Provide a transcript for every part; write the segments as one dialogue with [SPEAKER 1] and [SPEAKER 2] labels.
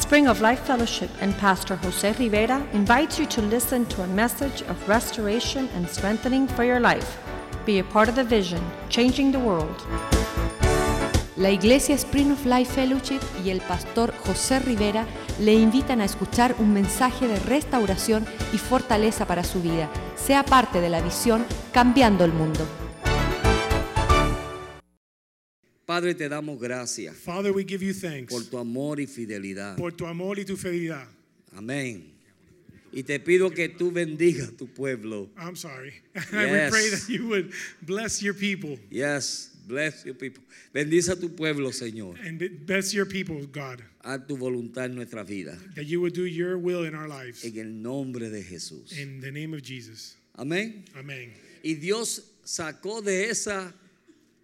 [SPEAKER 1] Spring of Life Fellowship and Pastor Jose Rivera invites you to listen to a message of restoration and strengthening for your life. Be a part of the vision, changing the world.
[SPEAKER 2] La Iglesia Spring of Life Fellowship y el pastor José Rivera le invitan a escuchar un mensaje de restauración y fortaleza para su vida. Sea parte de la visión Cambiando el Mundo.
[SPEAKER 3] Padre, te damos gracias
[SPEAKER 4] Father, we give you thanks
[SPEAKER 3] por tu amor y fidelidad.
[SPEAKER 4] por tu amor y tu fidelidad.
[SPEAKER 3] Amén. Y te pido que tú bendiga a tu pueblo.
[SPEAKER 4] I'm sorry. we
[SPEAKER 3] Yes.
[SPEAKER 4] pray that you would bless your people
[SPEAKER 3] Yes, bless your people. Bendice a tu pueblo, Señor.
[SPEAKER 4] and bless your people, God,
[SPEAKER 3] Haz tu voluntad en nuestra vida.
[SPEAKER 4] that you would do your will in our lives.
[SPEAKER 3] En el nombre de Jesús.
[SPEAKER 4] In the name of Jesus.
[SPEAKER 3] Amén.
[SPEAKER 4] Amen.
[SPEAKER 3] Y Dios sacó de ese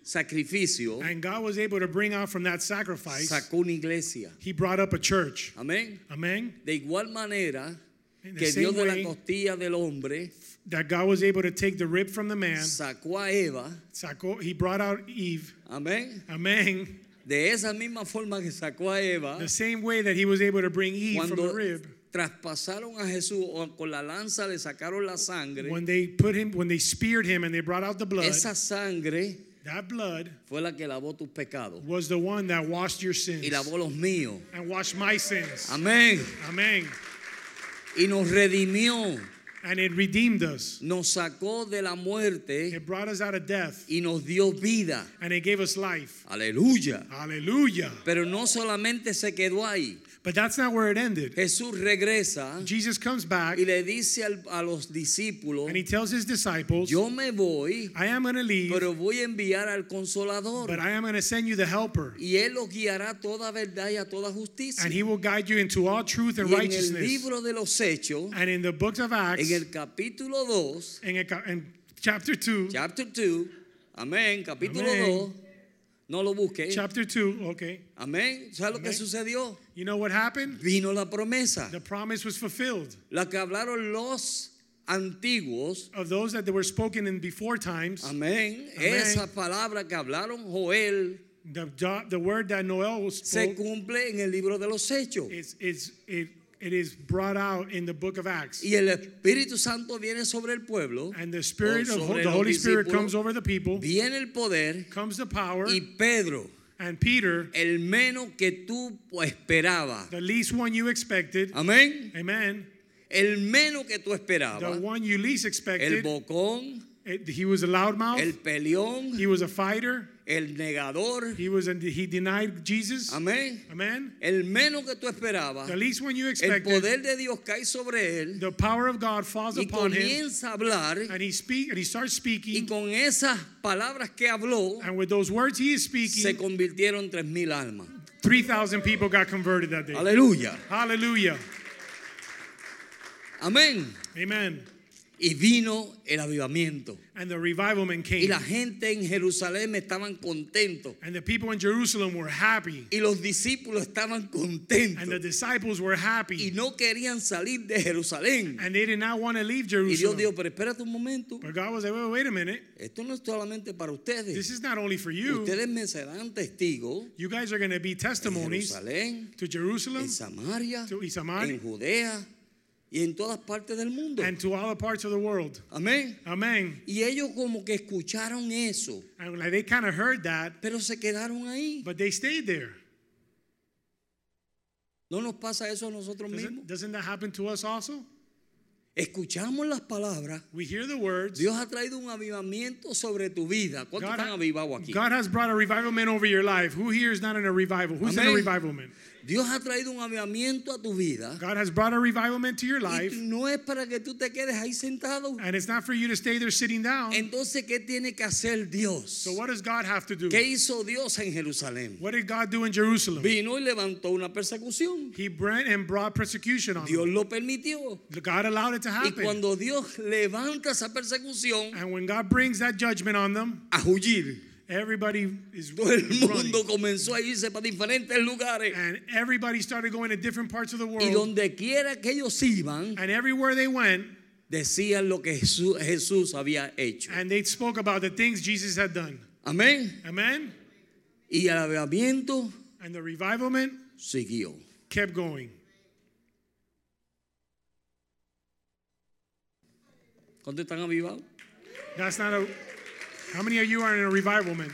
[SPEAKER 3] sacrificio,
[SPEAKER 4] And God was able to bring out from that sacrifice,
[SPEAKER 3] sacó una iglesia.
[SPEAKER 4] He brought up a church.
[SPEAKER 3] Amén.
[SPEAKER 4] Amen.
[SPEAKER 3] De igual manera
[SPEAKER 4] In the
[SPEAKER 3] que
[SPEAKER 4] same
[SPEAKER 3] Dios de la
[SPEAKER 4] way-
[SPEAKER 3] costilla del hombre
[SPEAKER 4] That God was able to take the rib from the man.
[SPEAKER 3] sacó a Eva.
[SPEAKER 4] Sacó, he brought out Eve.
[SPEAKER 3] Amén.
[SPEAKER 4] Amen.
[SPEAKER 3] De esa misma forma que sacó a Eva.
[SPEAKER 4] The same way that he was able to bring Eve from
[SPEAKER 3] cuando
[SPEAKER 4] the rib.
[SPEAKER 3] traspasaron a Jesús o con la lanza le sacaron la sangre,
[SPEAKER 4] When they put him, when they speared him and they brought out the blood,
[SPEAKER 3] esa sangre
[SPEAKER 4] that blood
[SPEAKER 3] fue la que lavó tus pecados
[SPEAKER 4] was the one that washed your sins
[SPEAKER 3] y lavó los míos.
[SPEAKER 4] and washed my sins.
[SPEAKER 3] Amén.
[SPEAKER 4] Amen.
[SPEAKER 3] Y nos redimió,
[SPEAKER 4] And it redeemed us.
[SPEAKER 3] nos sacó de la muerte
[SPEAKER 4] It brought us out of death
[SPEAKER 3] y nos dio vida.
[SPEAKER 4] and it gave us life.
[SPEAKER 3] Aleluya.
[SPEAKER 4] Hallelujah.
[SPEAKER 3] Pero no solamente se quedó ahí.
[SPEAKER 4] But that's not where it ended.
[SPEAKER 3] Jesús regresa
[SPEAKER 4] Jesus comes back
[SPEAKER 3] y le dice al- a los discípulos,
[SPEAKER 4] and he tells his disciples,
[SPEAKER 3] yo me voy,
[SPEAKER 4] I am going to leave,
[SPEAKER 3] pero voy a enviar al
[SPEAKER 4] but
[SPEAKER 3] consolador.
[SPEAKER 4] I am going to send you the helper.
[SPEAKER 3] Y él los guiará a toda verdad y a toda justicia.
[SPEAKER 4] And he will guide you into all truth and
[SPEAKER 3] Y en el
[SPEAKER 4] righteousness.
[SPEAKER 3] libro de los Hechos,
[SPEAKER 4] And in the books of Acts,
[SPEAKER 3] en el capítulo 2,
[SPEAKER 4] in, a- in chapter 2,
[SPEAKER 3] chapter 2, amén, capítulo
[SPEAKER 4] Amén.
[SPEAKER 3] 2, no lo busque,
[SPEAKER 4] chapter 2, okay,
[SPEAKER 3] amén, ¿sabes lo que
[SPEAKER 4] Amén.
[SPEAKER 3] sucedió?
[SPEAKER 4] you know what happened?
[SPEAKER 3] Vino la promesa,
[SPEAKER 4] The promise was fulfilled.
[SPEAKER 3] la que hablaron los antiguos,
[SPEAKER 4] Of those that were spoken in before times,
[SPEAKER 3] Um, amén,
[SPEAKER 4] Amén.
[SPEAKER 3] esa palabra que hablaron Joel
[SPEAKER 4] the, do- the word that Noel was
[SPEAKER 3] se
[SPEAKER 4] spoke
[SPEAKER 3] cumple en el libro de los Hechos.
[SPEAKER 4] is, is, it, it is brought out in the book of Acts.
[SPEAKER 3] Y el Espíritu Santo viene sobre el pueblo,
[SPEAKER 4] And the Spirit
[SPEAKER 3] o
[SPEAKER 4] of
[SPEAKER 3] Oh, sobre
[SPEAKER 4] the
[SPEAKER 3] los
[SPEAKER 4] Holy Spirit
[SPEAKER 3] discípulos,
[SPEAKER 4] comes over the people,
[SPEAKER 3] viene el poder
[SPEAKER 4] comes the power,
[SPEAKER 3] y Pedro.
[SPEAKER 4] and Peter,
[SPEAKER 3] el menos que tú esperabas.
[SPEAKER 4] the least one you expected,
[SPEAKER 3] Ah. Amén.
[SPEAKER 4] amen,
[SPEAKER 3] El menos que tú
[SPEAKER 4] the
[SPEAKER 3] esperabas.
[SPEAKER 4] one you least
[SPEAKER 3] Ah, El
[SPEAKER 4] expected,
[SPEAKER 3] bocón,
[SPEAKER 4] it- he was a loudmouth.
[SPEAKER 3] el peleón,
[SPEAKER 4] He was a fighter.
[SPEAKER 3] el negador.
[SPEAKER 4] He was he denied Jesus.
[SPEAKER 3] Amén.
[SPEAKER 4] Amen.
[SPEAKER 3] El menos que tú esperabas.
[SPEAKER 4] The least one you
[SPEAKER 3] Ah. El
[SPEAKER 4] expected.
[SPEAKER 3] poder de Dios cae sobre él
[SPEAKER 4] The power of God falls
[SPEAKER 3] y
[SPEAKER 4] upon him,
[SPEAKER 3] comienza a hablar.
[SPEAKER 4] and he speak and he starts
[SPEAKER 3] Y
[SPEAKER 4] speaking.
[SPEAKER 3] con esas palabras que habló,
[SPEAKER 4] And with those words he is
[SPEAKER 3] se
[SPEAKER 4] speaking,
[SPEAKER 3] convirtieron tres mil almas.
[SPEAKER 4] three thousand people got converted that day.
[SPEAKER 3] Aleluya.
[SPEAKER 4] Hallelujah.
[SPEAKER 3] Amén.
[SPEAKER 4] Amen.
[SPEAKER 3] Y vino el avivamiento.
[SPEAKER 4] And the revival men
[SPEAKER 3] Y
[SPEAKER 4] came,
[SPEAKER 3] la gente en Jerusalén estaban contentos.
[SPEAKER 4] and the people in Jerusalem were happy,
[SPEAKER 3] Y los discípulos estaban
[SPEAKER 4] and the
[SPEAKER 3] contentos
[SPEAKER 4] disciples were
[SPEAKER 3] y
[SPEAKER 4] happy,
[SPEAKER 3] no querían salir de Jerusalén.
[SPEAKER 4] and they did not want to leave
[SPEAKER 3] Y Dios dijo,
[SPEAKER 4] Jerusalem.
[SPEAKER 3] pero espérate un momento,
[SPEAKER 4] But God was like, wait, wait a minute.
[SPEAKER 3] esto no es solamente para ustedes.
[SPEAKER 4] This is not only for you.
[SPEAKER 3] Ustedes me serán testigos
[SPEAKER 4] You guys are going to be
[SPEAKER 3] en
[SPEAKER 4] testimonies
[SPEAKER 3] Jerusalén,
[SPEAKER 4] to Jerusalem
[SPEAKER 3] en Samaria,
[SPEAKER 4] to- y Samaria.
[SPEAKER 3] en Judea y en todas partes del mundo.
[SPEAKER 4] and to all the parts of the world.
[SPEAKER 3] Amén.
[SPEAKER 4] Amen.
[SPEAKER 3] Y ellos como que escucharon eso,
[SPEAKER 4] And like, they kind of heard that,
[SPEAKER 3] pero se quedaron ahí.
[SPEAKER 4] but they stayed there.
[SPEAKER 3] ¿No nos pasa eso a nosotros
[SPEAKER 4] Doesn't,
[SPEAKER 3] mismos?
[SPEAKER 4] doesn't that happen to us also?
[SPEAKER 3] Escuchamos las palabras.
[SPEAKER 4] We hear the words.
[SPEAKER 3] Dios ha traído un avivamiento sobre tu vida. ¿Cuántos
[SPEAKER 4] God,
[SPEAKER 3] están avivados aquí?
[SPEAKER 4] God has brought a revival man over your life. Who here is not in a revival? Who's in
[SPEAKER 3] Amén.
[SPEAKER 4] a revival man?
[SPEAKER 3] Dios ha traído un avivamiento a tu vida.
[SPEAKER 4] God has brought a revival man to your
[SPEAKER 3] Y
[SPEAKER 4] life,
[SPEAKER 3] tú- no es para que tú te quedes ahí sentado.
[SPEAKER 4] and it's not for you to stay there sitting down.
[SPEAKER 3] Entonces, ¿qué tiene que hacer Dios?
[SPEAKER 4] So what does God have to do?
[SPEAKER 3] ¿Qué hizo Dios en Jerusalén?
[SPEAKER 4] What did God do in Jerusalem?
[SPEAKER 3] Vino y levantó una persecución.
[SPEAKER 4] He brought and brought persecution on
[SPEAKER 3] Dios
[SPEAKER 4] them.
[SPEAKER 3] lo permitió.
[SPEAKER 4] God allowed it to
[SPEAKER 3] Y
[SPEAKER 4] happen.
[SPEAKER 3] cuando Dios levanta esa persecución,
[SPEAKER 4] And when God brings that judgment on them,
[SPEAKER 3] a huir.
[SPEAKER 4] everybody is
[SPEAKER 3] Todo el
[SPEAKER 4] running.
[SPEAKER 3] mundo comenzó a irse para diferentes lugares.
[SPEAKER 4] And everybody started going to different parts of the
[SPEAKER 3] Y
[SPEAKER 4] world.
[SPEAKER 3] donde quiera que ellos iban,
[SPEAKER 4] And everywhere they went,
[SPEAKER 3] decían lo que Jesús, Jesús había hecho.
[SPEAKER 4] and they spoke about the things Jesus had done.
[SPEAKER 3] Amén.
[SPEAKER 4] Amen.
[SPEAKER 3] Y el avivamiento
[SPEAKER 4] And the revivalment
[SPEAKER 3] siguió.
[SPEAKER 4] kept going.
[SPEAKER 3] ¿Cuántos están avivados?
[SPEAKER 4] That's not a. How many of you are in a revival man?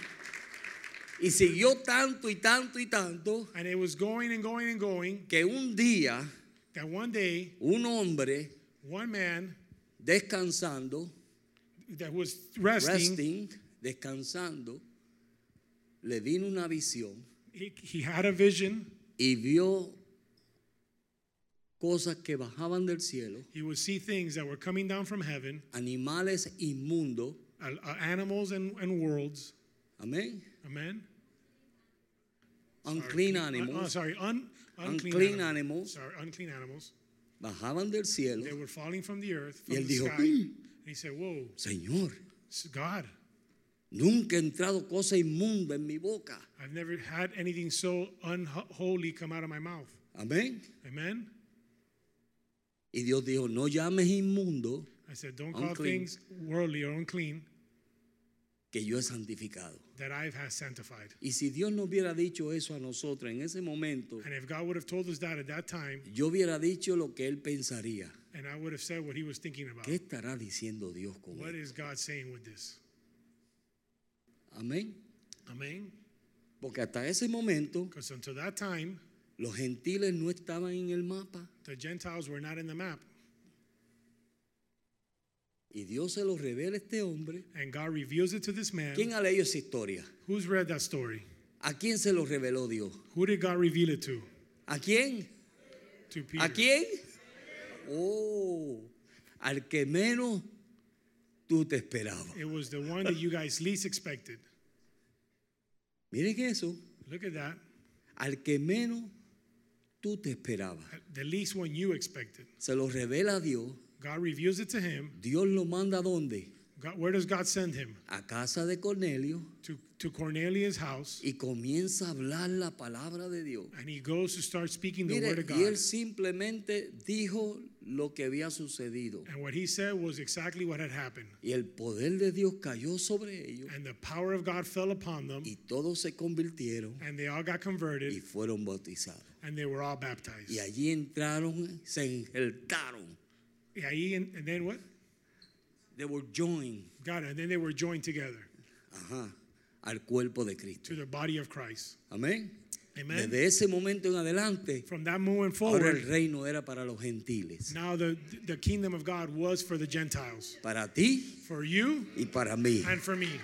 [SPEAKER 3] Y siguió tanto y tanto y tanto
[SPEAKER 4] And it was going and going and going
[SPEAKER 3] que un día
[SPEAKER 4] that one day,
[SPEAKER 3] un hombre
[SPEAKER 4] one man
[SPEAKER 3] descansando,
[SPEAKER 4] that was resting,
[SPEAKER 3] resting, descansando, le vino una visión
[SPEAKER 4] He, he had a vision.
[SPEAKER 3] y vio cosas que bajaban del cielo,
[SPEAKER 4] He would see things that were coming down from heaven,
[SPEAKER 3] animales inmundos,
[SPEAKER 4] uh, uh, animals and, and worlds.
[SPEAKER 3] amén,
[SPEAKER 4] Amen.
[SPEAKER 3] unclean
[SPEAKER 4] Un- oh,
[SPEAKER 3] animals,
[SPEAKER 4] sorry, un, unclean,
[SPEAKER 3] Unclean
[SPEAKER 4] animals.
[SPEAKER 3] animals.
[SPEAKER 4] Sorry, unclean animals.
[SPEAKER 3] bajaban del cielo.
[SPEAKER 4] They were falling from the earth,
[SPEAKER 3] Y
[SPEAKER 4] from
[SPEAKER 3] él
[SPEAKER 4] the
[SPEAKER 3] dijo,
[SPEAKER 4] sky.
[SPEAKER 3] "Mm,
[SPEAKER 4] And he said, "Whoa,
[SPEAKER 3] Señor,
[SPEAKER 4] s- God,
[SPEAKER 3] nunca he entrado cosa inmunda en mi boca.
[SPEAKER 4] I've never had anything so unholy come out of my mouth."
[SPEAKER 3] Amén.
[SPEAKER 4] Amen.
[SPEAKER 3] Y Dios dijo, no llames inmundo
[SPEAKER 4] I said, "Don't call
[SPEAKER 3] Unclean.
[SPEAKER 4] things worldly or unclean
[SPEAKER 3] que yo he santificado.
[SPEAKER 4] that I've has sanctified."
[SPEAKER 3] Y si Dios no hubiera dicho eso a nosotros en ese momento,
[SPEAKER 4] And if God would have told us that at that time,
[SPEAKER 3] yo hubiera dicho lo que él pensaría.
[SPEAKER 4] and I would have said what he was thinking about,
[SPEAKER 3] ¿Qué estará diciendo Dios con
[SPEAKER 4] what
[SPEAKER 3] él?
[SPEAKER 4] is God saying with this?
[SPEAKER 3] Amén.
[SPEAKER 4] Amen.
[SPEAKER 3] Porque hasta ese momento
[SPEAKER 4] Because until that time,
[SPEAKER 3] los gentiles no estaban en el mapa
[SPEAKER 4] the Gentiles were not in the map.
[SPEAKER 3] y Dios se los revela a este hombre.
[SPEAKER 4] And God reveals it to this man.
[SPEAKER 3] ¿Quién ha leído esa historia?
[SPEAKER 4] Who's read that story?
[SPEAKER 3] ¿A quién se los reveló Dios?
[SPEAKER 4] Who did God reveal it to?
[SPEAKER 3] ¿A quién?
[SPEAKER 4] To Peter.
[SPEAKER 3] ¿A quién? Oh, al que menos tú te esperabas.
[SPEAKER 4] It was the one that you guys least expected.
[SPEAKER 3] Miren eso,
[SPEAKER 4] Look at that.
[SPEAKER 3] al que menos tú te esperabas.
[SPEAKER 4] The least one you expected.
[SPEAKER 3] Se los revela a Dios.
[SPEAKER 4] God reveals it to him.
[SPEAKER 3] Dios lo manda a dónde?
[SPEAKER 4] God, where does God send him?
[SPEAKER 3] A casa de Cornelio
[SPEAKER 4] To, to Cornelius' house.
[SPEAKER 3] y comienza a hablar la palabra de Dios.
[SPEAKER 4] And he goes to start speaking the word
[SPEAKER 3] Mire,
[SPEAKER 4] of God.
[SPEAKER 3] y él simplemente dijo lo que había sucedido.
[SPEAKER 4] And what he said was exactly what had happened.
[SPEAKER 3] Y el poder de Dios cayó sobre ellos
[SPEAKER 4] And the power of God fell upon them.
[SPEAKER 3] y todos se convirtieron
[SPEAKER 4] And they all got
[SPEAKER 3] y
[SPEAKER 4] converted.
[SPEAKER 3] fueron bautizados.
[SPEAKER 4] And they were all baptized.
[SPEAKER 3] Y allí entraron, se enjertaron.
[SPEAKER 4] Yeah, he and, and then what?
[SPEAKER 3] They were joined
[SPEAKER 4] God, and then they were joined together
[SPEAKER 3] ajá, al cuerpo de Cristo.
[SPEAKER 4] to the body of Christ.
[SPEAKER 3] Amén.
[SPEAKER 4] Amen.
[SPEAKER 3] Desde ese momento en adelante,
[SPEAKER 4] From that moment
[SPEAKER 3] ahora el
[SPEAKER 4] forward,
[SPEAKER 3] reino era para los gentiles.
[SPEAKER 4] now the, the kingdom of God was for the Gentiles,
[SPEAKER 3] Para ti
[SPEAKER 4] for you
[SPEAKER 3] y para mí.
[SPEAKER 4] and for me.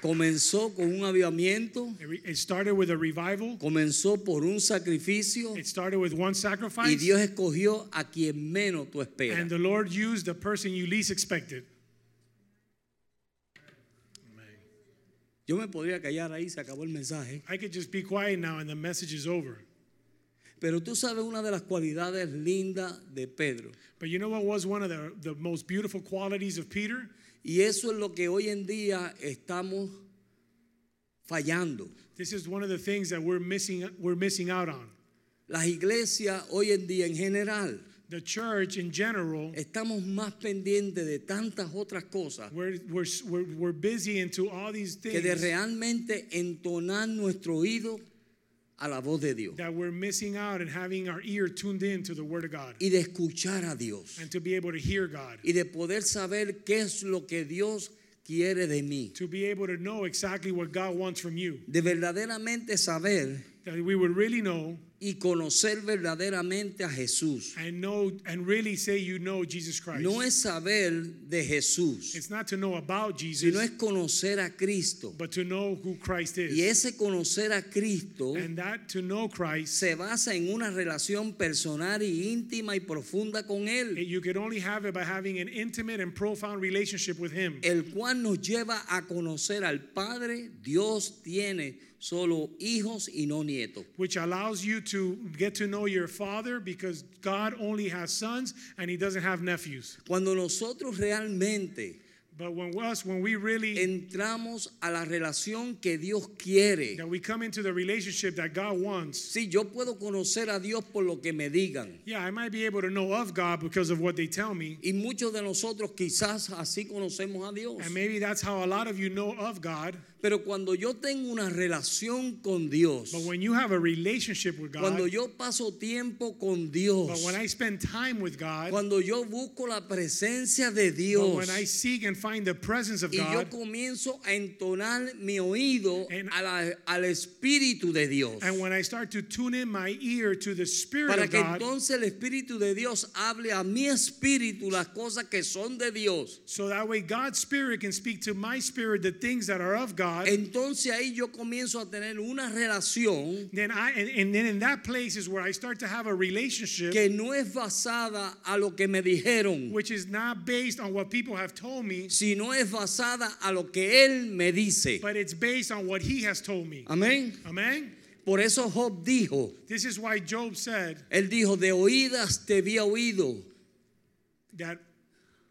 [SPEAKER 3] Comenzó con un avivamiento,
[SPEAKER 4] It, re- it started with a revival,
[SPEAKER 3] comenzó por un sacrificio
[SPEAKER 4] it started with one
[SPEAKER 3] y
[SPEAKER 4] sacrifice,
[SPEAKER 3] Dios escogió a quien menos tú
[SPEAKER 4] and
[SPEAKER 3] esperas.
[SPEAKER 4] the Lord used the person you least expected.
[SPEAKER 3] Yo me podría callar ahí, se acabó el mensaje.
[SPEAKER 4] I could just be quiet now and the message is over.
[SPEAKER 3] Pero tú sabes una de las cualidades lindas de Pedro.
[SPEAKER 4] But you know what was one of the, the most beautiful qualities of Peter?
[SPEAKER 3] Y eso es lo que hoy en día estamos fallando.
[SPEAKER 4] This is one of the things that we're missing, we're missing out on.
[SPEAKER 3] Las iglesias hoy en día en general
[SPEAKER 4] The church in general
[SPEAKER 3] estamos más pendientes de tantas otras cosas
[SPEAKER 4] We're, we're, we're, we're busy into all these
[SPEAKER 3] que de
[SPEAKER 4] things
[SPEAKER 3] realmente entonar nuestro oído a la voz de Dios
[SPEAKER 4] that we're missing out and having our ear tuned in to the Word of God
[SPEAKER 3] y de escuchar a Dios
[SPEAKER 4] and to be able to hear God,
[SPEAKER 3] y de poder saber qué es lo que Dios quiere de mí.
[SPEAKER 4] to be able to know exactly what God wants from you,
[SPEAKER 3] De verdaderamente saber
[SPEAKER 4] that we would really know
[SPEAKER 3] y conocer verdaderamente a Jesús.
[SPEAKER 4] and know and really say you know Jesus Christ.
[SPEAKER 3] No es saber de Jesús,
[SPEAKER 4] it's not to know about Jesus,
[SPEAKER 3] sino es conocer a Cristo.
[SPEAKER 4] but to know who Christ is.
[SPEAKER 3] Y ese conocer a Cristo
[SPEAKER 4] And that to know Christ,
[SPEAKER 3] se basa en una relación personal y íntima y profunda con Él,
[SPEAKER 4] you could only have it by having an intimate and profound relationship with Him.
[SPEAKER 3] el cual nos lleva a conocer al Padre. Dios tiene solo hijos y no nietos.
[SPEAKER 4] which allows you to get to know your father because God only has sons and he doesn't have nephews.
[SPEAKER 3] Cuando nosotros realmente
[SPEAKER 4] But when us, when we really
[SPEAKER 3] entramos a la relación que Dios quiere,
[SPEAKER 4] that we come into the relationship that God wants,
[SPEAKER 3] sí, yo puedo conocer a Dios por lo que me digan.
[SPEAKER 4] yeah, I might be able to know of God because of what they tell me.
[SPEAKER 3] Y muchos de nosotros quizás así conocemos a Dios.
[SPEAKER 4] And maybe that's how a lot of you know of God.
[SPEAKER 3] Pero cuando yo tengo una relación con Dios,
[SPEAKER 4] But when you have a relationship with God,
[SPEAKER 3] cuando yo paso tiempo con
[SPEAKER 4] but
[SPEAKER 3] Dios,
[SPEAKER 4] when I spend time with God,
[SPEAKER 3] cuando yo busco la presencia de
[SPEAKER 4] but
[SPEAKER 3] Dios
[SPEAKER 4] when I seek and find the presence of
[SPEAKER 3] y yo
[SPEAKER 4] God,
[SPEAKER 3] comienzo a entonar mi oído
[SPEAKER 4] And-
[SPEAKER 3] a la- al Espíritu de Dios,
[SPEAKER 4] and when I start to tune in my ear to the Spirit
[SPEAKER 3] para
[SPEAKER 4] of
[SPEAKER 3] que
[SPEAKER 4] God,
[SPEAKER 3] entonces el Espíritu de Dios hable a mi espíritu las cosas que son de Dios.
[SPEAKER 4] so that way God's Spirit can speak to my spirit the things that are of God.
[SPEAKER 3] Entonces ahí yo comienzo a tener una relación
[SPEAKER 4] then I and, and then in that place is where I start to have a relationship
[SPEAKER 3] que no es basada a lo que me dijeron,
[SPEAKER 4] which is not based on what people have told me,
[SPEAKER 3] sino es basada a lo que Él me dice.
[SPEAKER 4] but it's based on what he has told me.
[SPEAKER 3] Amén.
[SPEAKER 4] Amen.
[SPEAKER 3] Por eso Job dijo,
[SPEAKER 4] This is why Job said
[SPEAKER 3] él dijo, de oídas te había oído.
[SPEAKER 4] that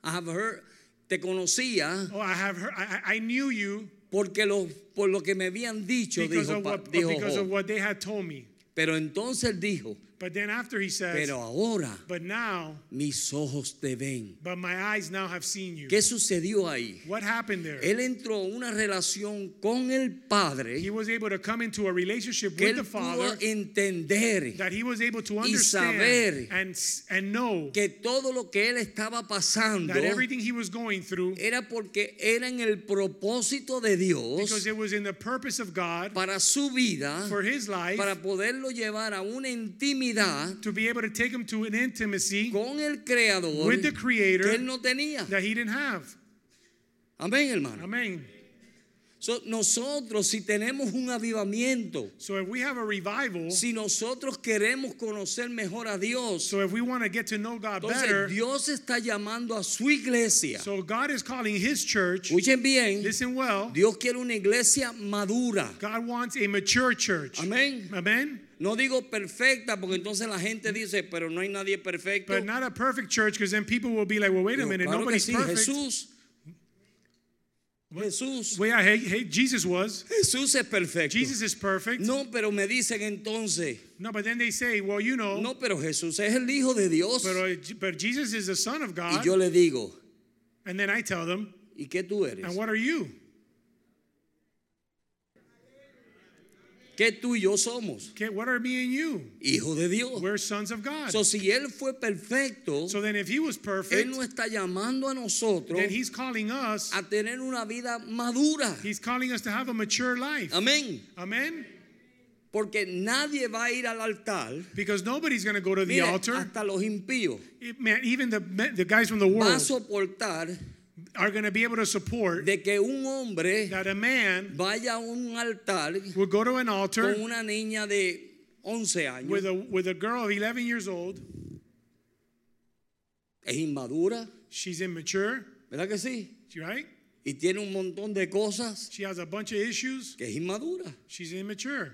[SPEAKER 3] I have heard, te conocía
[SPEAKER 4] oh I have heard I, I I knew you
[SPEAKER 3] porque lo, por lo que me habían dicho,
[SPEAKER 4] because
[SPEAKER 3] dijo,
[SPEAKER 4] of
[SPEAKER 3] pa-
[SPEAKER 4] what
[SPEAKER 3] dijo "Oh."
[SPEAKER 4] because of
[SPEAKER 3] Job.
[SPEAKER 4] what they had told me.
[SPEAKER 3] Pero entonces él dijo,
[SPEAKER 4] But then after he says,
[SPEAKER 3] pero ahora
[SPEAKER 4] but now,
[SPEAKER 3] mis ojos te ven.
[SPEAKER 4] but my eyes now have seen you.
[SPEAKER 3] ¿Qué sucedió ahí?
[SPEAKER 4] What happened there?
[SPEAKER 3] Él entró en una relación con el
[SPEAKER 4] He
[SPEAKER 3] Padre
[SPEAKER 4] was able to come into a relationship
[SPEAKER 3] que él
[SPEAKER 4] with the
[SPEAKER 3] pudo
[SPEAKER 4] Father
[SPEAKER 3] entender
[SPEAKER 4] that he was able to
[SPEAKER 3] y
[SPEAKER 4] understand
[SPEAKER 3] saber
[SPEAKER 4] and s- and know
[SPEAKER 3] que todo lo que él estaba pasando
[SPEAKER 4] that everything he was going through
[SPEAKER 3] era porque era en el propósito de
[SPEAKER 4] because
[SPEAKER 3] Dios
[SPEAKER 4] it was in the purpose of God
[SPEAKER 3] para su vida,
[SPEAKER 4] for his life
[SPEAKER 3] para poderlo llevar a una intimidad
[SPEAKER 4] to be able to take him to an intimacy
[SPEAKER 3] con el Creador
[SPEAKER 4] with the
[SPEAKER 3] que
[SPEAKER 4] creator
[SPEAKER 3] él no tenía.
[SPEAKER 4] that he didn't have.
[SPEAKER 3] Amén, hermano.
[SPEAKER 4] Amen.
[SPEAKER 3] So, nosotros si tenemos un avivamiento,
[SPEAKER 4] So if we have a revival,
[SPEAKER 3] si nosotros queremos conocer mejor a Dios,
[SPEAKER 4] so if we want to get to know God better,
[SPEAKER 3] entonces Dios está llamando a su iglesia.
[SPEAKER 4] so God is calling his church,
[SPEAKER 3] Escuchen bien,
[SPEAKER 4] listen well,
[SPEAKER 3] Dios quiere una iglesia madura.
[SPEAKER 4] God wants a mature church.
[SPEAKER 3] Amén.
[SPEAKER 4] Amen.
[SPEAKER 3] No digo perfecta, porque entonces la gente dice, pero no hay nadie perfecto.
[SPEAKER 4] But not a perfect church because then people will be like, well, wait a
[SPEAKER 3] Digo,
[SPEAKER 4] minute,
[SPEAKER 3] claro que
[SPEAKER 4] nobody's
[SPEAKER 3] sí,
[SPEAKER 4] perfect.
[SPEAKER 3] Jesús. Jesús.
[SPEAKER 4] Well, yeah, hey, hey, Jesus was.
[SPEAKER 3] Jesús es perfecto.
[SPEAKER 4] Jesus is perfect.
[SPEAKER 3] No, pero me dicen entonces,
[SPEAKER 4] No, but then they say, well, you know,
[SPEAKER 3] no, pero Jesús es el Hijo de Dios.
[SPEAKER 4] but, uh, J- but Jesus is the Son of
[SPEAKER 3] y
[SPEAKER 4] God.
[SPEAKER 3] yo le digo,
[SPEAKER 4] And then I tell them,
[SPEAKER 3] ¿y qué tú eres?
[SPEAKER 4] and what are you?
[SPEAKER 3] ¿Qué tú y yo somos?
[SPEAKER 4] Okay, what are me and you?
[SPEAKER 3] Hijo de Dios.
[SPEAKER 4] We're sons of God.
[SPEAKER 3] Oh. So, si Él fue perfecto,
[SPEAKER 4] So then if he was
[SPEAKER 3] Él
[SPEAKER 4] perfect,
[SPEAKER 3] nos está llamando a nosotros
[SPEAKER 4] then he's calling us,
[SPEAKER 3] a tener una vida madura.
[SPEAKER 4] he's calling us to have a mature life.
[SPEAKER 3] Amén.
[SPEAKER 4] Amen?
[SPEAKER 3] Porque nadie va a ir al altar.
[SPEAKER 4] Because nobody's going to go to the
[SPEAKER 3] Mira, ah.
[SPEAKER 4] altar.
[SPEAKER 3] hasta los impíos.
[SPEAKER 4] It- man, even the, men- the guys from the
[SPEAKER 3] Va a
[SPEAKER 4] world
[SPEAKER 3] soportar
[SPEAKER 4] are going to be able to support
[SPEAKER 3] de que un hombre
[SPEAKER 4] that a man
[SPEAKER 3] vaya a un altar
[SPEAKER 4] will go to an altar
[SPEAKER 3] con una niña de 11 años.
[SPEAKER 4] with a, with a girl of 11 years old.
[SPEAKER 3] Es inmadura,
[SPEAKER 4] She's immature,
[SPEAKER 3] ¿verdad que sí?
[SPEAKER 4] right?
[SPEAKER 3] Y tiene un montón de cosas
[SPEAKER 4] She has a bunch of issues.
[SPEAKER 3] que es inmadura.
[SPEAKER 4] She's immature.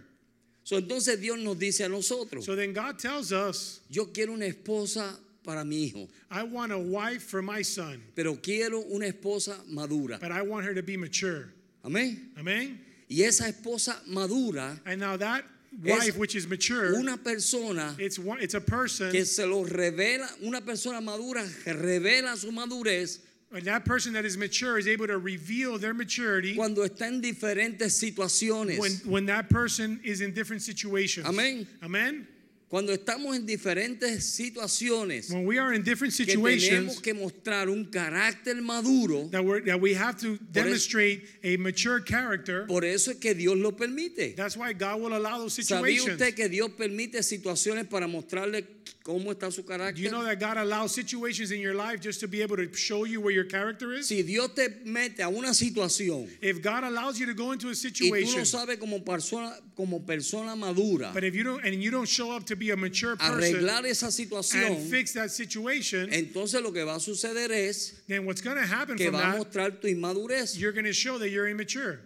[SPEAKER 3] So, entonces Dios nos dice a nosotros,
[SPEAKER 4] So then God tells us,
[SPEAKER 3] yo quiero una esposa para mi hijo,
[SPEAKER 4] I want a wife for my son,
[SPEAKER 3] pero quiero una esposa madura.
[SPEAKER 4] but I want her to be mature.
[SPEAKER 3] Amén.
[SPEAKER 4] Amen?
[SPEAKER 3] Y esa esposa madura,
[SPEAKER 4] And now that
[SPEAKER 3] Es
[SPEAKER 4] wife, which is mature,
[SPEAKER 3] una persona
[SPEAKER 4] it's one, it's a person,
[SPEAKER 3] que se lo revela, una persona madura que revela su madurez
[SPEAKER 4] and that person that is mature is able to reveal their maturity
[SPEAKER 3] cuando está en diferentes
[SPEAKER 4] when
[SPEAKER 3] situaciones.
[SPEAKER 4] when that person is in different situations.
[SPEAKER 3] Amén.
[SPEAKER 4] Amen.
[SPEAKER 3] Cuando estamos en diferentes situaciones,
[SPEAKER 4] When we are in different
[SPEAKER 3] que tenemos
[SPEAKER 4] situations,
[SPEAKER 3] que mostrar un carácter maduro.
[SPEAKER 4] that we that we have to demonstrate a mature character.
[SPEAKER 3] Por eso es que Dios lo permite.
[SPEAKER 4] That's why God will allow those
[SPEAKER 3] ¿Sabía
[SPEAKER 4] situations.
[SPEAKER 3] usted que Dios permite situaciones para mostrarle cómo está su
[SPEAKER 4] Do you
[SPEAKER 3] carácter?
[SPEAKER 4] know that God allows situations in your life just to be able to show you where your character is?
[SPEAKER 3] Si Dios te mete a una situación
[SPEAKER 4] If God allows you to go into a
[SPEAKER 3] y tú
[SPEAKER 4] situation,
[SPEAKER 3] no sabes como persona, como persona madura
[SPEAKER 4] but if you don't and you don't show up to be a mature person
[SPEAKER 3] arreglar esa
[SPEAKER 4] and
[SPEAKER 3] situación,
[SPEAKER 4] fix that situation,
[SPEAKER 3] entonces lo que va a suceder es
[SPEAKER 4] then what's going to happen
[SPEAKER 3] que
[SPEAKER 4] from
[SPEAKER 3] va a
[SPEAKER 4] that,
[SPEAKER 3] mostrar tu inmadurez
[SPEAKER 4] you're going to show that you're immature.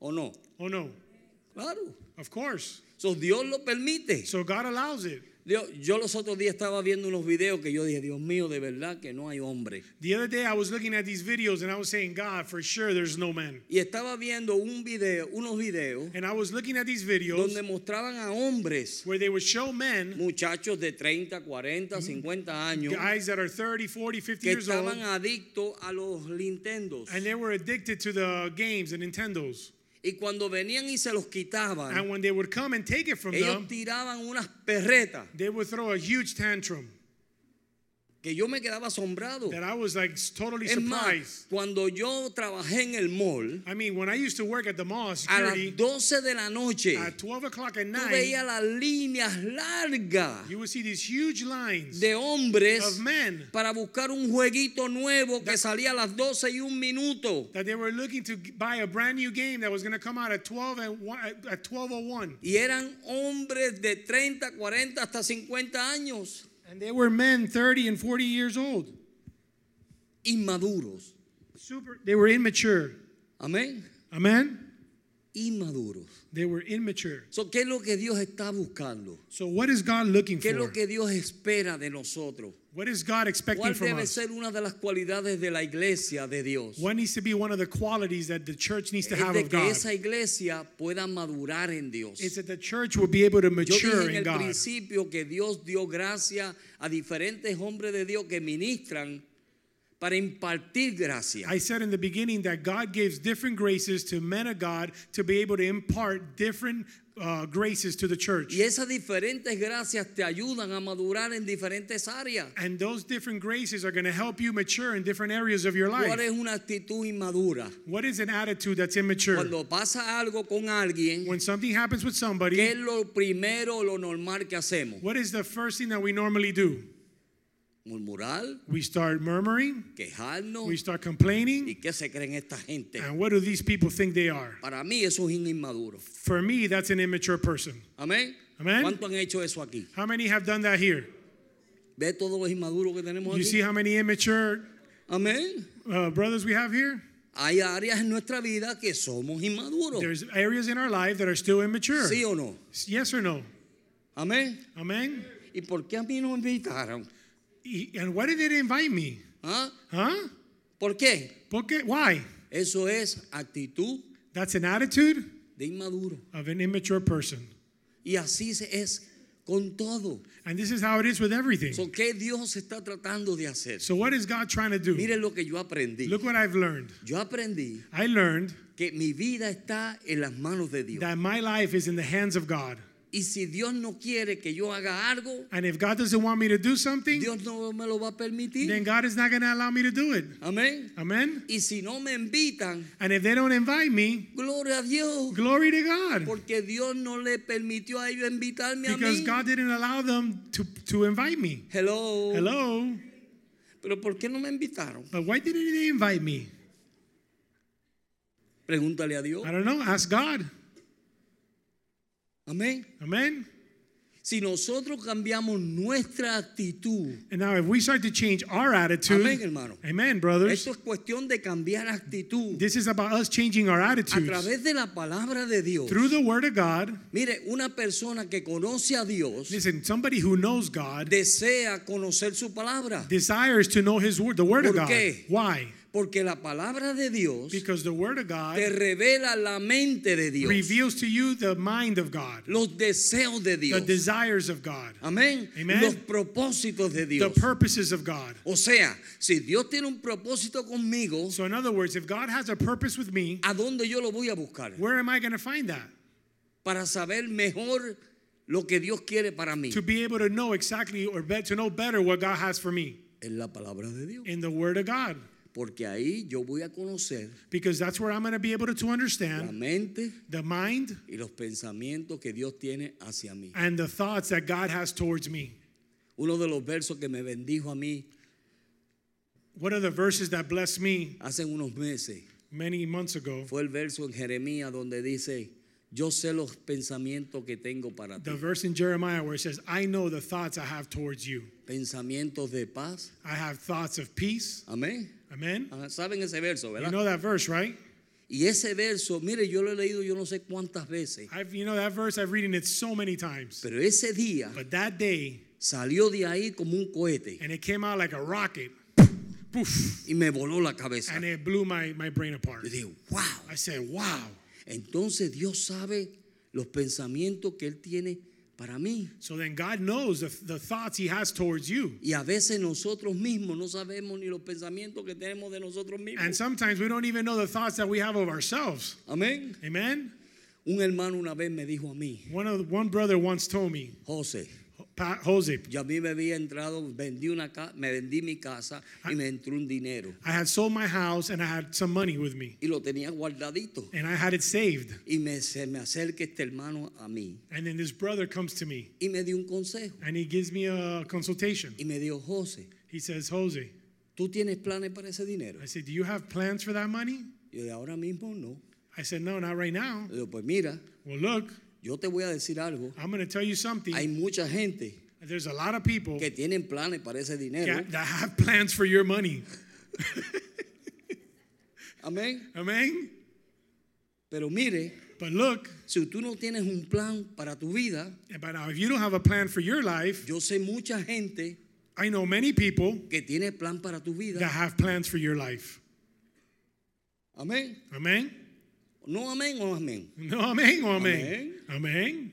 [SPEAKER 3] o no.
[SPEAKER 4] Oh no.
[SPEAKER 3] Claro.
[SPEAKER 4] Of course.
[SPEAKER 3] So, Dios lo permite.
[SPEAKER 4] So God allows it.
[SPEAKER 3] Dios- yo los otros días estaba viendo unos videos que yo dije, Dios mío, de verdad que no hay hombre.
[SPEAKER 4] The other day I was looking at these videos and I was saying, God, for sure there's no man.
[SPEAKER 3] Y estaba viendo un video, unos videos
[SPEAKER 4] And I was looking at these videos
[SPEAKER 3] donde mostraban a hombres,
[SPEAKER 4] where they would show men,
[SPEAKER 3] muchachos de 30, 40, 50 años,
[SPEAKER 4] guys that are 30, 40, 50
[SPEAKER 3] que
[SPEAKER 4] years old,
[SPEAKER 3] estaban adictos a los Nintendos.
[SPEAKER 4] and they were addicted to the games, the Nintendos.
[SPEAKER 3] Y cuando venían y se los
[SPEAKER 4] And
[SPEAKER 3] quitaban,
[SPEAKER 4] when they would come and take it from
[SPEAKER 3] ellos
[SPEAKER 4] them,
[SPEAKER 3] tiraban unas perretas
[SPEAKER 4] they would throw a huge tantrum
[SPEAKER 3] que yo me quedaba asombrado.
[SPEAKER 4] that I was like totally
[SPEAKER 3] Oh. Es más,
[SPEAKER 4] surprised.
[SPEAKER 3] cuando yo trabajé en el mall,
[SPEAKER 4] I mean, when I used to work at the mall
[SPEAKER 3] a las
[SPEAKER 4] security,
[SPEAKER 3] 12 de la noche,
[SPEAKER 4] at 12 o'clock at
[SPEAKER 3] tú
[SPEAKER 4] night,
[SPEAKER 3] veías las líneas largas
[SPEAKER 4] you would see these huge lines
[SPEAKER 3] de hombres
[SPEAKER 4] of men
[SPEAKER 3] para buscar un jueguito nuevo que
[SPEAKER 4] That-
[SPEAKER 3] salía a las 12 y un minuto.
[SPEAKER 4] that they were looking to g- buy a brand new game that was going to come out at 12 and one, at, at 1201
[SPEAKER 3] Y eran hombres de 30, 40, hasta 50 años,
[SPEAKER 4] and they were men 30 and 40 years old
[SPEAKER 3] inmaduros.
[SPEAKER 4] super they were immature
[SPEAKER 3] Amén.
[SPEAKER 4] amen
[SPEAKER 3] Inmaduros.
[SPEAKER 4] they were immature
[SPEAKER 3] So, ¿Qué es lo que Dios está buscando?
[SPEAKER 4] so what is god looking
[SPEAKER 3] ¿Qué es
[SPEAKER 4] for
[SPEAKER 3] lo que Dios espera de nosotros?
[SPEAKER 4] what is god expecting
[SPEAKER 3] ¿Cuál
[SPEAKER 4] from
[SPEAKER 3] debe
[SPEAKER 4] us
[SPEAKER 3] ser una de las cualidades de la iglesia de Dios?
[SPEAKER 4] what needs to be one of the qualities that the church needs to
[SPEAKER 3] Es
[SPEAKER 4] have
[SPEAKER 3] de
[SPEAKER 4] of
[SPEAKER 3] que
[SPEAKER 4] god
[SPEAKER 3] esa iglesia pueda madurar en Dios.
[SPEAKER 4] is that the church will be able to
[SPEAKER 3] Yo
[SPEAKER 4] mature
[SPEAKER 3] dije
[SPEAKER 4] in
[SPEAKER 3] en el
[SPEAKER 4] god
[SPEAKER 3] principio que Dios dio gracia a diferentes hombres de Dios que ministran para impartir gracia.
[SPEAKER 4] I said in the beginning that God gives different graces to men of God to be able to impart different uh, graces to the church.
[SPEAKER 3] Y esas diferentes gracias te ayudan a madurar en diferentes áreas.
[SPEAKER 4] And those different graces are going to help you mature in different areas of your
[SPEAKER 3] ¿Cuál es
[SPEAKER 4] life.
[SPEAKER 3] una actitud inmadura?
[SPEAKER 4] What is an attitude that's immature?
[SPEAKER 3] Cuando pasa algo con alguien,
[SPEAKER 4] When something happens with
[SPEAKER 3] ¿qué es
[SPEAKER 4] somebody,
[SPEAKER 3] lo primero o lo normal que hacemos?
[SPEAKER 4] what is the first thing that we normally do?
[SPEAKER 3] Murmurar,
[SPEAKER 4] We start murmuring,
[SPEAKER 3] quejarnos.
[SPEAKER 4] we Ah. start complaining,
[SPEAKER 3] ¿Y qué se creen esta gente?
[SPEAKER 4] and what do these people think they are?
[SPEAKER 3] Para mí eso es un inmaduro.
[SPEAKER 4] For me, that's an immature person.
[SPEAKER 3] Amén.
[SPEAKER 4] Amén.
[SPEAKER 3] ¿Cuánto han hecho eso aquí?
[SPEAKER 4] How many have done that here?
[SPEAKER 3] ¿Ve todos los inmaduros que tenemos
[SPEAKER 4] You
[SPEAKER 3] aquí?
[SPEAKER 4] see how many immature
[SPEAKER 3] Amén.
[SPEAKER 4] uh, brothers we have here?
[SPEAKER 3] Hay áreas en nuestra vida que somos inmaduros.
[SPEAKER 4] There's areas in our life that are still immature.
[SPEAKER 3] ¿Sí o no?
[SPEAKER 4] Yes or no?
[SPEAKER 3] Amén.
[SPEAKER 4] Amen?
[SPEAKER 3] ¿Y por qué a mí no me invitaron?
[SPEAKER 4] E- And why did they invite me?
[SPEAKER 3] ¿Ah?
[SPEAKER 4] Huh?
[SPEAKER 3] ¿Por qué?
[SPEAKER 4] Porque, why?
[SPEAKER 3] Eso es actitud
[SPEAKER 4] That's an attitude
[SPEAKER 3] de inmaduro.
[SPEAKER 4] of an immature person.
[SPEAKER 3] Y así se- es con todo.
[SPEAKER 4] And this is how it is with everything.
[SPEAKER 3] So, ¿Qué Dios está tratando de hacer?
[SPEAKER 4] So, what is God trying to do?
[SPEAKER 3] Miren lo que yo aprendí.
[SPEAKER 4] Look what I've learned.
[SPEAKER 3] Yo aprendí
[SPEAKER 4] I learned
[SPEAKER 3] que mi vida está en las manos de Dios.
[SPEAKER 4] that my life is in the hands of God.
[SPEAKER 3] Y si Dios no quiere que yo haga algo,
[SPEAKER 4] And if God doesn't want me to do something,
[SPEAKER 3] Dios no me lo va a
[SPEAKER 4] then
[SPEAKER 3] permitir.
[SPEAKER 4] God is not going to allow me to do it.
[SPEAKER 3] Amén.
[SPEAKER 4] Amen?
[SPEAKER 3] Y si no me invitan,
[SPEAKER 4] And if they don't invite me,
[SPEAKER 3] gloria a Dios.
[SPEAKER 4] glory to God.
[SPEAKER 3] Porque Dios no le permitió a ellos invitarme a
[SPEAKER 4] Because
[SPEAKER 3] mí.
[SPEAKER 4] God didn't allow them to, to invite me.
[SPEAKER 3] Hello.
[SPEAKER 4] Hello?
[SPEAKER 3] Pero ¿por qué no me invitaron?
[SPEAKER 4] But why didn't they invite me?
[SPEAKER 3] Pregúntale a Dios.
[SPEAKER 4] I don't know. Ask God.
[SPEAKER 3] Amén.
[SPEAKER 4] Amen?
[SPEAKER 3] Si nosotros cambiamos nuestra actitud,
[SPEAKER 4] And now, if we start to change our attitude,
[SPEAKER 3] amén, hermano.
[SPEAKER 4] amen, brothers.
[SPEAKER 3] Esto es cuestión de cambiar actitud
[SPEAKER 4] This is about us changing our
[SPEAKER 3] a
[SPEAKER 4] attitudes
[SPEAKER 3] través de la palabra de Dios.
[SPEAKER 4] through the Word of God.
[SPEAKER 3] Mire, una persona que conoce a Dios
[SPEAKER 4] Listen, somebody who knows God
[SPEAKER 3] desea conocer su palabra.
[SPEAKER 4] desires to know His Word, the Word of
[SPEAKER 3] ¿Por
[SPEAKER 4] God.
[SPEAKER 3] qué?
[SPEAKER 4] Why?
[SPEAKER 3] Porque la palabra de Dios
[SPEAKER 4] Because the Word of God
[SPEAKER 3] te revela la mente de Dios,
[SPEAKER 4] reveals to you the mind of God,
[SPEAKER 3] los deseos de
[SPEAKER 4] the
[SPEAKER 3] Dios,
[SPEAKER 4] desires of God,
[SPEAKER 3] amén,
[SPEAKER 4] Amen.
[SPEAKER 3] los propósitos de
[SPEAKER 4] the
[SPEAKER 3] Dios.
[SPEAKER 4] purposes of God.
[SPEAKER 3] O sea, si Dios tiene un propósito conmigo,
[SPEAKER 4] So, in other words, if God has a purpose with me,
[SPEAKER 3] ¿a dónde yo lo voy a buscar?
[SPEAKER 4] where am I going to find that?
[SPEAKER 3] Para saber mejor lo que Dios quiere para mí.
[SPEAKER 4] To be able to know exactly or bet, to know better what God has for me
[SPEAKER 3] En la palabra de Dios.
[SPEAKER 4] in the Word of God,
[SPEAKER 3] Porque ahí yo voy a conocer
[SPEAKER 4] because that's where I'm going to be able to, to
[SPEAKER 3] la
[SPEAKER 4] understand
[SPEAKER 3] mente
[SPEAKER 4] the mind
[SPEAKER 3] y los pensamientos que Dios tiene hacia mí.
[SPEAKER 4] and the thoughts that God has towards me.
[SPEAKER 3] Uno de los versos que me bendijo a mí
[SPEAKER 4] One of the verses that blessed me
[SPEAKER 3] hace unos meses
[SPEAKER 4] many months ago,
[SPEAKER 3] fue el verso en Jeremías donde dice, yo sé los pensamientos que tengo para ti.
[SPEAKER 4] the verse in Jeremiah where it says, I know the thoughts I have towards you.
[SPEAKER 3] Pensamientos de paz.
[SPEAKER 4] I have thoughts of peace.
[SPEAKER 3] Amén.
[SPEAKER 4] Amen.
[SPEAKER 3] Ah, Saben ese verso,
[SPEAKER 4] You
[SPEAKER 3] ¿verdad?
[SPEAKER 4] know that verse, right?
[SPEAKER 3] Y ese verso, mire, yo lo he leído yo no sé cuántas veces,
[SPEAKER 4] I've, you know that verse, I've reading it so many times.
[SPEAKER 3] pero ese día
[SPEAKER 4] But that day,
[SPEAKER 3] salió de ahí como un cohete
[SPEAKER 4] and it came out like a rocket, poof,
[SPEAKER 3] y me voló la cabeza.
[SPEAKER 4] and it blew my, my brain apart.
[SPEAKER 3] Yo digo, wow.
[SPEAKER 4] I said, wow.
[SPEAKER 3] Entonces Dios sabe los pensamientos que Él tiene para mí.
[SPEAKER 4] So then God knows the, the thoughts He has towards you.
[SPEAKER 3] Y a veces nosotros mismos no sabemos ni los pensamientos que tenemos de nosotros
[SPEAKER 4] And
[SPEAKER 3] mismos.
[SPEAKER 4] sometimes we don't even know the thoughts that we have of ourselves.
[SPEAKER 3] Amén.
[SPEAKER 4] Amen?
[SPEAKER 3] Un hermano una vez me dijo a mí,
[SPEAKER 4] One, of the, one brother once told me,
[SPEAKER 3] José,
[SPEAKER 4] "Pa- Jose,
[SPEAKER 3] yo a mí me había entrado, vendí una ca- me vendí mi casa y me entró un dinero.
[SPEAKER 4] I had sold my house and I had some money with me,
[SPEAKER 3] Y lo tenía guardadito.
[SPEAKER 4] and I had it saved.
[SPEAKER 3] Y me, se me acerca este hermano a mí
[SPEAKER 4] And then this brother comes to me
[SPEAKER 3] y me dio un consejo.
[SPEAKER 4] and he gives me a consultation.
[SPEAKER 3] Y me dijo, José,
[SPEAKER 4] He says, Jose,
[SPEAKER 3] ¿tú tienes planes para ese dinero?
[SPEAKER 4] I said, Do you have plans for that money?
[SPEAKER 3] Yo de ahora mismo no.
[SPEAKER 4] I said, No, not right now.
[SPEAKER 3] Le digo, pues mira,
[SPEAKER 4] Well, look,
[SPEAKER 3] yo te voy a decir algo.
[SPEAKER 4] I'm going to tell you something.
[SPEAKER 3] Hay mucha gente
[SPEAKER 4] There's a lot of people
[SPEAKER 3] que tienen planes para ese dinero.
[SPEAKER 4] ca- that have plans for your money.
[SPEAKER 3] Amén.
[SPEAKER 4] Amen?
[SPEAKER 3] Pero mire,
[SPEAKER 4] But look,
[SPEAKER 3] si tú no tienes un plan para tu vida,
[SPEAKER 4] but now if you don't have a plan for your life,
[SPEAKER 3] yo sé mucha gente
[SPEAKER 4] I know many people
[SPEAKER 3] que tiene plan para tu
[SPEAKER 4] that
[SPEAKER 3] vida.
[SPEAKER 4] have plans for your life.
[SPEAKER 3] Amén.
[SPEAKER 4] Amen?
[SPEAKER 3] No amén o amén.
[SPEAKER 4] No, amen, oh, amen. Amen.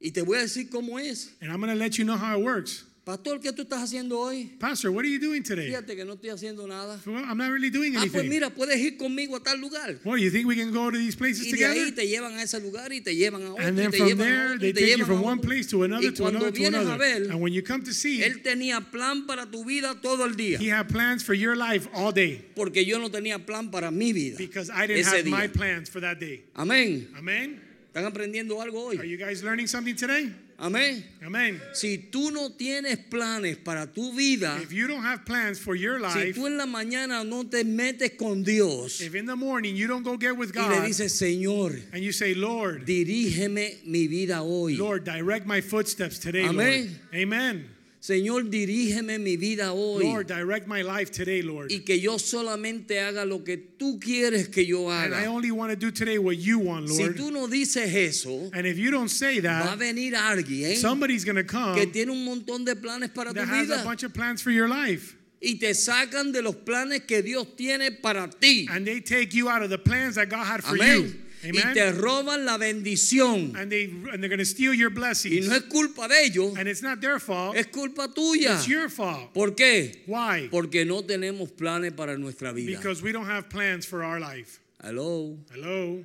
[SPEAKER 3] Y te voy a decir cómo es.
[SPEAKER 4] And I'm going to let you know how it works.
[SPEAKER 3] Pastor, ¿qué tú estás haciendo hoy?
[SPEAKER 4] Pastor, what are you doing today?
[SPEAKER 3] Fíjate que no estoy haciendo nada.
[SPEAKER 4] Well, I'm not really doing
[SPEAKER 3] Ah, pues
[SPEAKER 4] anything.
[SPEAKER 3] mira, puedes ir conmigo a tal lugar.
[SPEAKER 4] Well, you think we can go to these places
[SPEAKER 3] Y de ahí
[SPEAKER 4] together?
[SPEAKER 3] te llevan a ese lugar y te llevan a otro.
[SPEAKER 4] And
[SPEAKER 3] y
[SPEAKER 4] then
[SPEAKER 3] te
[SPEAKER 4] from
[SPEAKER 3] llevan a
[SPEAKER 4] there,
[SPEAKER 3] otro,
[SPEAKER 4] they
[SPEAKER 3] y te
[SPEAKER 4] take you
[SPEAKER 3] llevan a
[SPEAKER 4] from
[SPEAKER 3] otro.
[SPEAKER 4] one place to another,
[SPEAKER 3] y
[SPEAKER 4] to
[SPEAKER 3] cuando
[SPEAKER 4] another, to
[SPEAKER 3] vienes a
[SPEAKER 4] another.
[SPEAKER 3] ver,
[SPEAKER 4] And when you come to see,
[SPEAKER 3] él tenía plan para tu vida todo el día.
[SPEAKER 4] he had plans for your life all day
[SPEAKER 3] Porque yo no tenía plan para mi vida.
[SPEAKER 4] because I didn't
[SPEAKER 3] ese
[SPEAKER 4] have
[SPEAKER 3] día.
[SPEAKER 4] my plans for that day.
[SPEAKER 3] Amén.
[SPEAKER 4] Amen?
[SPEAKER 3] ¿Están aprendiendo algo
[SPEAKER 4] Are
[SPEAKER 3] hoy?
[SPEAKER 4] you guys learning something today?
[SPEAKER 3] Amén.
[SPEAKER 4] Amen.
[SPEAKER 3] Si tú no tienes planes para tu vida,
[SPEAKER 4] If you don't have plans for your
[SPEAKER 3] si
[SPEAKER 4] life,
[SPEAKER 3] Ah. tú en la mañana no te metes con Dios
[SPEAKER 4] if in the morning you don't go get with
[SPEAKER 3] y le
[SPEAKER 4] God
[SPEAKER 3] dices, Señor,
[SPEAKER 4] and you say, Lord,
[SPEAKER 3] dirígeme mi vida hoy.
[SPEAKER 4] Lord, direct my footsteps today, Lord.
[SPEAKER 3] Amén.
[SPEAKER 4] Amen.
[SPEAKER 3] Señor, dirígeme mi vida hoy.
[SPEAKER 4] Lord, direct my life today, Lord.
[SPEAKER 3] y que yo solamente haga lo que tú quieres que yo
[SPEAKER 4] And I
[SPEAKER 3] haga.
[SPEAKER 4] only want to do today what you want,
[SPEAKER 3] Si
[SPEAKER 4] Lord.
[SPEAKER 3] tú no dices eso,
[SPEAKER 4] And if you don't say
[SPEAKER 3] va a
[SPEAKER 4] that,
[SPEAKER 3] venir alguien
[SPEAKER 4] somebody's going to
[SPEAKER 3] que
[SPEAKER 4] come
[SPEAKER 3] tiene un montón de planes para tu
[SPEAKER 4] that has a
[SPEAKER 3] vida
[SPEAKER 4] bunch of plans for your life.
[SPEAKER 3] y te sacan de los planes que Dios tiene para ti.
[SPEAKER 4] And they take you out of the plans that God had for
[SPEAKER 3] Amén.
[SPEAKER 4] you.
[SPEAKER 3] Y te
[SPEAKER 4] Amen.
[SPEAKER 3] roban la bendición.
[SPEAKER 4] And, they, and they're going to steal your
[SPEAKER 3] Y
[SPEAKER 4] blessings.
[SPEAKER 3] no es culpa de ellos,
[SPEAKER 4] and it's not their fault,
[SPEAKER 3] es culpa tuya.
[SPEAKER 4] it's your fault.
[SPEAKER 3] ¿Por qué?
[SPEAKER 4] Why?
[SPEAKER 3] Porque no tenemos planes para nuestra vida.
[SPEAKER 4] Because we don't have plans for our life.
[SPEAKER 3] Hello,
[SPEAKER 4] Hello?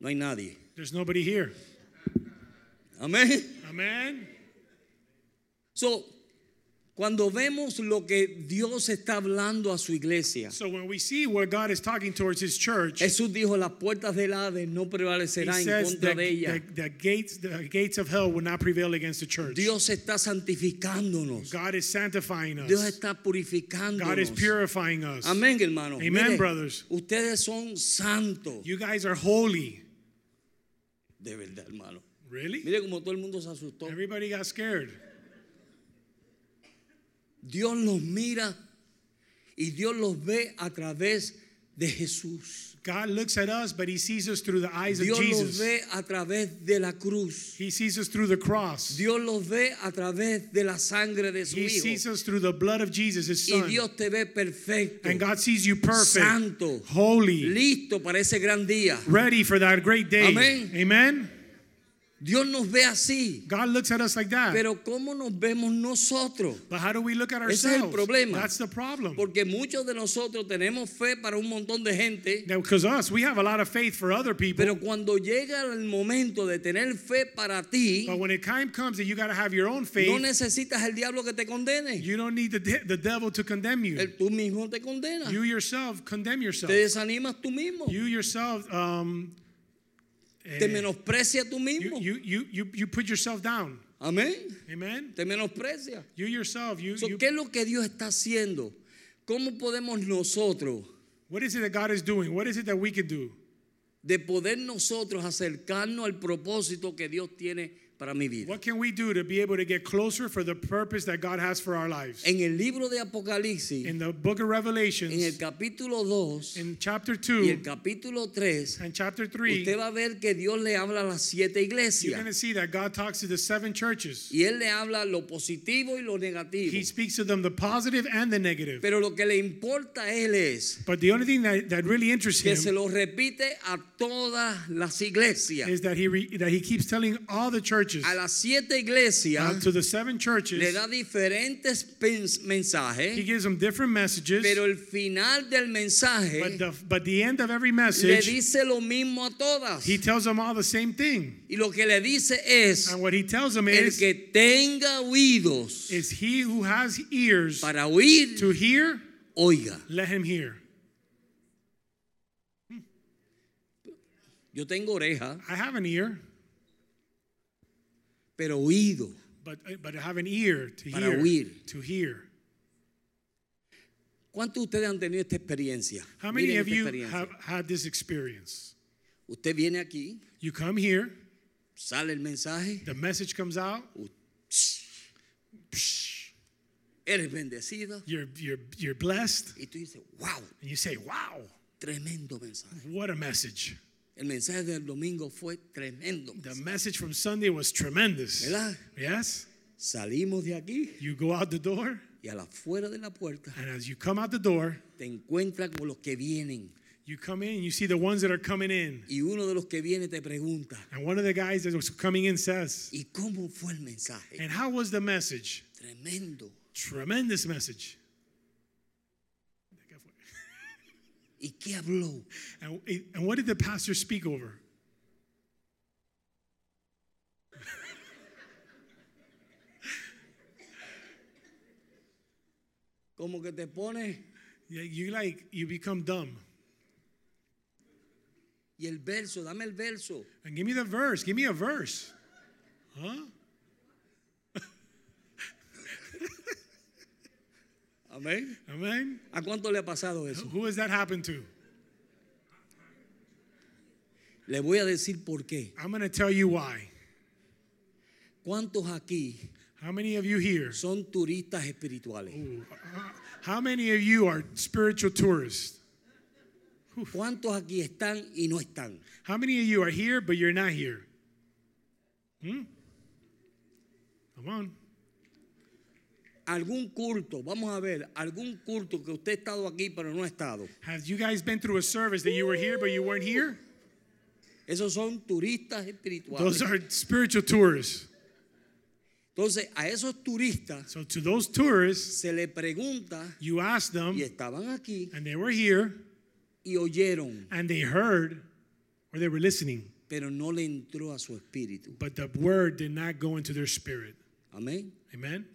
[SPEAKER 3] no hay nadie.
[SPEAKER 4] There's nobody here.
[SPEAKER 3] Amén.
[SPEAKER 4] Amen?
[SPEAKER 3] So, cuando vemos lo que Dios está hablando a su iglesia,
[SPEAKER 4] So when we see what God is talking towards his church,
[SPEAKER 3] Jesús dijo, las puertas del Hades no
[SPEAKER 4] he
[SPEAKER 3] prevalecerán en
[SPEAKER 4] says
[SPEAKER 3] contra
[SPEAKER 4] that
[SPEAKER 3] de ella.
[SPEAKER 4] the, the gates, the gates of hell will not prevail against the church.
[SPEAKER 3] Dios está santificándonos.
[SPEAKER 4] God is sanctifying us.
[SPEAKER 3] Dios está purificándonos.
[SPEAKER 4] God is purifying us.
[SPEAKER 3] Amén, hermano.
[SPEAKER 4] Amen,
[SPEAKER 3] Mire,
[SPEAKER 4] brothers.
[SPEAKER 3] Ustedes son santos.
[SPEAKER 4] You guys are holy.
[SPEAKER 3] De verdad, hermano.
[SPEAKER 4] Really?
[SPEAKER 3] Mire como todo el mundo se asustó.
[SPEAKER 4] Everybody got scared.
[SPEAKER 3] Dios los mira y Dios los ve a través de Jesús.
[SPEAKER 4] God looks at us, but he sees us through the eyes
[SPEAKER 3] Dios
[SPEAKER 4] of
[SPEAKER 3] los
[SPEAKER 4] Jesus.
[SPEAKER 3] ve a través de la cruz.
[SPEAKER 4] He sees us through the cross.
[SPEAKER 3] Dios los ve a través de la sangre de su
[SPEAKER 4] He sees
[SPEAKER 3] Hijo.
[SPEAKER 4] us through the blood of Jesus, his
[SPEAKER 3] Y
[SPEAKER 4] son.
[SPEAKER 3] Dios te ve perfecto,
[SPEAKER 4] And God sees you perfect,
[SPEAKER 3] santo,
[SPEAKER 4] holy,
[SPEAKER 3] listo para ese gran día.
[SPEAKER 4] ready for that great day.
[SPEAKER 3] Amén.
[SPEAKER 4] Amen?
[SPEAKER 3] Dios nos ve así.
[SPEAKER 4] God looks at us like that.
[SPEAKER 3] Pero ¿cómo nos vemos nosotros?
[SPEAKER 4] but how do we look at
[SPEAKER 3] Ese es el
[SPEAKER 4] ourselves?
[SPEAKER 3] problema.
[SPEAKER 4] That's the problem.
[SPEAKER 3] Porque muchos de nosotros tenemos fe para un montón de gente,
[SPEAKER 4] Because us, we have a lot of faith for other people.
[SPEAKER 3] pero cuando llega el momento de tener fe para ti,
[SPEAKER 4] but when it time comes that you got to have your own faith,
[SPEAKER 3] no necesitas el diablo que te condene.
[SPEAKER 4] you don't need the, de- the devil to condemn you.
[SPEAKER 3] El- Tú mismo te condenas.
[SPEAKER 4] You yourself condemn yourself.
[SPEAKER 3] Te desanimas tú mismo.
[SPEAKER 4] You yourself, um,
[SPEAKER 3] Te menosprecia tú
[SPEAKER 4] you,
[SPEAKER 3] mismo.
[SPEAKER 4] you, you, you, you put yourself down.
[SPEAKER 3] Amén.
[SPEAKER 4] Amen?
[SPEAKER 3] Te menosprecia.
[SPEAKER 4] You yourself, you,
[SPEAKER 3] So,
[SPEAKER 4] you
[SPEAKER 3] ¿Qué es lo que Dios está haciendo? ¿Cómo podemos nosotros,
[SPEAKER 4] what is it that God is doing? What is it that we can do?
[SPEAKER 3] de poder nosotros acercarnos al propósito que Dios tiene para mi vida.
[SPEAKER 4] What can we do to be able to get closer for the purpose that God has for our lives?
[SPEAKER 3] En el libro de Apocalipsis,
[SPEAKER 4] In the book
[SPEAKER 3] en el
[SPEAKER 4] of Revelations,
[SPEAKER 3] capítulo 2
[SPEAKER 4] in chapter
[SPEAKER 3] y el
[SPEAKER 4] 2
[SPEAKER 3] capítulo 3,
[SPEAKER 4] and chapter
[SPEAKER 3] usted
[SPEAKER 4] 3,
[SPEAKER 3] va a ver que Dios le habla a las siete
[SPEAKER 4] you're going to
[SPEAKER 3] iglesias.
[SPEAKER 4] see that God talks to the seven churches.
[SPEAKER 3] Y Él le habla lo positivo y lo
[SPEAKER 4] He
[SPEAKER 3] negativo.
[SPEAKER 4] speaks to them the positive and the negative.
[SPEAKER 3] Pero lo que le importa a Él es
[SPEAKER 4] But the only thing that, that really interests
[SPEAKER 3] que se
[SPEAKER 4] him
[SPEAKER 3] lo repite a todas las iglesias.
[SPEAKER 4] is that he, re, that he keeps telling all the churches,
[SPEAKER 3] A las siete
[SPEAKER 4] uh,
[SPEAKER 3] iglesias
[SPEAKER 4] to the seven
[SPEAKER 3] le
[SPEAKER 4] churches,
[SPEAKER 3] da diferentes pens-
[SPEAKER 4] he
[SPEAKER 3] mensajes,
[SPEAKER 4] gives them different messages.
[SPEAKER 3] pero el final del
[SPEAKER 4] But
[SPEAKER 3] mensaje
[SPEAKER 4] the, but the end of every
[SPEAKER 3] le
[SPEAKER 4] message,
[SPEAKER 3] dice lo mismo a todas.
[SPEAKER 4] he tells them all the same thing.
[SPEAKER 3] Y lo que le dice es,
[SPEAKER 4] And what he tells them
[SPEAKER 3] el
[SPEAKER 4] is,
[SPEAKER 3] que tenga oídos
[SPEAKER 4] is he who has ears
[SPEAKER 3] para oír,
[SPEAKER 4] to hear,
[SPEAKER 3] oiga.
[SPEAKER 4] let him hear.
[SPEAKER 3] Yo tengo oreja,
[SPEAKER 4] I have an ear,
[SPEAKER 3] pero oído.
[SPEAKER 4] but, but I have an ear to
[SPEAKER 3] Para
[SPEAKER 4] hear.
[SPEAKER 3] oír.
[SPEAKER 4] To hear.
[SPEAKER 3] ¿Cuántos de ustedes han tenido esta experiencia?
[SPEAKER 4] How many
[SPEAKER 3] Miren
[SPEAKER 4] of
[SPEAKER 3] esta
[SPEAKER 4] you
[SPEAKER 3] experiencia.
[SPEAKER 4] have had this experience?
[SPEAKER 3] Usted viene aquí,
[SPEAKER 4] You come here,
[SPEAKER 3] sale el mensaje,
[SPEAKER 4] the message comes out,
[SPEAKER 3] eres bendecida
[SPEAKER 4] you're, you're, you're blessed,
[SPEAKER 3] y tú dices, wow,
[SPEAKER 4] and you say, wow,
[SPEAKER 3] tremendo mensaje.
[SPEAKER 4] what a message.
[SPEAKER 3] El mensaje del domingo fue tremendo.
[SPEAKER 4] The message from Sunday was tremendous.
[SPEAKER 3] ¿Verdad?
[SPEAKER 4] Yes?
[SPEAKER 3] Salimos de aquí
[SPEAKER 4] You go out the door,
[SPEAKER 3] y a la fuera de la puerta
[SPEAKER 4] and as you come out the door,
[SPEAKER 3] te encuentras con los que vienen
[SPEAKER 4] You come in, you see the ones that are coming in.
[SPEAKER 3] y uno de los que viene te pregunta,
[SPEAKER 4] And one of the guys that was coming in says,
[SPEAKER 3] ¿y cómo fue el mensaje?
[SPEAKER 4] And how was the message?
[SPEAKER 3] Tremendo.
[SPEAKER 4] Tremendous message.
[SPEAKER 3] ¿Y qué habló?
[SPEAKER 4] And, and what did the pastor speak over?
[SPEAKER 3] Como que te pones
[SPEAKER 4] You- You like, you become dumb.
[SPEAKER 3] y el verso, dame el verso.
[SPEAKER 4] And give me the verse, give me a verse. Huh?
[SPEAKER 3] Amén.
[SPEAKER 4] Amen?
[SPEAKER 3] ¿A cuánto le ha pasado eso?
[SPEAKER 4] Who has that happened to?
[SPEAKER 3] Le voy a decir por qué.
[SPEAKER 4] I'm going to tell you why.
[SPEAKER 3] ¿Cuántos aquí
[SPEAKER 4] How many of you here?
[SPEAKER 3] son turistas espirituales?
[SPEAKER 4] How many of you are spiritual tourists?
[SPEAKER 3] ¿Cuántos aquí están y no están?
[SPEAKER 4] How many of you are here, but you're not here? Hmm? Come on.
[SPEAKER 3] Algún culto, vamos a ver, algún culto que usted ha estado aquí pero no ha estado.
[SPEAKER 4] Have you guys been through a service that you were here but you weren't here?
[SPEAKER 3] Esos son turistas espirituales.
[SPEAKER 4] Those are spiritual tourists.
[SPEAKER 3] Entonces, a esos turistas
[SPEAKER 4] So to those tourists,
[SPEAKER 3] se le pregunta
[SPEAKER 4] you ask them,
[SPEAKER 3] y estaban aquí
[SPEAKER 4] and they were here,
[SPEAKER 3] y oyeron,
[SPEAKER 4] and they heard, or they were listening,
[SPEAKER 3] pero no le entró a su espíritu.
[SPEAKER 4] but the word did not go into their spirit.
[SPEAKER 3] Amén.
[SPEAKER 4] Amen.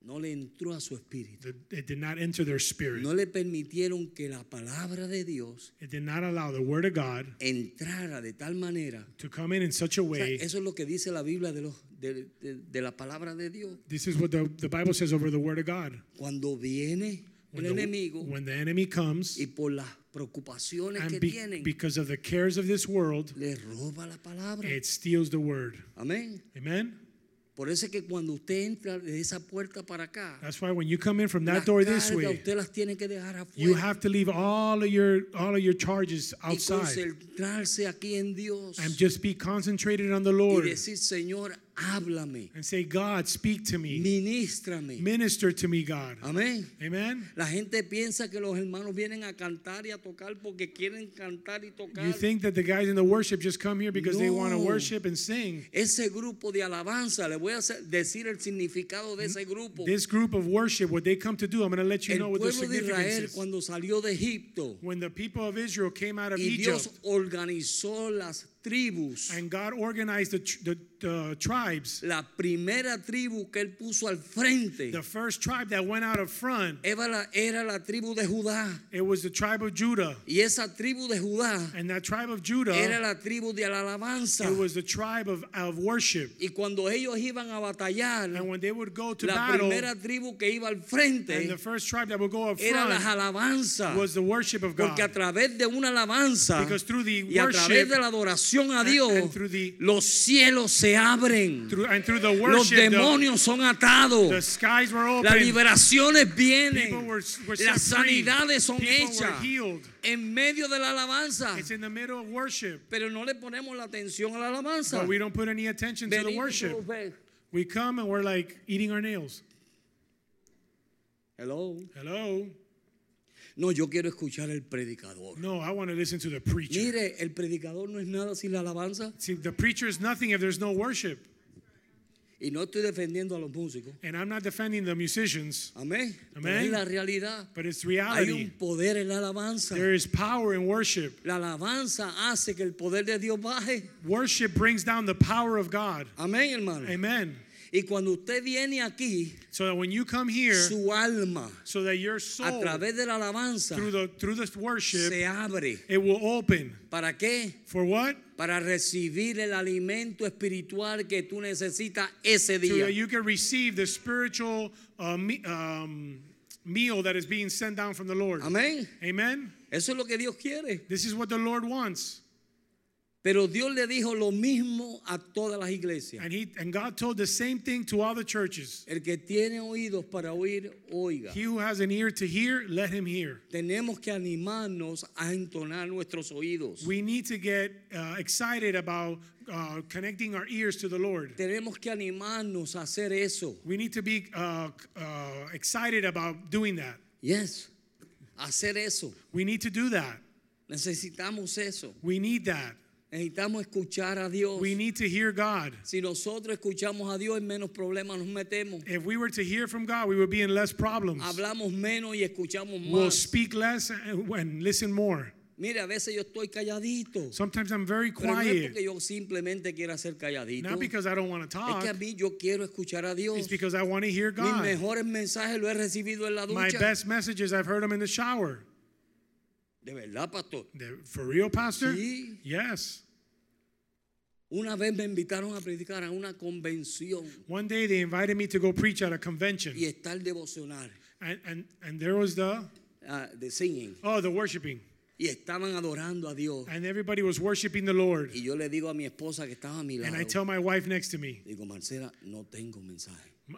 [SPEAKER 3] No le entró a su espíritu.
[SPEAKER 4] The- It did not enter their spirit.
[SPEAKER 3] No le permitieron que la palabra de Dios
[SPEAKER 4] It did not allow the word of God
[SPEAKER 3] entrara de tal manera.
[SPEAKER 4] to come in in such a
[SPEAKER 3] O sea,
[SPEAKER 4] way.
[SPEAKER 3] eso es lo que dice la Biblia de, los, de, de- de la palabra de Dios.
[SPEAKER 4] This is what the, the Bible says over the word of God.
[SPEAKER 3] Cuando viene el
[SPEAKER 4] the,
[SPEAKER 3] enemigo
[SPEAKER 4] when the enemy comes,
[SPEAKER 3] y por las preocupaciones que
[SPEAKER 4] and be-
[SPEAKER 3] tienen,
[SPEAKER 4] because of the cares of this world,
[SPEAKER 3] le roba la palabra.
[SPEAKER 4] it steals the word.
[SPEAKER 3] Amén.
[SPEAKER 4] Amen.
[SPEAKER 3] Por eso es que cuando usted entra de esa puerta para acá,
[SPEAKER 4] That's why when you come in from
[SPEAKER 3] las
[SPEAKER 4] that door this
[SPEAKER 3] cargas
[SPEAKER 4] way,
[SPEAKER 3] usted las tiene que dejar
[SPEAKER 4] you
[SPEAKER 3] afuera
[SPEAKER 4] have to leave all of your all of your charges
[SPEAKER 3] y
[SPEAKER 4] outside
[SPEAKER 3] concentrarse aquí en Dios
[SPEAKER 4] and just be concentrated on the
[SPEAKER 3] y
[SPEAKER 4] Lord
[SPEAKER 3] decir, Señor, háblame,
[SPEAKER 4] and say, God, speak to me,
[SPEAKER 3] ministrame.
[SPEAKER 4] minister to me, God.
[SPEAKER 3] Amén.
[SPEAKER 4] Amen.
[SPEAKER 3] La gente piensa que los hermanos vienen a cantar y a tocar porque quieren cantar y tocar.
[SPEAKER 4] You think that the guys in the worship just come here because they want to
[SPEAKER 3] No.
[SPEAKER 4] worship and sing?
[SPEAKER 3] Ese grupo de alabanza, le voy a hacer- decir el significado de ese grupo.
[SPEAKER 4] This group of worship, what they come to do, I'm going to let you
[SPEAKER 3] el
[SPEAKER 4] know what the
[SPEAKER 3] pueblo de
[SPEAKER 4] significance
[SPEAKER 3] Israel
[SPEAKER 4] is.
[SPEAKER 3] cuando salió de Egipto
[SPEAKER 4] When the people of Israel came out of
[SPEAKER 3] y
[SPEAKER 4] Egypt,
[SPEAKER 3] Dios organizó las tribus,
[SPEAKER 4] and God organized the, tr- the, the tribes,
[SPEAKER 3] la primera tribu que él puso al frente
[SPEAKER 4] the first tribe that went out of front,
[SPEAKER 3] era la, era la tribu de Judá.
[SPEAKER 4] it was the tribe of Judah.
[SPEAKER 3] Y esa tribu de Judá
[SPEAKER 4] And that tribe of Judah,
[SPEAKER 3] era la tribu de la alabanza.
[SPEAKER 4] It was the tribe of, of worship.
[SPEAKER 3] Y cuando ellos iban a batallar,
[SPEAKER 4] And when they would go to
[SPEAKER 3] la
[SPEAKER 4] battle,
[SPEAKER 3] primera tribu que iba al
[SPEAKER 4] and
[SPEAKER 3] frente
[SPEAKER 4] the first tribe that would go up
[SPEAKER 3] era las
[SPEAKER 4] front
[SPEAKER 3] alabanzas.
[SPEAKER 4] was the worship of God.
[SPEAKER 3] Porque a través de una alabanza
[SPEAKER 4] Because through the
[SPEAKER 3] y a través
[SPEAKER 4] worship
[SPEAKER 3] de la adoración a
[SPEAKER 4] And-
[SPEAKER 3] Dios,
[SPEAKER 4] and through the-
[SPEAKER 3] los cielos se abren,
[SPEAKER 4] Through, and through the
[SPEAKER 3] los
[SPEAKER 4] worship, the,
[SPEAKER 3] demonios son
[SPEAKER 4] the
[SPEAKER 3] atados,
[SPEAKER 4] skies were
[SPEAKER 3] las
[SPEAKER 4] open.
[SPEAKER 3] liberaciones
[SPEAKER 4] People
[SPEAKER 3] vienen,
[SPEAKER 4] were, were set
[SPEAKER 3] las
[SPEAKER 4] free.
[SPEAKER 3] sanidades son
[SPEAKER 4] People were
[SPEAKER 3] hechas
[SPEAKER 4] healed.
[SPEAKER 3] en medio de la alabanza,
[SPEAKER 4] It's in the middle of worship,
[SPEAKER 3] pero no le ponemos la atención a la alabanza.
[SPEAKER 4] but we don't put any attention to the
[SPEAKER 3] Venimos
[SPEAKER 4] worship.
[SPEAKER 3] como pe-
[SPEAKER 4] We come and we're like eating our nails.
[SPEAKER 3] Hello.
[SPEAKER 4] Hello?
[SPEAKER 3] No, yo quiero escuchar el predicador.
[SPEAKER 4] No, I want to listen to the preacher.
[SPEAKER 3] Mire, el predicador no es nada sin la alabanza.
[SPEAKER 4] See, the preacher is nothing if there's no worship.
[SPEAKER 3] Y no estoy defendiendo a los músicos.
[SPEAKER 4] And I'm not defending the musicians,
[SPEAKER 3] Amén. Pero
[SPEAKER 4] Amén.
[SPEAKER 3] Es la realidad.
[SPEAKER 4] but it's
[SPEAKER 3] Hay
[SPEAKER 4] reality.
[SPEAKER 3] un poder en la alabanza.
[SPEAKER 4] There is power in worship.
[SPEAKER 3] La alabanza hace que el poder de Dios baje.
[SPEAKER 4] Worship brings down the power of God.
[SPEAKER 3] Amén, hermano.
[SPEAKER 4] Amen.
[SPEAKER 3] Y cuando usted viene aquí,
[SPEAKER 4] So that when you come here,
[SPEAKER 3] su alma
[SPEAKER 4] so that your
[SPEAKER 3] a
[SPEAKER 4] soul
[SPEAKER 3] través de la alabanza
[SPEAKER 4] through the through this worship,
[SPEAKER 3] se abre.
[SPEAKER 4] it will open.
[SPEAKER 3] ¿Para qué?
[SPEAKER 4] For what?
[SPEAKER 3] Para recibir el alimento espiritual que tú necesitas ese
[SPEAKER 4] So
[SPEAKER 3] día.
[SPEAKER 4] that you can receive the spiritual uh, me- um, meal that is being sent down from the Lord.
[SPEAKER 3] Amén.
[SPEAKER 4] Amen.
[SPEAKER 3] Eso es lo que Dios quiere.
[SPEAKER 4] This is what the Lord wants.
[SPEAKER 3] Pero Dios le dijo lo mismo a todas las iglesias.
[SPEAKER 4] And he and God told the same thing to all the churches.
[SPEAKER 3] El que tiene oídos para oír, oiga.
[SPEAKER 4] He who has an ear to hear, let him hear.
[SPEAKER 3] Tenemos que animarnos a entonar nuestros oídos.
[SPEAKER 4] We need to get uh, excited about uh, connecting our ears to the Lord.
[SPEAKER 3] Tenemos que animarnos a hacer eso.
[SPEAKER 4] We need to be uh, uh, excited about doing that.
[SPEAKER 3] Yes. Hacer eso.
[SPEAKER 4] We need to do that.
[SPEAKER 3] Necesitamos eso.
[SPEAKER 4] We need that.
[SPEAKER 3] Necesitamos escuchar a Dios.
[SPEAKER 4] We need to hear God.
[SPEAKER 3] Si nosotros escuchamos a Dios, en menos problemas nos metemos.
[SPEAKER 4] If we were to hear from God, we would be in less problems.
[SPEAKER 3] Hablamos menos y escuchamos
[SPEAKER 4] We'll
[SPEAKER 3] más.
[SPEAKER 4] speak less and and listen more.
[SPEAKER 3] Mire, a veces yo estoy calladito.
[SPEAKER 4] Sometimes I'm very
[SPEAKER 3] Pero no es
[SPEAKER 4] quiet.
[SPEAKER 3] porque yo simplemente quiera ser calladito.
[SPEAKER 4] Not because I don't want to
[SPEAKER 3] Es
[SPEAKER 4] talk,
[SPEAKER 3] que a mí yo quiero escuchar a Dios.
[SPEAKER 4] it's because I want to hear
[SPEAKER 3] Mis
[SPEAKER 4] God.
[SPEAKER 3] mejores mensajes los he recibido en la
[SPEAKER 4] My
[SPEAKER 3] ducha.
[SPEAKER 4] best messages, I've heard them in the shower.
[SPEAKER 3] De verdad, pastor.
[SPEAKER 4] They're- For real, Pastor?
[SPEAKER 3] Sí.
[SPEAKER 4] Yes.
[SPEAKER 3] Una vez me invitaron a predicar a una convención
[SPEAKER 4] One day they invited me to go preach at a convention,
[SPEAKER 3] y estar devocional
[SPEAKER 4] and, and, and there was the,
[SPEAKER 3] ah, de singing
[SPEAKER 4] oh, the worshiping.
[SPEAKER 3] y estaban adorando a Dios.
[SPEAKER 4] And everybody was worshiping the Lord.
[SPEAKER 3] Y yo le digo a mi esposa que estaba a mi
[SPEAKER 4] And
[SPEAKER 3] lado.
[SPEAKER 4] I tell my wife next to me,
[SPEAKER 3] digo, Marcela, no tengo mensaje.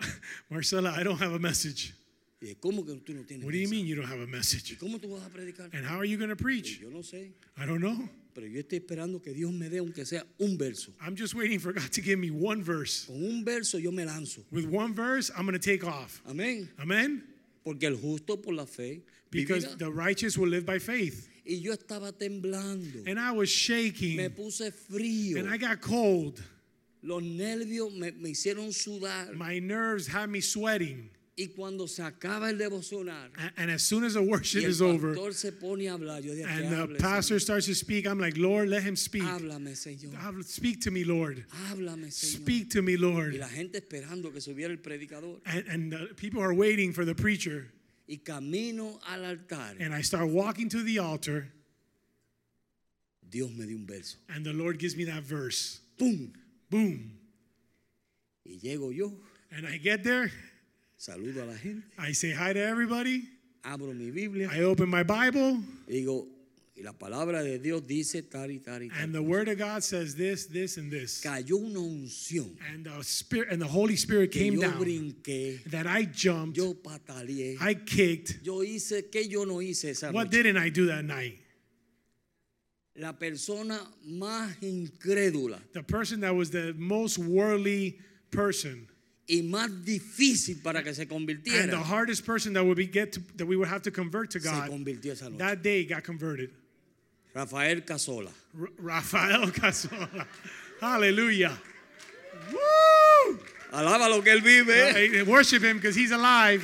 [SPEAKER 4] Marcela, I don't have a message.
[SPEAKER 3] Y dice, ¿cómo que tú no tienes
[SPEAKER 4] What do you
[SPEAKER 3] mensaje?
[SPEAKER 4] mean you don't have a message?
[SPEAKER 3] ¿Cómo tú vas a predicar?
[SPEAKER 4] And how are you going to
[SPEAKER 3] Y
[SPEAKER 4] preach?
[SPEAKER 3] yo no sé,
[SPEAKER 4] I don't know.
[SPEAKER 3] pero yo estoy esperando que Dios me dé aunque sea un verso.
[SPEAKER 4] I'm just waiting for God to give me one verse.
[SPEAKER 3] Con un verso yo me lanzo.
[SPEAKER 4] With one verse, I'm going to take off.
[SPEAKER 3] Amén.
[SPEAKER 4] Amen?
[SPEAKER 3] Porque el justo por la fe
[SPEAKER 4] Because
[SPEAKER 3] vivirá.
[SPEAKER 4] the righteous will live by faith.
[SPEAKER 3] Y yo estaba temblando.
[SPEAKER 4] And I
[SPEAKER 3] Me
[SPEAKER 4] was shaking
[SPEAKER 3] puse frío.
[SPEAKER 4] and I got cold.
[SPEAKER 3] Los nervios me, me hicieron sudar.
[SPEAKER 4] My nerves had me sweating.
[SPEAKER 3] Y cuando se acaba el devocional
[SPEAKER 4] A- And as soon as the worship
[SPEAKER 3] y el
[SPEAKER 4] is over
[SPEAKER 3] pastor se pone a hablar, yo dije,
[SPEAKER 4] and the
[SPEAKER 3] "Hable,
[SPEAKER 4] pastor starts to speak, I'm like, Lord, let him
[SPEAKER 3] Señor.
[SPEAKER 4] speak.
[SPEAKER 3] háblame, Señor.
[SPEAKER 4] Hab- Speak to me, Lord.
[SPEAKER 3] Háblame, Señor.
[SPEAKER 4] Speak to me,
[SPEAKER 3] Y
[SPEAKER 4] Lord.
[SPEAKER 3] la gente esperando que subiera el predicador.
[SPEAKER 4] And, and the people are waiting for the preacher.
[SPEAKER 3] Y camino al altar,
[SPEAKER 4] And I start walking to the altar,
[SPEAKER 3] Dios me dio un verso.
[SPEAKER 4] and the Lord gives me that verse.
[SPEAKER 3] ¡Pum!
[SPEAKER 4] Boom.
[SPEAKER 3] Y llego yo,
[SPEAKER 4] And I get there.
[SPEAKER 3] saludo a la gente,
[SPEAKER 4] I say hi to everybody.
[SPEAKER 3] abro mi Biblia
[SPEAKER 4] I open my Bible,
[SPEAKER 3] y digo, y la palabra de Dios dice tal y tal y tal.
[SPEAKER 4] and the Word of God says this, this, and this.
[SPEAKER 3] Cayó una unción
[SPEAKER 4] And the Spirit and the Holy Spirit
[SPEAKER 3] que
[SPEAKER 4] came
[SPEAKER 3] yo
[SPEAKER 4] down.
[SPEAKER 3] brinqué,
[SPEAKER 4] That I jumped,
[SPEAKER 3] yo pataleé,
[SPEAKER 4] I kicked.
[SPEAKER 3] yo hice que yo no hice esa
[SPEAKER 4] What
[SPEAKER 3] noche.
[SPEAKER 4] didn't I do that night?
[SPEAKER 3] La persona más incrédula
[SPEAKER 4] The person that was the most worldly person
[SPEAKER 3] y más difícil para que se
[SPEAKER 4] and the
[SPEAKER 3] convirtiera,
[SPEAKER 4] hardest person that would be get to, that we would have to convert to
[SPEAKER 3] se
[SPEAKER 4] God
[SPEAKER 3] convirtió esa noche.
[SPEAKER 4] that day got converted.
[SPEAKER 3] Rafael Casola.
[SPEAKER 4] R- Rafael Casola. Hallelujah. Woo!
[SPEAKER 3] Alaba lo que él vive.
[SPEAKER 4] Hey, Worship him because he's alive.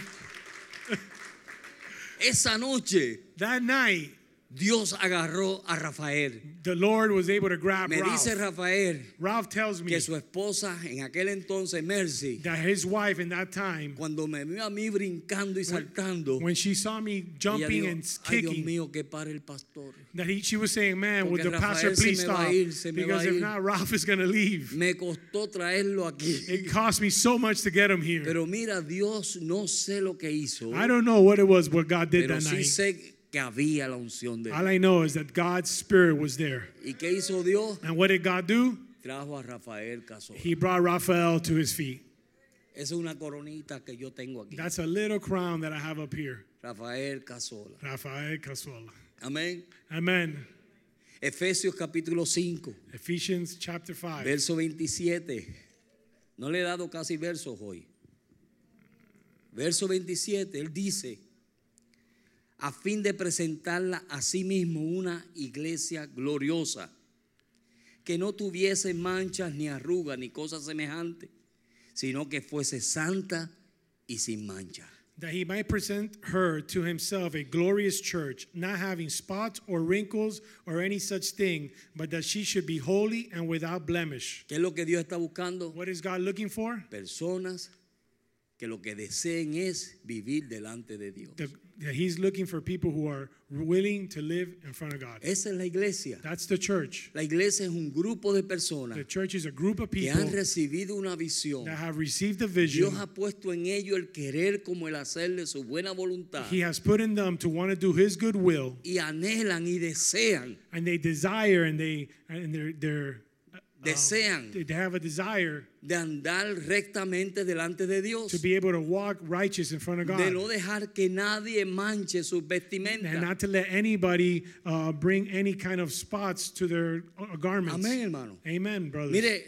[SPEAKER 3] Esa noche
[SPEAKER 4] That night,
[SPEAKER 3] Dios agarró a Rafael.
[SPEAKER 4] the Lord was able to grab
[SPEAKER 3] Me
[SPEAKER 4] Ralph.
[SPEAKER 3] dice Rafael
[SPEAKER 4] Ralph tells me
[SPEAKER 3] que su esposa en aquel entonces, Mercy,
[SPEAKER 4] that his wife in that time,
[SPEAKER 3] cuando me vio a mí brincando y saltando,
[SPEAKER 4] when she saw me
[SPEAKER 3] ella
[SPEAKER 4] jumping
[SPEAKER 3] dijo,
[SPEAKER 4] and
[SPEAKER 3] ay Dios
[SPEAKER 4] kicking,
[SPEAKER 3] mío, que para el pastor.
[SPEAKER 4] that he, she was saying, "Man, would
[SPEAKER 3] Porque
[SPEAKER 4] the pastor
[SPEAKER 3] Rafael se
[SPEAKER 4] please
[SPEAKER 3] me va a
[SPEAKER 4] stop?
[SPEAKER 3] ir, se me va
[SPEAKER 4] because
[SPEAKER 3] a
[SPEAKER 4] if
[SPEAKER 3] ir."
[SPEAKER 4] not, Ralph is gonna leave."
[SPEAKER 3] Me costó traerlo aquí.
[SPEAKER 4] It cost me so much to get him here.
[SPEAKER 3] Pero mira, Dios no sé lo que hizo,
[SPEAKER 4] I don't know what it was what God did
[SPEAKER 3] pero
[SPEAKER 4] that
[SPEAKER 3] sí
[SPEAKER 4] night,
[SPEAKER 3] sé que había la unción de Dios.
[SPEAKER 4] All I know is that God's spirit was there.
[SPEAKER 3] ¿Y qué hizo Dios?
[SPEAKER 4] And what did God do?
[SPEAKER 3] Trajo a Rafael Casola.
[SPEAKER 4] He brought Raphael to his feet.
[SPEAKER 3] Esa es una coronita que yo tengo aquí.
[SPEAKER 4] That's a little crown that I have up here.
[SPEAKER 3] Rafael Casola.
[SPEAKER 4] Raphael Casola.
[SPEAKER 3] Amén.
[SPEAKER 4] Amen.
[SPEAKER 3] Efesios capítulo 5,
[SPEAKER 4] Ephesians chapter 5.
[SPEAKER 3] verso 27. No le he dado casi versos hoy. Verso 27, él dice, a fin de presentarla a sí mismo una iglesia gloriosa, que no tuviese manchas ni arrugas ni cosas semejantes, sino que fuese santa y sin mancha.
[SPEAKER 4] That he might present her to himself a glorious church, not having spots or wrinkles or any such thing, but that she should be holy and without blemish.
[SPEAKER 3] ¿Qué es lo que Dios está buscando?
[SPEAKER 4] What is God looking for?
[SPEAKER 3] Personas que lo que deseen es vivir delante de Dios.
[SPEAKER 4] The, that he's looking for people who are willing to live in front of God.
[SPEAKER 3] Esa es la iglesia.
[SPEAKER 4] That's the church.
[SPEAKER 3] La iglesia es un grupo de personas
[SPEAKER 4] The church is a group of
[SPEAKER 3] que
[SPEAKER 4] people
[SPEAKER 3] han recibido una visión.
[SPEAKER 4] that have received the
[SPEAKER 3] Dios
[SPEAKER 4] vision.
[SPEAKER 3] ha puesto en ello el querer como el hacer de su buena voluntad.
[SPEAKER 4] He has put in them to want to do his good will,
[SPEAKER 3] Y anhelan y desean,
[SPEAKER 4] and they desire and they and they're, they're uh,
[SPEAKER 3] Desean.
[SPEAKER 4] they- they have a desire
[SPEAKER 3] de andar rectamente delante de Dios.
[SPEAKER 4] to be able to walk righteous in front of God,
[SPEAKER 3] De no dejar que nadie manche sus
[SPEAKER 4] and
[SPEAKER 3] vestimentas.
[SPEAKER 4] not to let anybody uh, bring any kind of spots to their uh, garments.
[SPEAKER 3] Amén, hermano.
[SPEAKER 4] Amen, brothers.
[SPEAKER 3] Mire,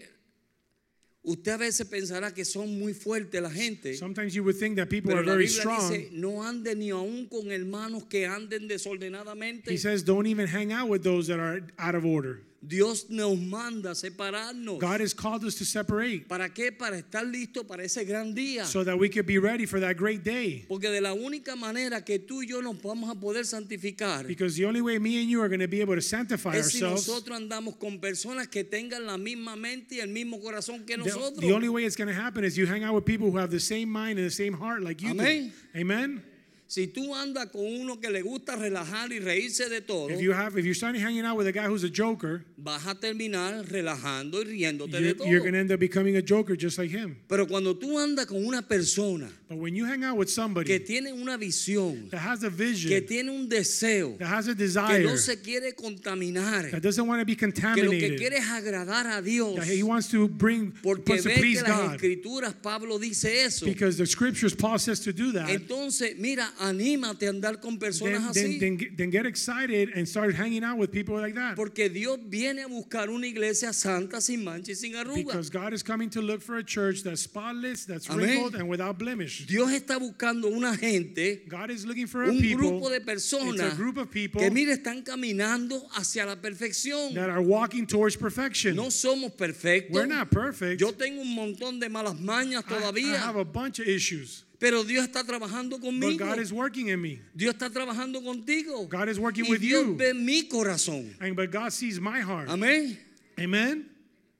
[SPEAKER 3] usted a veces pensará que son muy fuertes la gente.
[SPEAKER 4] Sometimes you would think that people
[SPEAKER 3] Pero
[SPEAKER 4] are
[SPEAKER 3] la
[SPEAKER 4] very
[SPEAKER 3] Biblia
[SPEAKER 4] strong.
[SPEAKER 3] dice, no ande ni aún con hermanos que anden desordenadamente.
[SPEAKER 4] He says, "Don't even hang out with those that are out of order."
[SPEAKER 3] Dios nos manda a separarnos.
[SPEAKER 4] God has called us to separate
[SPEAKER 3] ¿Para qué? Para estar listo para ese gran día.
[SPEAKER 4] so that we could be ready for that great day.
[SPEAKER 3] Porque de la única manera que tú y yo nos vamos a poder santificar
[SPEAKER 4] Because the only way me and you are going to be able to sanctify
[SPEAKER 3] es si
[SPEAKER 4] ourselves,
[SPEAKER 3] nosotros andamos con personas que tengan la misma mente y el mismo corazón que
[SPEAKER 4] the,
[SPEAKER 3] nosotros.
[SPEAKER 4] the only way it's going to happen is you hang out with people who have the same mind and the same heart like you
[SPEAKER 3] Amén.
[SPEAKER 4] do. Amen.
[SPEAKER 3] si tú andas con uno que le gusta relajar y reírse de todo,
[SPEAKER 4] If you have, if you're starting hanging out with a guy who's a joker,
[SPEAKER 3] vas a terminar relajando y riéndote de
[SPEAKER 4] you're,
[SPEAKER 3] todo.
[SPEAKER 4] you're going to end up becoming a joker just like him.
[SPEAKER 3] Pero cuando tú andas con una persona
[SPEAKER 4] But when you hang out with
[SPEAKER 3] que
[SPEAKER 4] somebody
[SPEAKER 3] tiene una visión,
[SPEAKER 4] that has a
[SPEAKER 3] que
[SPEAKER 4] vision,
[SPEAKER 3] tiene un deseo,
[SPEAKER 4] that has a
[SPEAKER 3] que
[SPEAKER 4] desire,
[SPEAKER 3] no se quiere contaminar,
[SPEAKER 4] that doesn't want to be
[SPEAKER 3] que lo que
[SPEAKER 4] contaminated,
[SPEAKER 3] quiere es agradar a Dios,
[SPEAKER 4] that he wants to bring,
[SPEAKER 3] porque
[SPEAKER 4] wants to
[SPEAKER 3] ve que
[SPEAKER 4] please
[SPEAKER 3] las
[SPEAKER 4] God,
[SPEAKER 3] escrituras Pablo dice eso.
[SPEAKER 4] because the scriptures Paul says to do that.
[SPEAKER 3] Entonces, mira, anímate a andar con
[SPEAKER 4] Then,
[SPEAKER 3] personas
[SPEAKER 4] then,
[SPEAKER 3] así,
[SPEAKER 4] then, get- then get excited and start hanging out with people like that.
[SPEAKER 3] porque Dios viene a buscar una iglesia santa sin mancha y sin arruga.
[SPEAKER 4] Because God is coming to look for a church that's spotless, that's
[SPEAKER 3] Amén.
[SPEAKER 4] wrinkled, and without blemish.
[SPEAKER 3] Dios está buscando una gente,
[SPEAKER 4] God is looking for a
[SPEAKER 3] un
[SPEAKER 4] people,
[SPEAKER 3] grupo de
[SPEAKER 4] it's
[SPEAKER 3] personas
[SPEAKER 4] a group of people
[SPEAKER 3] que mira están caminando hacia la perfección.
[SPEAKER 4] that are walking towards perfection.
[SPEAKER 3] No somos perfectos.
[SPEAKER 4] We're not perfect.
[SPEAKER 3] Yo tengo un montón de malas mañas
[SPEAKER 4] I, I
[SPEAKER 3] todavía,
[SPEAKER 4] have a bunch of issues,
[SPEAKER 3] pero Dios está trabajando
[SPEAKER 4] but
[SPEAKER 3] conmigo.
[SPEAKER 4] God is working in me.
[SPEAKER 3] Dios está trabajando contigo.
[SPEAKER 4] God is working
[SPEAKER 3] y
[SPEAKER 4] with
[SPEAKER 3] Dios
[SPEAKER 4] you.
[SPEAKER 3] ve mi corazón.
[SPEAKER 4] And but God sees my heart.
[SPEAKER 3] Amén.
[SPEAKER 4] Amen.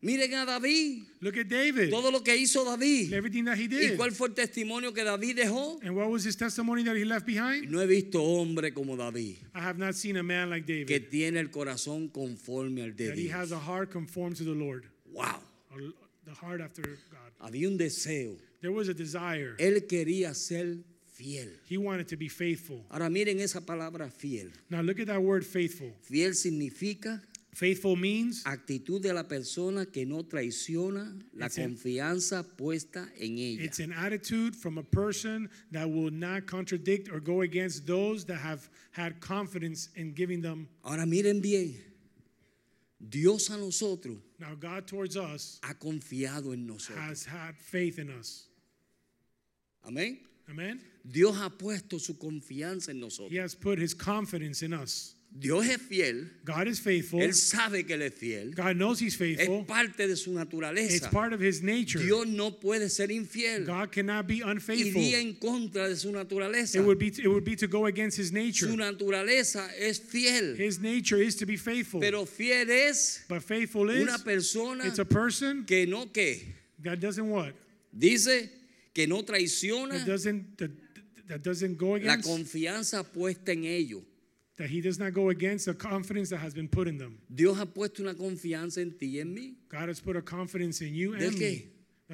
[SPEAKER 3] Miren a David,
[SPEAKER 4] Look at David.
[SPEAKER 3] todo lo que hizo David.
[SPEAKER 4] Everything that he
[SPEAKER 3] ¿Y
[SPEAKER 4] did.
[SPEAKER 3] cuál fue el testimonio que David dejó?
[SPEAKER 4] And what was his testimony that he left behind?
[SPEAKER 3] No he visto hombre como David
[SPEAKER 4] I have not seen a man like
[SPEAKER 3] que
[SPEAKER 4] David.
[SPEAKER 3] tiene el corazón conforme al de
[SPEAKER 4] That he
[SPEAKER 3] Dios.
[SPEAKER 4] has a heart conformed to the Lord.
[SPEAKER 3] Wow.
[SPEAKER 4] a l- The heart after God.
[SPEAKER 3] Había un deseo.
[SPEAKER 4] There was a desire.
[SPEAKER 3] Él quería ser fiel.
[SPEAKER 4] He wanted to be faithful.
[SPEAKER 3] Ahora miren esa palabra fiel.
[SPEAKER 4] Now look at that word faithful.
[SPEAKER 3] Fiel significa
[SPEAKER 4] Faithful
[SPEAKER 3] Ah,
[SPEAKER 4] means
[SPEAKER 3] actitud de la persona que no traiciona la
[SPEAKER 4] It's a-
[SPEAKER 3] confianza puesta en ella.
[SPEAKER 4] it's an attitude from a person that will not contradict or go against those that have had confidence in giving them.
[SPEAKER 3] Ahora miren bien. Dios a nosotros
[SPEAKER 4] Now God towards us
[SPEAKER 3] ha confiado en nosotros.
[SPEAKER 4] has had faith in us.
[SPEAKER 3] Amén.
[SPEAKER 4] Amen.
[SPEAKER 3] Dios ha puesto su confianza en
[SPEAKER 4] He
[SPEAKER 3] nosotros.
[SPEAKER 4] has put his confidence in us.
[SPEAKER 3] Dios es fiel.
[SPEAKER 4] God is faithful.
[SPEAKER 3] Él sabe que Él es fiel.
[SPEAKER 4] Oh. God knows he's faithful.
[SPEAKER 3] Es parte de su
[SPEAKER 4] It's
[SPEAKER 3] naturaleza.
[SPEAKER 4] part of his nature.
[SPEAKER 3] Dios no puede ser infiel.
[SPEAKER 4] God cannot be unfaithful.
[SPEAKER 3] Iría en contra de su naturaleza.
[SPEAKER 4] It would be it would be to go against his nature.
[SPEAKER 3] Su naturaleza es fiel.
[SPEAKER 4] His nature is to be faithful.
[SPEAKER 3] Pero fiel es
[SPEAKER 4] But faithful is
[SPEAKER 3] una persona
[SPEAKER 4] it's a person
[SPEAKER 3] que no que
[SPEAKER 4] that doesn't what?
[SPEAKER 3] dice que no
[SPEAKER 4] That
[SPEAKER 3] traiciona
[SPEAKER 4] doesn't that, that doesn't go
[SPEAKER 3] la
[SPEAKER 4] against
[SPEAKER 3] confianza puesta en ello.
[SPEAKER 4] that he does not go against the confidence that has been put in them.
[SPEAKER 3] Dios ha puesto una confianza en ti y en mí
[SPEAKER 4] God has put a confidence in you
[SPEAKER 3] ¿De
[SPEAKER 4] and me.
[SPEAKER 3] qué?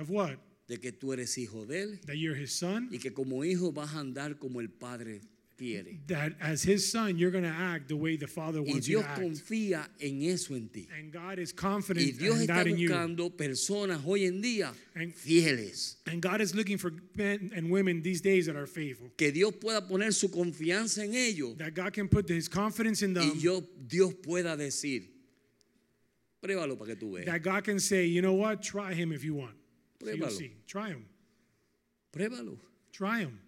[SPEAKER 4] Of what?
[SPEAKER 3] de que tú eres hijo de él
[SPEAKER 4] That you're his son
[SPEAKER 3] y que como hijo vas a andar como el padre quiere.
[SPEAKER 4] that as his son, you're going to act the way the Father
[SPEAKER 3] Y
[SPEAKER 4] wants you
[SPEAKER 3] Dios
[SPEAKER 4] to act.
[SPEAKER 3] confía en eso en ti.
[SPEAKER 4] And God is
[SPEAKER 3] Y
[SPEAKER 4] confident
[SPEAKER 3] Dios
[SPEAKER 4] in
[SPEAKER 3] está
[SPEAKER 4] that in you.
[SPEAKER 3] buscando personas hoy en día
[SPEAKER 4] And-
[SPEAKER 3] fieles.
[SPEAKER 4] And God is looking for men and women these days that are faithful.
[SPEAKER 3] Que Dios pueda poner su confianza en ellos
[SPEAKER 4] That God can put his confidence in them.
[SPEAKER 3] y yo, Dios pueda decir, pruébalo para que tú veas.
[SPEAKER 4] That God can say, you know what? Try him if you want. So you'll
[SPEAKER 3] Pruébalo.
[SPEAKER 4] see. Try him.
[SPEAKER 3] Pruébalo.
[SPEAKER 4] Try him.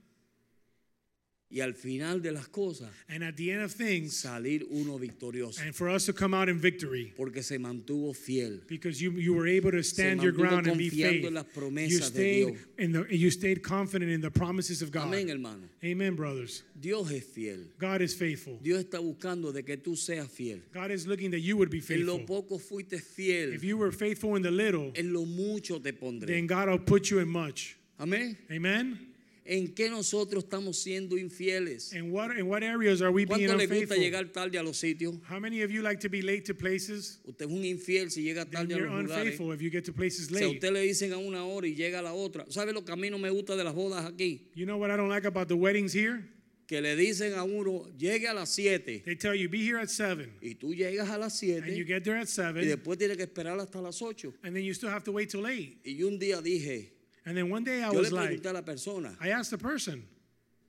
[SPEAKER 3] Y al final de las cosas,
[SPEAKER 4] And at the end of things,
[SPEAKER 3] salir uno victorioso.
[SPEAKER 4] and for us to come out in victory,
[SPEAKER 3] Porque se mantuvo fiel.
[SPEAKER 4] because you, you were able to stand your
[SPEAKER 3] mantuvo
[SPEAKER 4] ground and be
[SPEAKER 3] confiando en
[SPEAKER 4] faithful.
[SPEAKER 3] las promesas
[SPEAKER 4] You
[SPEAKER 3] de
[SPEAKER 4] stayed,
[SPEAKER 3] Dios.
[SPEAKER 4] in the, you stayed confident in the promises of God.
[SPEAKER 3] Amén, hermano.
[SPEAKER 4] Amen, brothers.
[SPEAKER 3] Dios es fiel.
[SPEAKER 4] God is faithful.
[SPEAKER 3] Dios está buscando de que tú seas fiel.
[SPEAKER 4] God is looking that you would be
[SPEAKER 3] En lo
[SPEAKER 4] faithful.
[SPEAKER 3] poco fuiste
[SPEAKER 4] If
[SPEAKER 3] fiel,
[SPEAKER 4] you were faithful in the little,
[SPEAKER 3] en lo mucho te pondré.
[SPEAKER 4] then God will put you in much.
[SPEAKER 3] Amén.
[SPEAKER 4] Amen?
[SPEAKER 3] ¿En qué nosotros estamos siendo infieles?
[SPEAKER 4] And what, in what areas are we being
[SPEAKER 3] ¿Cuánto le gusta
[SPEAKER 4] unfaithful?
[SPEAKER 3] llegar tarde a los sitios?
[SPEAKER 4] How many of you like to be late to places?
[SPEAKER 3] Usted es un infiel si llega
[SPEAKER 4] Then
[SPEAKER 3] tarde a
[SPEAKER 4] you're
[SPEAKER 3] los lugares.
[SPEAKER 4] unfaithful if you get to places
[SPEAKER 3] Si a
[SPEAKER 4] late.
[SPEAKER 3] usted le dicen a una hora y llega a la otra. ¿Sabe lo que a mí no me gusta de las bodas aquí?
[SPEAKER 4] You know what I don't like about the weddings here?
[SPEAKER 3] Que le dicen a uno, llegue a las 7
[SPEAKER 4] They tell you be here at seven,
[SPEAKER 3] y tú llegas a las
[SPEAKER 4] and you
[SPEAKER 3] 7
[SPEAKER 4] get there at
[SPEAKER 3] y
[SPEAKER 4] seven,
[SPEAKER 3] después tienes que esperar hasta las 8.
[SPEAKER 4] and then you still have to wait till eight.
[SPEAKER 3] Y yo un día dije,
[SPEAKER 4] And then one day I
[SPEAKER 3] yo le
[SPEAKER 4] was like,
[SPEAKER 3] pregunté a la persona,
[SPEAKER 4] I asked the person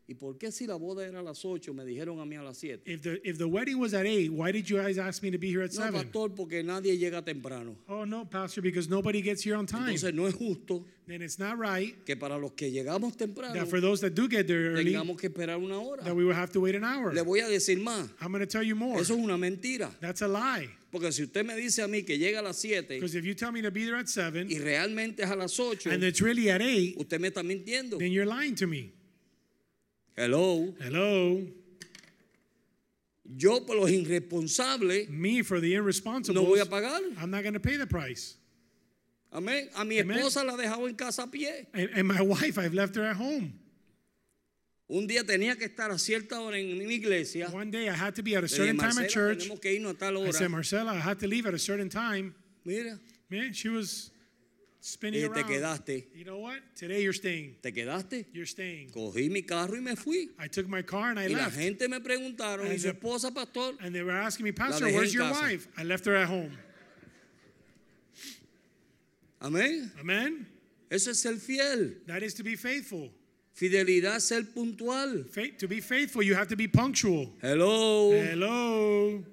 [SPEAKER 3] ¿y por qué si la boda era a las 8 me dijeron a mí a las 7?
[SPEAKER 4] if the if the wedding was at eight, why did you guys ask me to be here at
[SPEAKER 3] No,
[SPEAKER 4] seven?
[SPEAKER 3] pastor, porque nadie llega temprano.
[SPEAKER 4] Oh no, pastor, because nobody gets here on time.
[SPEAKER 3] Entonces no es justo
[SPEAKER 4] Then it's not right
[SPEAKER 3] que para los que llegamos temprano
[SPEAKER 4] that for those that do get there early,
[SPEAKER 3] tengamos que esperar una hora.
[SPEAKER 4] that we will have to wait an hour.
[SPEAKER 3] Le voy a decir más.
[SPEAKER 4] I'm going to tell you more.
[SPEAKER 3] Eso es una mentira.
[SPEAKER 4] That's a lie.
[SPEAKER 3] Porque si usted me dice a mí que llega a las 7
[SPEAKER 4] Because if you tell me to be there at seven
[SPEAKER 3] y realmente es a las 8,
[SPEAKER 4] and it's really at eight,
[SPEAKER 3] usted me está mintiendo.
[SPEAKER 4] then you're lying to me.
[SPEAKER 3] Hello.
[SPEAKER 4] Hello,
[SPEAKER 3] Yo por los irresponsables
[SPEAKER 4] me for the irresponsible.
[SPEAKER 3] no voy a pagar.
[SPEAKER 4] I'm not going to pay the price.
[SPEAKER 3] Amén. A mi
[SPEAKER 4] Amén.
[SPEAKER 3] esposa la he dejado en casa a pie.
[SPEAKER 4] And, and my wife, I've left her at home.
[SPEAKER 3] Un día tenía que estar a cierta hora en mi iglesia.
[SPEAKER 4] One day I had to be at a
[SPEAKER 3] Le dije,
[SPEAKER 4] certain time
[SPEAKER 3] "Marcela,
[SPEAKER 4] at church.
[SPEAKER 3] tenemos que irnos a tal
[SPEAKER 4] I said,
[SPEAKER 3] hora.
[SPEAKER 4] Marcela, I had to leave at a certain time.
[SPEAKER 3] Mira,
[SPEAKER 4] Man, she was spinning
[SPEAKER 3] eh, te
[SPEAKER 4] around.
[SPEAKER 3] quedaste.
[SPEAKER 4] You know what? Today you're staying.
[SPEAKER 3] Te quedaste.
[SPEAKER 4] You're staying.
[SPEAKER 3] Cogí mi carro y me fui.
[SPEAKER 4] I took my car and I
[SPEAKER 3] Y la
[SPEAKER 4] left.
[SPEAKER 3] gente me preguntaron, ¿y
[SPEAKER 4] And
[SPEAKER 3] su
[SPEAKER 4] the-
[SPEAKER 3] esposa, pastor?
[SPEAKER 4] And they were asking me, Pastor,
[SPEAKER 3] dejé en
[SPEAKER 4] where's your
[SPEAKER 3] casa."
[SPEAKER 4] wife? I left her at home.
[SPEAKER 3] Amén.
[SPEAKER 4] Amen?
[SPEAKER 3] Eso es ser fiel.
[SPEAKER 4] That is to be faithful.
[SPEAKER 3] Fidelidad, es ser puntual.
[SPEAKER 4] Faith, to be faithful, you have to be punctual.
[SPEAKER 3] Hello.
[SPEAKER 4] Eh. Hello.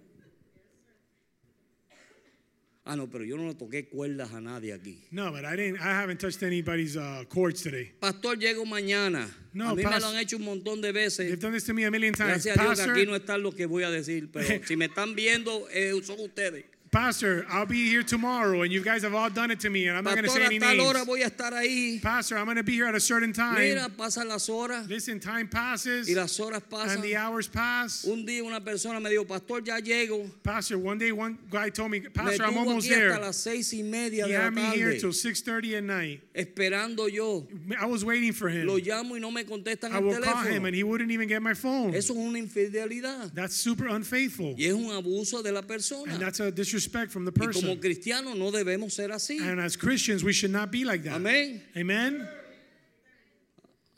[SPEAKER 3] Ah, no, pero yo no le toqué cuerdas a nadie aquí.
[SPEAKER 4] No, but I didn't. I haven't touched anybody's uh, cords today.
[SPEAKER 3] Pastor, llego mañana.
[SPEAKER 4] No,
[SPEAKER 3] a mí me
[SPEAKER 4] pas-
[SPEAKER 3] lo han hecho un montón de
[SPEAKER 4] They've
[SPEAKER 3] veces.
[SPEAKER 4] done this to me a million times.
[SPEAKER 3] Gracias a Dios que
[SPEAKER 4] Pastor,
[SPEAKER 3] aquí no están lo que voy a decir, pero si me están viendo, eh, son ustedes.
[SPEAKER 4] Pastor, I'll be here tomorrow, and you guys have all done it to me, and I'm not going to
[SPEAKER 3] Pastor,
[SPEAKER 4] say
[SPEAKER 3] a
[SPEAKER 4] any
[SPEAKER 3] tal
[SPEAKER 4] names.
[SPEAKER 3] hora voy a estar ahí.
[SPEAKER 4] Pastor, I'm going to be here at a certain time.
[SPEAKER 3] Mira, pasan las horas
[SPEAKER 4] Listen, time passes,
[SPEAKER 3] y las horas
[SPEAKER 4] and
[SPEAKER 3] pasan.
[SPEAKER 4] the hours pass.
[SPEAKER 3] Un día una persona me dijo, Pastor, ya llego.
[SPEAKER 4] Pastor, one day one guy told me,
[SPEAKER 3] Me
[SPEAKER 4] Pastor, I'm
[SPEAKER 3] tuvo
[SPEAKER 4] almost
[SPEAKER 3] aquí hasta
[SPEAKER 4] there.
[SPEAKER 3] las seis y media
[SPEAKER 4] He
[SPEAKER 3] de la
[SPEAKER 4] had me here till
[SPEAKER 3] tarde
[SPEAKER 4] 6:30 at night.
[SPEAKER 3] esperando yo.
[SPEAKER 4] I was waiting for him.
[SPEAKER 3] Lo llamo y no me contestan
[SPEAKER 4] I
[SPEAKER 3] el
[SPEAKER 4] will call him, and
[SPEAKER 3] teléfono.
[SPEAKER 4] he wouldn't even get my phone.
[SPEAKER 3] Eso es una infidelidad
[SPEAKER 4] That's super unfaithful,
[SPEAKER 3] y es un abuso de la
[SPEAKER 4] and
[SPEAKER 3] persona.
[SPEAKER 4] that's a disrespect from the
[SPEAKER 3] Y
[SPEAKER 4] person.
[SPEAKER 3] como cristianos no debemos ser así.
[SPEAKER 4] And uh, as Christians, we should not be like that.
[SPEAKER 3] Amén.
[SPEAKER 4] Amen.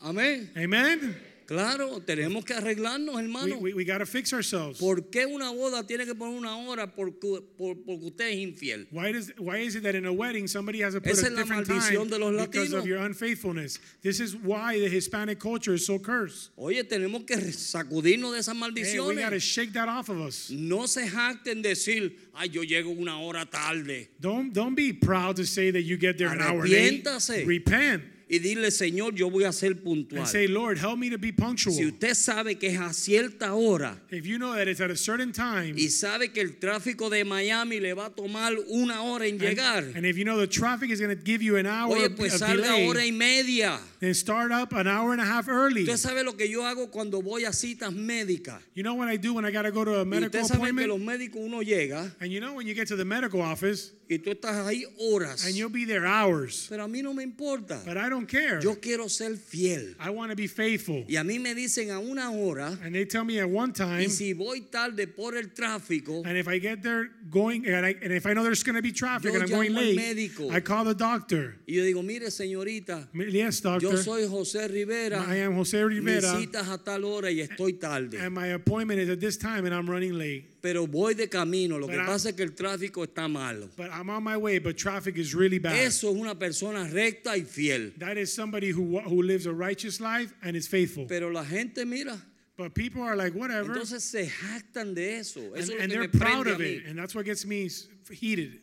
[SPEAKER 3] Amén.
[SPEAKER 4] Amen.
[SPEAKER 3] Claro, tenemos que arreglarnos,
[SPEAKER 4] We,
[SPEAKER 3] hermano.
[SPEAKER 4] we, we got to fix ourselves.
[SPEAKER 3] ¿Por qué una boda tiene que poner una hora porque, por- porque usted es infiel?
[SPEAKER 4] why does why is it that in a wedding somebody has to put
[SPEAKER 3] Esa
[SPEAKER 4] a
[SPEAKER 3] es la
[SPEAKER 4] different
[SPEAKER 3] maldición
[SPEAKER 4] time
[SPEAKER 3] de los
[SPEAKER 4] because
[SPEAKER 3] latinos.
[SPEAKER 4] of your unfaithfulness? This is why the Hispanic culture is so cursed.
[SPEAKER 3] Oye, tenemos que sacudirnos de esas
[SPEAKER 4] Hey, we got to
[SPEAKER 3] maldiciones.
[SPEAKER 4] shake that off of us.
[SPEAKER 3] No se jacten decir, ay, yo llego una hora tarde.
[SPEAKER 4] Don't don't be proud to say that you get there an hour late.
[SPEAKER 3] Arrepiéntase.
[SPEAKER 4] Repent
[SPEAKER 3] Y dile, Señor, yo voy a ser
[SPEAKER 4] and
[SPEAKER 3] puntual.
[SPEAKER 4] say, Lord, help me to be punctual.
[SPEAKER 3] Si usted sabe que es a cierta hora
[SPEAKER 4] If you know that it's at a certain time,
[SPEAKER 3] y sabe que el tráfico de Miami le va a tomar una hora en
[SPEAKER 4] and,
[SPEAKER 3] llegar,
[SPEAKER 4] and if you know the traffic is going to give you an hour
[SPEAKER 3] oye,
[SPEAKER 4] of,
[SPEAKER 3] pues
[SPEAKER 4] of
[SPEAKER 3] salga
[SPEAKER 4] delay,
[SPEAKER 3] hora y media.
[SPEAKER 4] then start up an hour and a half early.
[SPEAKER 3] Usted sabe lo que yo hago cuando voy a citas médicas.
[SPEAKER 4] You know what I do when I got to go to a
[SPEAKER 3] Y
[SPEAKER 4] medical
[SPEAKER 3] usted sabe que
[SPEAKER 4] appointment?
[SPEAKER 3] los médicos uno llega
[SPEAKER 4] And you know when you get to the medical office
[SPEAKER 3] y tú estás ahí horas.
[SPEAKER 4] and you'll be there hours.
[SPEAKER 3] Pero a mí no me importa.
[SPEAKER 4] But I don't care.
[SPEAKER 3] Yo quiero ser fiel.
[SPEAKER 4] I want to be faithful.
[SPEAKER 3] Y a mí me dicen a una hora
[SPEAKER 4] And they tell me at one time,
[SPEAKER 3] y si voy tarde por el tráfico,
[SPEAKER 4] and if I get there going, and, I, and if I know there's going to be traffic
[SPEAKER 3] Yo
[SPEAKER 4] and I'm going
[SPEAKER 3] llamo al
[SPEAKER 4] late,
[SPEAKER 3] médico.
[SPEAKER 4] I call the doctor.
[SPEAKER 3] y yo digo, mire señorita,
[SPEAKER 4] M- Yes, doctor.
[SPEAKER 3] yo Yo
[SPEAKER 4] worker.
[SPEAKER 3] soy José Rivera.
[SPEAKER 4] I am Jose Rivera,
[SPEAKER 3] Mi cita es a tal hora y estoy tarde.
[SPEAKER 4] and my appointment is at this time, and I'm running late.
[SPEAKER 3] pero voy de camino. Lo que
[SPEAKER 4] Pero-
[SPEAKER 3] pasa es que el tráfico está malo.
[SPEAKER 4] But I'm on my way, but traffic is really bad.
[SPEAKER 3] Eso es una persona recta y fiel.
[SPEAKER 4] That is somebody who wa- who lives a righteous life and is faithful.
[SPEAKER 3] Pero la gente mira,
[SPEAKER 4] But people are like, whatever, and,
[SPEAKER 3] entonces se jactan de eso. Eso es lo
[SPEAKER 4] and
[SPEAKER 3] que me
[SPEAKER 4] they're proud
[SPEAKER 3] prende a
[SPEAKER 4] of it,
[SPEAKER 3] mí.
[SPEAKER 4] and that's what gets me s- heated.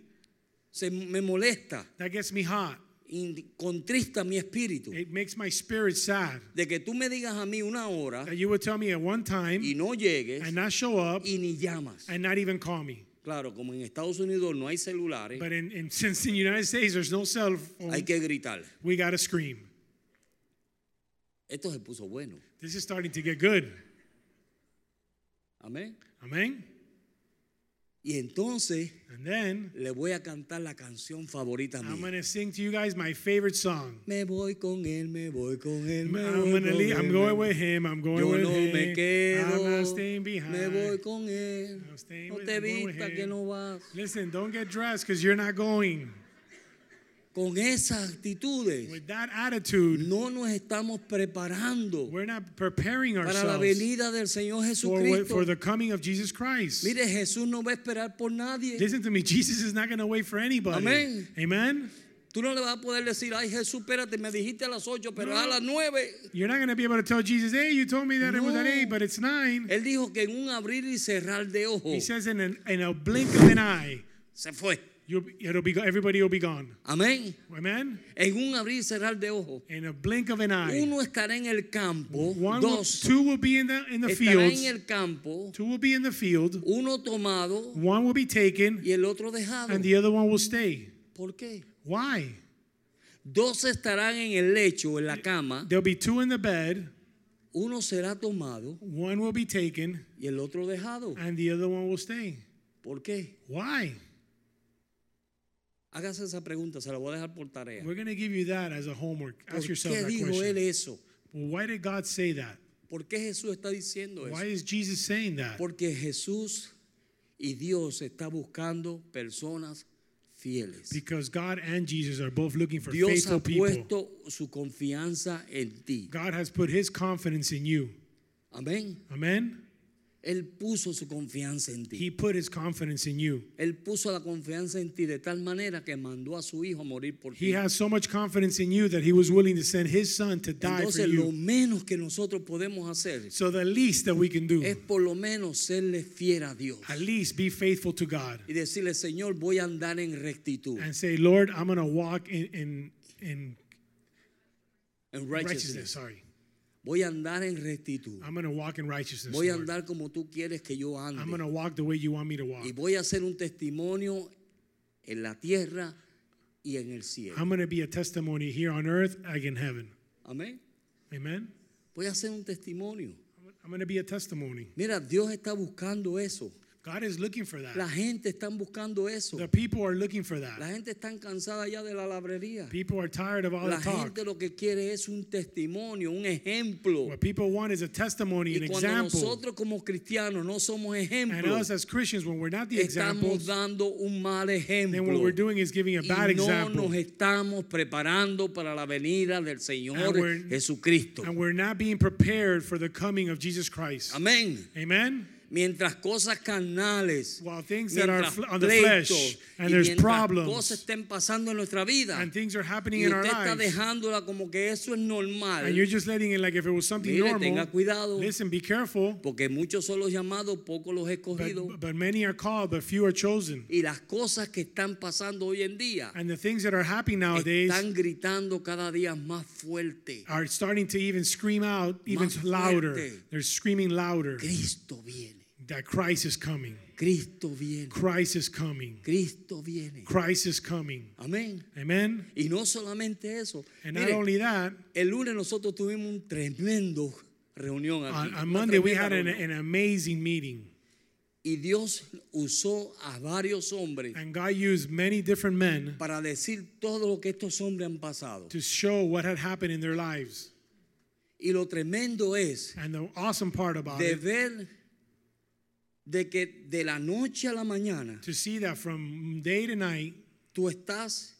[SPEAKER 3] Se me molesta,
[SPEAKER 4] That gets me hot.
[SPEAKER 3] y contrista mi espíritu.
[SPEAKER 4] It makes my spirit sad
[SPEAKER 3] De que tú me digas a mí una hora
[SPEAKER 4] that you would tell me at one time
[SPEAKER 3] y no llegues
[SPEAKER 4] and not show up
[SPEAKER 3] y ni llamas.
[SPEAKER 4] and not even call me.
[SPEAKER 3] Claro, como en Estados Unidos no hay celulares,
[SPEAKER 4] But in, in since in the United States there's no cell phone,
[SPEAKER 3] hay que gritar.
[SPEAKER 4] we gotta scream.
[SPEAKER 3] Esto se puso bueno.
[SPEAKER 4] This is starting to get good.
[SPEAKER 3] Amén.
[SPEAKER 4] Amen.
[SPEAKER 3] Y entonces
[SPEAKER 4] And then
[SPEAKER 3] le voy a cantar la canción favorita
[SPEAKER 4] I'm
[SPEAKER 3] mía.
[SPEAKER 4] gonna sing to you guys my favorite song.
[SPEAKER 3] Me voy con él, me voy con él, me
[SPEAKER 4] I'm
[SPEAKER 3] voy
[SPEAKER 4] gonna
[SPEAKER 3] con
[SPEAKER 4] leave. I'm
[SPEAKER 3] él,
[SPEAKER 4] going
[SPEAKER 3] me-
[SPEAKER 4] with him. I'm going
[SPEAKER 3] Yo
[SPEAKER 4] with
[SPEAKER 3] no
[SPEAKER 4] him.
[SPEAKER 3] me quedo.
[SPEAKER 4] I'm not staying behind.
[SPEAKER 3] Me voy con él.
[SPEAKER 4] I'm staying
[SPEAKER 3] No
[SPEAKER 4] with-
[SPEAKER 3] te
[SPEAKER 4] I'm going with
[SPEAKER 3] vistas que
[SPEAKER 4] him.
[SPEAKER 3] no vas.
[SPEAKER 4] Listen, don't get dressed because you're not going.
[SPEAKER 3] Con esas actitudes
[SPEAKER 4] With that attitude,
[SPEAKER 3] no nos estamos preparando
[SPEAKER 4] we're not preparing
[SPEAKER 3] para la
[SPEAKER 4] ourselves
[SPEAKER 3] venida del Señor
[SPEAKER 4] for, what-
[SPEAKER 3] Jesucristo.
[SPEAKER 4] for the coming of Jesus Christ.
[SPEAKER 3] Mire, Jesús no va a esperar por nadie.
[SPEAKER 4] Listen to me. Jesus is not going to wait for anybody.
[SPEAKER 3] Amén.
[SPEAKER 4] Amen.
[SPEAKER 3] Tú no le vas a poder decir, ay Jesús, espérate, me dijiste a las 8, pero a las 9.
[SPEAKER 4] You're not going to be able to tell Jesus, hey, you told me that it was at
[SPEAKER 3] No. Eh.
[SPEAKER 4] 8, but it's 9.
[SPEAKER 3] Él dijo que en un abrir y cerrar de
[SPEAKER 4] He
[SPEAKER 3] ojos
[SPEAKER 4] says in, an, in a blink of an eye,
[SPEAKER 3] se fue.
[SPEAKER 4] you'll, be- it'll be, go- everybody will be gone.
[SPEAKER 3] Amén.
[SPEAKER 4] Amen.
[SPEAKER 3] En un abrir y cerrar de ojos.
[SPEAKER 4] In a blink of an eye.
[SPEAKER 3] Uno estará en el campo.
[SPEAKER 4] One will,
[SPEAKER 3] dos,
[SPEAKER 4] two will be in the, in the
[SPEAKER 3] estará en
[SPEAKER 4] fields.
[SPEAKER 3] el campo.
[SPEAKER 4] Two will be in the field.
[SPEAKER 3] Uno tomado
[SPEAKER 4] One will be taken,
[SPEAKER 3] y el otro dejado.
[SPEAKER 4] and the other one will stay.
[SPEAKER 3] ¿Por qué?
[SPEAKER 4] Why?
[SPEAKER 3] Dos estarán en el lecho, en la cama.
[SPEAKER 4] There'll be two in the bed,
[SPEAKER 3] Uno será tomado
[SPEAKER 4] one will be taken,
[SPEAKER 3] y el otro dejado.
[SPEAKER 4] and the other one will stay.
[SPEAKER 3] ¿Por qué?
[SPEAKER 4] Why?
[SPEAKER 3] Hágase esa pregunta, se la voy a dejar por tarea.
[SPEAKER 4] We're going to give you that as a homework.
[SPEAKER 3] ¿Por
[SPEAKER 4] Ask yourself
[SPEAKER 3] qué
[SPEAKER 4] that
[SPEAKER 3] dijo él
[SPEAKER 4] question.
[SPEAKER 3] eso?
[SPEAKER 4] Well, why did God say that?
[SPEAKER 3] ¿Por qué Jesús está diciendo eso?
[SPEAKER 4] Why is Jesus saying that?
[SPEAKER 3] Porque Jesús y Dios está buscando personas fieles.
[SPEAKER 4] Because God and Jesus are both looking for
[SPEAKER 3] Dios
[SPEAKER 4] faithful
[SPEAKER 3] ha
[SPEAKER 4] people.
[SPEAKER 3] puesto su confianza en ti.
[SPEAKER 4] God has put his confidence in you.
[SPEAKER 3] Amén.
[SPEAKER 4] Amen?
[SPEAKER 3] Él puso su confianza en ti.
[SPEAKER 4] He put his confidence in you.
[SPEAKER 3] Él puso la confianza en ti de tal manera que mandó a su hijo a morir por
[SPEAKER 4] He
[SPEAKER 3] ti.
[SPEAKER 4] has so much confidence in you that he was willing to send his son to die for
[SPEAKER 3] Entonces lo
[SPEAKER 4] you.
[SPEAKER 3] menos que nosotros podemos hacer
[SPEAKER 4] So the least that we can
[SPEAKER 3] es
[SPEAKER 4] do,
[SPEAKER 3] por lo menos serle fiel a Dios
[SPEAKER 4] at least be faithful to God.
[SPEAKER 3] y decirle, Señor, voy a andar en rectitud,
[SPEAKER 4] and say, Lord, I'm going to walk in, in, in
[SPEAKER 3] en
[SPEAKER 4] righteousness.
[SPEAKER 3] righteousness.
[SPEAKER 4] Sorry.
[SPEAKER 3] Voy a andar en rectitud.
[SPEAKER 4] I'm going to walk in righteousness.
[SPEAKER 3] Voy a
[SPEAKER 4] Lord.
[SPEAKER 3] andar como tú quieres que yo
[SPEAKER 4] I'm going
[SPEAKER 3] ande
[SPEAKER 4] to walk the way you want me to walk.
[SPEAKER 3] y voy a ser un testimonio en la tierra y en el cielo.
[SPEAKER 4] I'm going to be a testimony here on earth, like in heaven.
[SPEAKER 3] Amén.
[SPEAKER 4] Amen.
[SPEAKER 3] Voy a ser un testimonio.
[SPEAKER 4] I'm going to be a testimony.
[SPEAKER 3] Mira, Dios está buscando eso.
[SPEAKER 4] God is looking for that.
[SPEAKER 3] La gente está buscando eso.
[SPEAKER 4] The people are looking for
[SPEAKER 3] La
[SPEAKER 4] that.
[SPEAKER 3] gente está cansada ya de la labrería.
[SPEAKER 4] People are tired of all the
[SPEAKER 3] La
[SPEAKER 4] talk.
[SPEAKER 3] gente lo que quiere es un testimonio, un ejemplo.
[SPEAKER 4] What people want is a testimony, an
[SPEAKER 3] Y cuando
[SPEAKER 4] example.
[SPEAKER 3] nosotros como cristianos no somos
[SPEAKER 4] And us
[SPEAKER 3] ejemplos,
[SPEAKER 4] as Christians, when we're not the
[SPEAKER 3] estamos
[SPEAKER 4] examples,
[SPEAKER 3] dando un mal
[SPEAKER 4] then what
[SPEAKER 3] ejemplo.
[SPEAKER 4] we're doing is giving a
[SPEAKER 3] Y
[SPEAKER 4] bad
[SPEAKER 3] no
[SPEAKER 4] example.
[SPEAKER 3] nos estamos preparando para la venida del
[SPEAKER 4] And
[SPEAKER 3] Señor
[SPEAKER 4] we're-
[SPEAKER 3] Jesucristo.
[SPEAKER 4] And we're not being prepared for the coming of Jesus Christ.
[SPEAKER 3] Amén.
[SPEAKER 4] Amen.
[SPEAKER 3] Mientras cosas carnales,
[SPEAKER 4] While things that are
[SPEAKER 3] mientras
[SPEAKER 4] fl- on the flesh,
[SPEAKER 3] pleitos,
[SPEAKER 4] and
[SPEAKER 3] y
[SPEAKER 4] there's
[SPEAKER 3] mientras
[SPEAKER 4] problems,
[SPEAKER 3] cosas estén pasando en nuestra vida,
[SPEAKER 4] and things are happening
[SPEAKER 3] y
[SPEAKER 4] in our
[SPEAKER 3] usted está
[SPEAKER 4] lives,
[SPEAKER 3] dejándola como que eso es normal,
[SPEAKER 4] and you're just letting it like if it was something
[SPEAKER 3] Mire,
[SPEAKER 4] normal.
[SPEAKER 3] tenga cuidado.
[SPEAKER 4] Listen, be careful.
[SPEAKER 3] porque muchos son los llamados, pocos los escogidos,
[SPEAKER 4] But, but many are called, but few are chosen.
[SPEAKER 3] y las cosas que están pasando hoy en día
[SPEAKER 4] And the things that are happening nowadays
[SPEAKER 3] están gritando cada día más fuerte.
[SPEAKER 4] are starting to even scream out even
[SPEAKER 3] Más
[SPEAKER 4] louder.
[SPEAKER 3] fuerte.
[SPEAKER 4] They're screaming louder
[SPEAKER 3] Cristo viene,
[SPEAKER 4] that Christ is coming.
[SPEAKER 3] Cristo viene,
[SPEAKER 4] Christ is coming.
[SPEAKER 3] Cristo viene.
[SPEAKER 4] Christ is coming.
[SPEAKER 3] Amén.
[SPEAKER 4] Amen.
[SPEAKER 3] Y no solamente eso.
[SPEAKER 4] And
[SPEAKER 3] Mire,
[SPEAKER 4] not only that,
[SPEAKER 3] el lunes nosotros tuvimos un tremendo reunión aquí.
[SPEAKER 4] on,
[SPEAKER 3] una
[SPEAKER 4] on Monday we
[SPEAKER 3] tremenda
[SPEAKER 4] had an,
[SPEAKER 3] reunión.
[SPEAKER 4] an amazing meeting.
[SPEAKER 3] y Dios usó a varios hombres
[SPEAKER 4] And God used many different men
[SPEAKER 3] para decir todo lo que estos hombres han pasado.
[SPEAKER 4] to show what had happened in their lives.
[SPEAKER 3] Y lo tremendo es
[SPEAKER 4] And the awesome part about
[SPEAKER 3] de
[SPEAKER 4] it,
[SPEAKER 3] ver de que de la noche a la mañana
[SPEAKER 4] to see that from day to night,
[SPEAKER 3] tú estás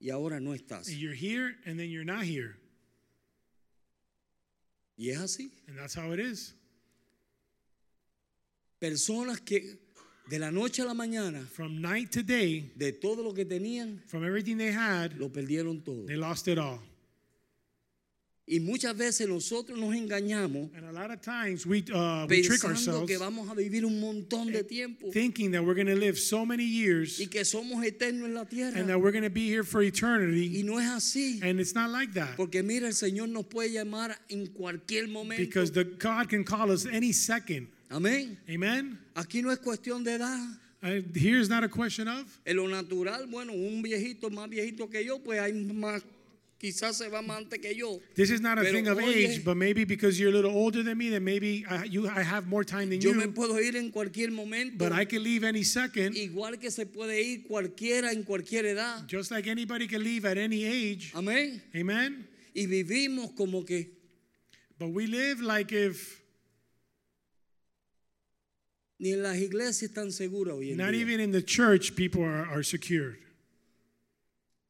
[SPEAKER 3] y ahora no estás.
[SPEAKER 4] you're here and then you're not here.
[SPEAKER 3] Y es así.
[SPEAKER 4] And that's how it is.
[SPEAKER 3] Personas que de la noche a la mañana,
[SPEAKER 4] From night to day,
[SPEAKER 3] de todo lo que tenían,
[SPEAKER 4] from everything they had,
[SPEAKER 3] lo perdieron todo.
[SPEAKER 4] they lost it all.
[SPEAKER 3] Y muchas veces nosotros nos engañamos
[SPEAKER 4] And a lot of times we, uh, we trick
[SPEAKER 3] pensando
[SPEAKER 4] ourselves
[SPEAKER 3] que vamos a vivir un montón de tiempo
[SPEAKER 4] thinking that we're going to live so many years
[SPEAKER 3] y que somos eternos en la
[SPEAKER 4] and that
[SPEAKER 3] tierra.
[SPEAKER 4] we're going to be here for
[SPEAKER 3] Y
[SPEAKER 4] eternity.
[SPEAKER 3] no es así.
[SPEAKER 4] And it's not like that
[SPEAKER 3] Porque mira, el Señor nos puede llamar en cualquier momento.
[SPEAKER 4] because the, God can call us any second.
[SPEAKER 3] Amén.
[SPEAKER 4] Amen?
[SPEAKER 3] Aquí no es cuestión de edad.
[SPEAKER 4] Uh, here's not a question of.
[SPEAKER 3] En lo natural, bueno, un viejito más viejito que yo, pues hay más, quizás se va más antes que yo.
[SPEAKER 4] This is not a
[SPEAKER 3] Pero,
[SPEAKER 4] thing of
[SPEAKER 3] oye,
[SPEAKER 4] age, but maybe because you're a little older than me, then maybe I, you, I have more time than
[SPEAKER 3] Yo me
[SPEAKER 4] you.
[SPEAKER 3] puedo ir en cualquier momento,
[SPEAKER 4] But I can leave any second,
[SPEAKER 3] igual que se puede ir cualquiera en cualquier edad.
[SPEAKER 4] just like anybody can leave at any age.
[SPEAKER 3] Amén.
[SPEAKER 4] Amen?
[SPEAKER 3] Y vivimos como que
[SPEAKER 4] But we live like if
[SPEAKER 3] ni en las iglesias están seguras hoy en
[SPEAKER 4] not
[SPEAKER 3] día.
[SPEAKER 4] even in the church people are, are secured.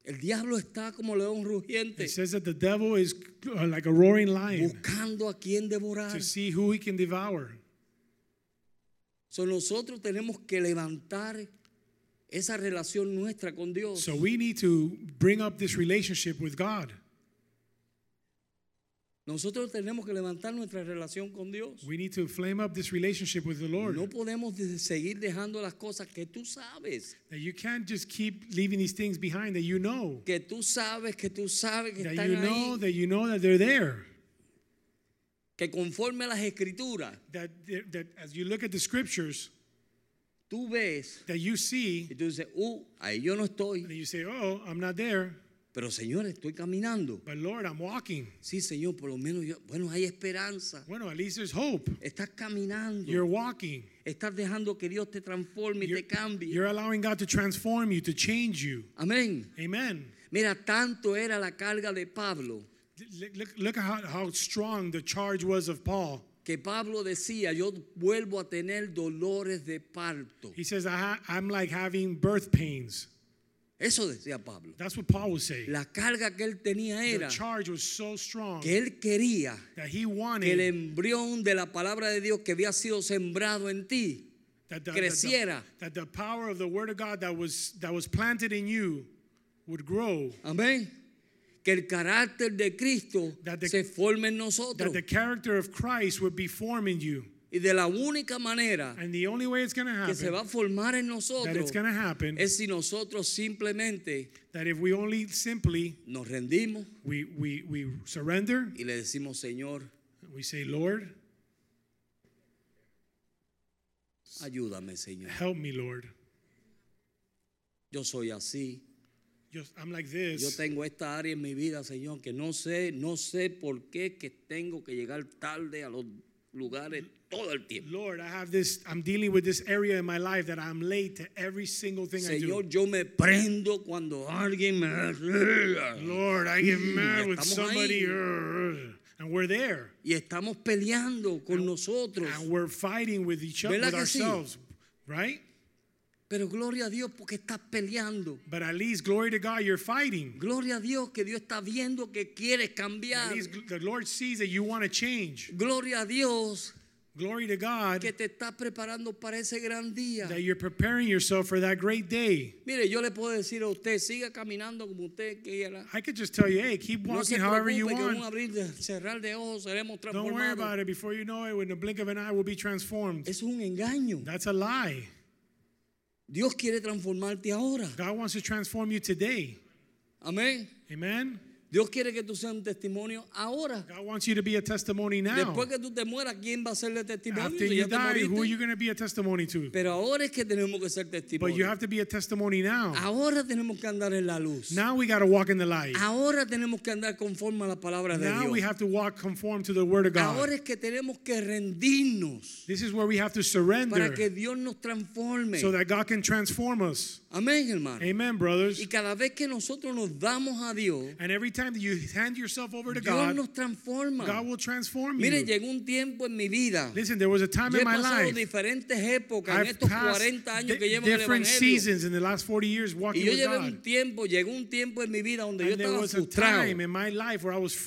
[SPEAKER 3] El diablo está como león rugiente,
[SPEAKER 4] It says that the devil is uh, like a roaring lion
[SPEAKER 3] buscando a quien devorar.
[SPEAKER 4] to see who he can devour.
[SPEAKER 3] So, nosotros tenemos que levantar esa relación nuestra con Dios.
[SPEAKER 4] So we need to bring up this relationship with God.
[SPEAKER 3] nosotros tenemos que levantar nuestra relación con Dios.
[SPEAKER 4] We need to flame up this relationship with the Lord.
[SPEAKER 3] No podemos de- seguir dejando las cosas que tú sabes,
[SPEAKER 4] That you can't just keep leaving these things behind that you know.
[SPEAKER 3] que tú sabes, que tú sabes que
[SPEAKER 4] That
[SPEAKER 3] están
[SPEAKER 4] you know
[SPEAKER 3] ahí,
[SPEAKER 4] that you know that they're there.
[SPEAKER 3] que conforme a las escrituras
[SPEAKER 4] That, that as you look at the scriptures,
[SPEAKER 3] tú ves
[SPEAKER 4] that you see
[SPEAKER 3] y tú dices, uh, ahí yo no
[SPEAKER 4] and
[SPEAKER 3] estoy,
[SPEAKER 4] you say, Oh, I'm not there.
[SPEAKER 3] pero Señor, estoy caminando.
[SPEAKER 4] But Lord, I'm walking.
[SPEAKER 3] Sí, Señor, por lo menos yo, bueno, hay esperanza.
[SPEAKER 4] Bueno, at least there's hope.
[SPEAKER 3] Estás caminando,
[SPEAKER 4] You're walking.
[SPEAKER 3] estás dejando que Dios te transforme y
[SPEAKER 4] You're,
[SPEAKER 3] te cambie.
[SPEAKER 4] you're allowing God to transform you, to change you.
[SPEAKER 3] Amén.
[SPEAKER 4] Amen.
[SPEAKER 3] Mira, tanto era la carga de Pablo
[SPEAKER 4] Look, look, look at how, how strong the charge was of Paul.
[SPEAKER 3] que Pablo decía, yo vuelvo a tener dolores de parto.
[SPEAKER 4] He says, I ha- I'm like having birth pains.
[SPEAKER 3] Eso decía Pablo.
[SPEAKER 4] That's what Paul would say.
[SPEAKER 3] La carga que él tenía
[SPEAKER 4] The
[SPEAKER 3] era
[SPEAKER 4] charge was so strong
[SPEAKER 3] que él quería
[SPEAKER 4] that he
[SPEAKER 3] que el
[SPEAKER 4] wanted
[SPEAKER 3] embrión de la palabra de Dios que había sido sembrado en ti
[SPEAKER 4] that the, that, the,
[SPEAKER 3] creciera.
[SPEAKER 4] that the power of the word of God that was, that was planted in you would grow.
[SPEAKER 3] Amén. Que el carácter de Cristo
[SPEAKER 4] That the-
[SPEAKER 3] se forme en
[SPEAKER 4] That
[SPEAKER 3] nosotros.
[SPEAKER 4] the character of Christ would be forming you.
[SPEAKER 3] Y de la única manera
[SPEAKER 4] And the only way it's going to
[SPEAKER 3] que se va
[SPEAKER 4] happen,
[SPEAKER 3] a formar en
[SPEAKER 4] that
[SPEAKER 3] nosotros
[SPEAKER 4] it's going to happen,
[SPEAKER 3] es si nosotros simplemente
[SPEAKER 4] that if we only simply,
[SPEAKER 3] nos rendimos
[SPEAKER 4] we, we, we surrender,
[SPEAKER 3] y le decimos, Señor,
[SPEAKER 4] we say, Lord,
[SPEAKER 3] ayúdame, Señor.
[SPEAKER 4] help me, Lord.
[SPEAKER 3] Yo soy así.
[SPEAKER 4] Just, I'm like
[SPEAKER 3] Yo
[SPEAKER 4] this.
[SPEAKER 3] tengo esta área en mi vida, Señor, que no sé, no sé por qué que tengo que llegar tarde a los lugares todo el tiempo.
[SPEAKER 4] Lord, I have this, I'm dealing with this area in my life that I'm late to every single thing I
[SPEAKER 3] Señor,
[SPEAKER 4] do.
[SPEAKER 3] yo me prendo cuando alguien me
[SPEAKER 4] Lord, I get mad with
[SPEAKER 3] mm, estamos
[SPEAKER 4] somebody.
[SPEAKER 3] ahí.
[SPEAKER 4] uh, And we're there.
[SPEAKER 3] y estamos peleando con nosotros.
[SPEAKER 4] And we're fighting with each other,
[SPEAKER 3] ¿Verdad
[SPEAKER 4] with
[SPEAKER 3] que sí?
[SPEAKER 4] ourselves. Right?
[SPEAKER 3] Pero gloria a Dios porque estás peleando.
[SPEAKER 4] But at least, glory to God, you're fighting.
[SPEAKER 3] Gloria a Dios que Dios está viendo que quieres cambiar.
[SPEAKER 4] At least the Lord sees that you want to change.
[SPEAKER 3] Gloria a Dios
[SPEAKER 4] Glory to God
[SPEAKER 3] que te está preparando para ese gran día.
[SPEAKER 4] that you're preparing yourself for that great day.
[SPEAKER 3] Mire, yo le puedo decir a usted, siga caminando como usted quiera.
[SPEAKER 4] I could just tell you, hey, keep
[SPEAKER 3] No se
[SPEAKER 4] walking however
[SPEAKER 3] preocupe que
[SPEAKER 4] you
[SPEAKER 3] en un
[SPEAKER 4] want.
[SPEAKER 3] abrir de cerrar de ojos seremos
[SPEAKER 4] Don't worry
[SPEAKER 3] transformados.
[SPEAKER 4] about it. Before you know it, with the blink of an eye, we'll be transformed.
[SPEAKER 3] Es un engaño.
[SPEAKER 4] That's a lie.
[SPEAKER 3] Dios quiere transformarte ahora.
[SPEAKER 4] God wants to transform you today.
[SPEAKER 3] Amén.
[SPEAKER 4] Amen.
[SPEAKER 3] Dios quiere que tú seas un testimonio ahora.
[SPEAKER 4] God wants you to be a testimony now.
[SPEAKER 3] Después que tú te mueras, ¿quién va a serle testimonio?
[SPEAKER 4] After
[SPEAKER 3] Si
[SPEAKER 4] you
[SPEAKER 3] ya te
[SPEAKER 4] die, who are you
[SPEAKER 3] moriste.
[SPEAKER 4] going to be a testimony to?
[SPEAKER 3] Pero ahora es que tenemos que ser
[SPEAKER 4] But you
[SPEAKER 3] testimonios.
[SPEAKER 4] have to be a testimony now.
[SPEAKER 3] Ahora tenemos que andar en la luz.
[SPEAKER 4] Now we got to walk in the light.
[SPEAKER 3] Ahora tenemos que andar conforme a la palabra de
[SPEAKER 4] Now we
[SPEAKER 3] Dios.
[SPEAKER 4] have to walk conform to the word of
[SPEAKER 3] Ahora
[SPEAKER 4] God.
[SPEAKER 3] es que tenemos que rendirnos
[SPEAKER 4] This is where we have to
[SPEAKER 3] para que
[SPEAKER 4] surrender
[SPEAKER 3] Dios nos transforme.
[SPEAKER 4] so that God can transform us.
[SPEAKER 3] Amén, hermano.
[SPEAKER 4] Amen, brothers.
[SPEAKER 3] Y cada vez que nosotros nos damos a Dios,
[SPEAKER 4] And every time that you hand yourself over to
[SPEAKER 3] Dios
[SPEAKER 4] God,
[SPEAKER 3] nos transforma.
[SPEAKER 4] God will transform
[SPEAKER 3] Mire,
[SPEAKER 4] you.
[SPEAKER 3] llegó un tiempo en mi vida.
[SPEAKER 4] Listen, there was a time
[SPEAKER 3] Yo he
[SPEAKER 4] in my
[SPEAKER 3] pasado
[SPEAKER 4] life.
[SPEAKER 3] diferentes épocas en
[SPEAKER 4] I've
[SPEAKER 3] estos
[SPEAKER 4] passed
[SPEAKER 3] 40 años
[SPEAKER 4] di-
[SPEAKER 3] que llevo en el
[SPEAKER 4] different
[SPEAKER 3] Evangelio.
[SPEAKER 4] seasons in the last 40 years
[SPEAKER 3] Y
[SPEAKER 4] walking
[SPEAKER 3] yo
[SPEAKER 4] with
[SPEAKER 3] llevé
[SPEAKER 4] God.
[SPEAKER 3] un tiempo, llegó un tiempo en mi vida donde yo
[SPEAKER 4] And there
[SPEAKER 3] estaba
[SPEAKER 4] was a
[SPEAKER 3] frustrado.
[SPEAKER 4] time in my life where I was
[SPEAKER 3] Yo no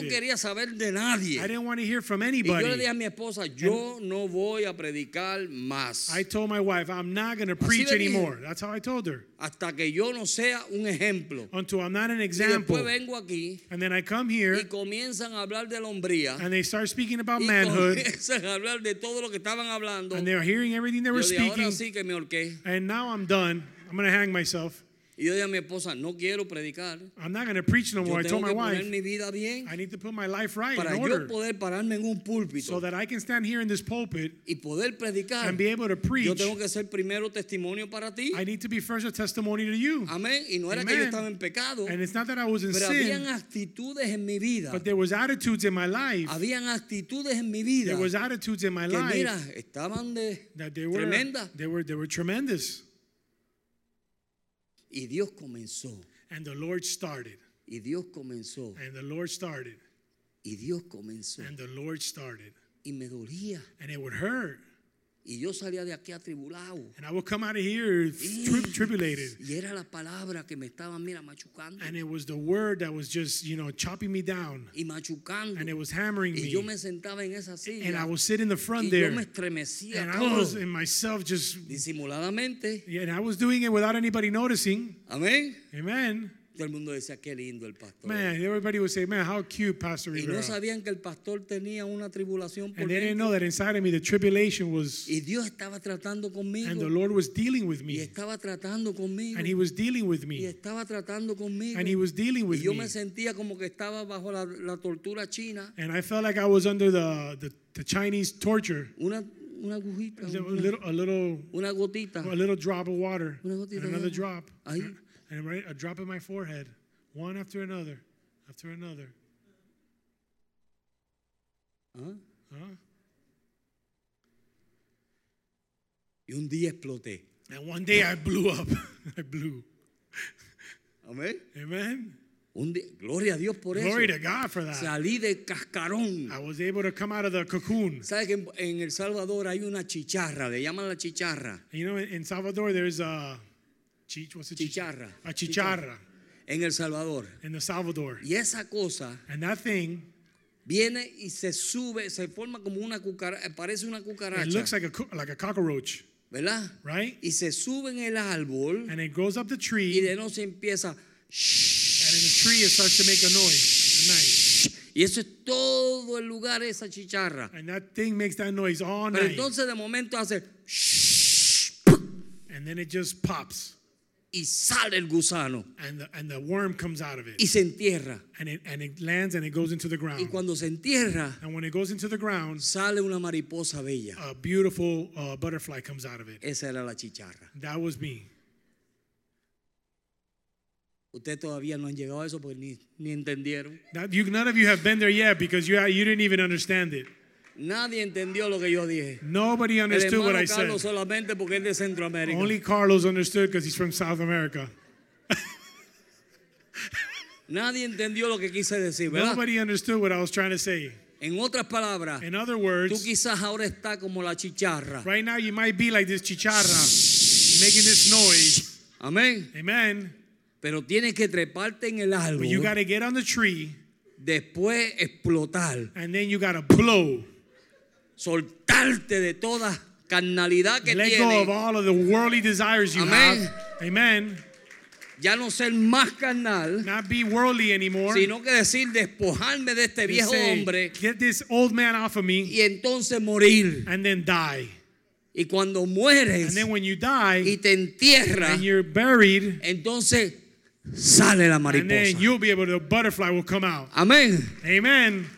[SPEAKER 4] frustrated.
[SPEAKER 3] quería saber de
[SPEAKER 4] I
[SPEAKER 3] nadie.
[SPEAKER 4] didn't want to hear from
[SPEAKER 3] Y yo le dije
[SPEAKER 4] anybody.
[SPEAKER 3] a mi esposa, yo no voy a predicar más
[SPEAKER 4] I told my wife, I'm not going to
[SPEAKER 3] Así
[SPEAKER 4] preach
[SPEAKER 3] le dije.
[SPEAKER 4] anymore. That's how I told her.
[SPEAKER 3] hasta que yo no sea un ejemplo.
[SPEAKER 4] Until I'm not an
[SPEAKER 3] Y después
[SPEAKER 4] example.
[SPEAKER 3] vengo aquí
[SPEAKER 4] And then I come here
[SPEAKER 3] y comienzan a hablar de la hombría
[SPEAKER 4] and they start speaking about
[SPEAKER 3] y
[SPEAKER 4] manhood
[SPEAKER 3] comienzan a hablar de todo lo que estaban hablando.
[SPEAKER 4] and they're hearing everything they
[SPEAKER 3] Yo
[SPEAKER 4] were
[SPEAKER 3] dije, ahora
[SPEAKER 4] speaking.
[SPEAKER 3] sí que me horqué.
[SPEAKER 4] And now I'm done. I'm going to hang myself.
[SPEAKER 3] Y yo dije a mi esposa, no quiero predicar.
[SPEAKER 4] I'm not going to preach no
[SPEAKER 3] Yo
[SPEAKER 4] more. I
[SPEAKER 3] tengo
[SPEAKER 4] told my
[SPEAKER 3] que poner
[SPEAKER 4] wife,
[SPEAKER 3] mi vida bien
[SPEAKER 4] I need to put my life right
[SPEAKER 3] para
[SPEAKER 4] in
[SPEAKER 3] yo
[SPEAKER 4] order
[SPEAKER 3] poder pararme en un
[SPEAKER 4] so
[SPEAKER 3] púlpito
[SPEAKER 4] that I can stand here in this pulpit
[SPEAKER 3] y poder predicar.
[SPEAKER 4] and be able to
[SPEAKER 3] Yo
[SPEAKER 4] preach.
[SPEAKER 3] tengo que ser primero testimonio para ti.
[SPEAKER 4] I need to be first a testimony to you.
[SPEAKER 3] Amén. Y no era que yo
[SPEAKER 4] Amen.
[SPEAKER 3] estaba en pecado,
[SPEAKER 4] And it's not that I was in
[SPEAKER 3] pero habían
[SPEAKER 4] sin,
[SPEAKER 3] actitudes en mi vida.
[SPEAKER 4] but there was attitudes in my life.
[SPEAKER 3] Habían actitudes en mi vida
[SPEAKER 4] There was attitudes in my
[SPEAKER 3] que mira,
[SPEAKER 4] life
[SPEAKER 3] estaban de
[SPEAKER 4] that they were
[SPEAKER 3] tremenda.
[SPEAKER 4] they were they were tremendous.
[SPEAKER 3] y Dios comenzó,
[SPEAKER 4] And the Lord started.
[SPEAKER 3] y Dios comenzó,
[SPEAKER 4] And the Lord started.
[SPEAKER 3] y Dios comenzó
[SPEAKER 4] And the Lord started.
[SPEAKER 3] y me dolía
[SPEAKER 4] And it would hurt.
[SPEAKER 3] y yo salía de aquí atribulado
[SPEAKER 4] And I would come out of here tri- tribulated.
[SPEAKER 3] y era la palabra que me estaba mira machucando
[SPEAKER 4] And it was the word that was just, you know, chopping me down.
[SPEAKER 3] y machucando
[SPEAKER 4] And it was hammering
[SPEAKER 3] y yo
[SPEAKER 4] me.
[SPEAKER 3] me sentaba en esa
[SPEAKER 4] And I
[SPEAKER 3] silla
[SPEAKER 4] would sit in the front
[SPEAKER 3] y yo
[SPEAKER 4] there.
[SPEAKER 3] me estremecía
[SPEAKER 4] And
[SPEAKER 3] todo,
[SPEAKER 4] I was in myself just
[SPEAKER 3] disimuladamente
[SPEAKER 4] yeah, and I was doing it without anybody noticing.
[SPEAKER 3] amén
[SPEAKER 4] Amen.
[SPEAKER 3] todo el mundo decía qué lindo el pastor
[SPEAKER 4] Man, everybody would say, Man, how cute, Pastor
[SPEAKER 3] y no
[SPEAKER 4] Rivera.
[SPEAKER 3] sabían que el pastor tenía una tribulación por
[SPEAKER 4] And they didn't
[SPEAKER 3] dentro
[SPEAKER 4] know that inside of me the tribulation was
[SPEAKER 3] y Dios estaba tratando
[SPEAKER 4] and the
[SPEAKER 3] conmigo
[SPEAKER 4] Lord was dealing with
[SPEAKER 3] y
[SPEAKER 4] me.
[SPEAKER 3] estaba tratando conmigo
[SPEAKER 4] And he was dealing with
[SPEAKER 3] y
[SPEAKER 4] me.
[SPEAKER 3] estaba tratando conmigo
[SPEAKER 4] And he was dealing
[SPEAKER 3] y
[SPEAKER 4] with
[SPEAKER 3] yo
[SPEAKER 4] me.
[SPEAKER 3] me sentía como que estaba bajo la, la tortura china
[SPEAKER 4] And I felt like I was under the the, the Chinese torture.
[SPEAKER 3] una una agujita
[SPEAKER 4] A little a little
[SPEAKER 3] una gotita
[SPEAKER 4] a little drop of water.
[SPEAKER 3] Una
[SPEAKER 4] And
[SPEAKER 3] gotita de
[SPEAKER 4] another
[SPEAKER 3] agua.
[SPEAKER 4] drop.
[SPEAKER 3] Ahí.
[SPEAKER 4] And and right a drop in my forehead. One after another. After another.
[SPEAKER 3] ¿Ah?
[SPEAKER 4] Huh?
[SPEAKER 3] y un día exploté
[SPEAKER 4] And one day I blew up. I blew.
[SPEAKER 3] amén
[SPEAKER 4] Amen.
[SPEAKER 3] Un di- gloria a Dios por
[SPEAKER 4] Glory
[SPEAKER 3] eso.
[SPEAKER 4] to God for that.
[SPEAKER 3] Salí del cascarón.
[SPEAKER 4] I was able to come out of the cocoon.
[SPEAKER 3] ¿Sabes que en, en El Salvador hay una chicharra? Le llaman la chicharra.
[SPEAKER 4] You know, in- in Salvador, there's a chich, what's a chich-
[SPEAKER 3] Chicharra.
[SPEAKER 4] A chicharra
[SPEAKER 3] En El Salvador.
[SPEAKER 4] in the Salvador.
[SPEAKER 3] Y esa cosa
[SPEAKER 4] And that thing,
[SPEAKER 3] viene y se sube, se forma como una cucaracha, parece una
[SPEAKER 4] it
[SPEAKER 3] cucaracha,
[SPEAKER 4] looks like a co- like a cockroach,
[SPEAKER 3] ¿verdad?
[SPEAKER 4] right?
[SPEAKER 3] Y se sube en el árbol
[SPEAKER 4] And it grows up the
[SPEAKER 3] y
[SPEAKER 4] tree, and
[SPEAKER 3] de
[SPEAKER 4] in
[SPEAKER 3] noche empieza.
[SPEAKER 4] the tree it starts to make a noise
[SPEAKER 3] Y eso es todo el lugar, esa chicharra.
[SPEAKER 4] at night. And that thing makes that noise all
[SPEAKER 3] Pero
[SPEAKER 4] night,
[SPEAKER 3] entonces de momento hace
[SPEAKER 4] and then it just pops,
[SPEAKER 3] y sale el gusano
[SPEAKER 4] and the and the worm comes out of it,
[SPEAKER 3] y se entierra.
[SPEAKER 4] and it and it lands and it goes into the
[SPEAKER 3] Y
[SPEAKER 4] ground.
[SPEAKER 3] cuando se entierra,
[SPEAKER 4] And when it goes into the ground,
[SPEAKER 3] sale una mariposa bella.
[SPEAKER 4] a beautiful uh, butterfly comes out of it.
[SPEAKER 3] Esa era la chicharra.
[SPEAKER 4] That was me.
[SPEAKER 3] Ustedes todavía no han llegado a eso porque ni, ni entendieron.
[SPEAKER 4] That, you, none of you have been there yet because you you didn't even understand it.
[SPEAKER 3] Nadie entendió lo que yo dije.
[SPEAKER 4] Nobody
[SPEAKER 3] El
[SPEAKER 4] understood
[SPEAKER 3] hermano
[SPEAKER 4] what I
[SPEAKER 3] Carlos
[SPEAKER 4] said.
[SPEAKER 3] solamente porque es de Centroamérica.
[SPEAKER 4] Only Carlos understood because he's from South America.
[SPEAKER 3] Nadie entendió lo que quise decir, ¿verdad?
[SPEAKER 4] Nobody understood what I was trying to say.
[SPEAKER 3] En otras palabras,
[SPEAKER 4] In other
[SPEAKER 3] tú
[SPEAKER 4] words,
[SPEAKER 3] quizás ahora estás como la chicharra.
[SPEAKER 4] right now you might be like this chicharra making this noise.
[SPEAKER 3] Amén.
[SPEAKER 4] Amen.
[SPEAKER 3] Pero tienes que treparte en el árbol,
[SPEAKER 4] But you got to get on the tree
[SPEAKER 3] después explotar,
[SPEAKER 4] and then you got to blow.
[SPEAKER 3] soltarte de toda carnalidad que
[SPEAKER 4] Let go of
[SPEAKER 3] tienes,
[SPEAKER 4] all of the worldly desires you
[SPEAKER 3] Amén.
[SPEAKER 4] have. Amen.
[SPEAKER 3] ya no ser más carnal.
[SPEAKER 4] Not be worldly anymore.
[SPEAKER 3] sino que decir despojarme de este
[SPEAKER 4] And
[SPEAKER 3] viejo
[SPEAKER 4] say,
[SPEAKER 3] hombre
[SPEAKER 4] Get this old man off of me
[SPEAKER 3] y entonces morir.
[SPEAKER 4] and then die.
[SPEAKER 3] Y cuando
[SPEAKER 4] And
[SPEAKER 3] mueres
[SPEAKER 4] then when you
[SPEAKER 3] y
[SPEAKER 4] die
[SPEAKER 3] te entierras,
[SPEAKER 4] and you're buried,
[SPEAKER 3] entonces sale la
[SPEAKER 4] and then
[SPEAKER 3] mariposa.
[SPEAKER 4] you'll be able to, the butterfly will come out.
[SPEAKER 3] Amén.
[SPEAKER 4] Amen.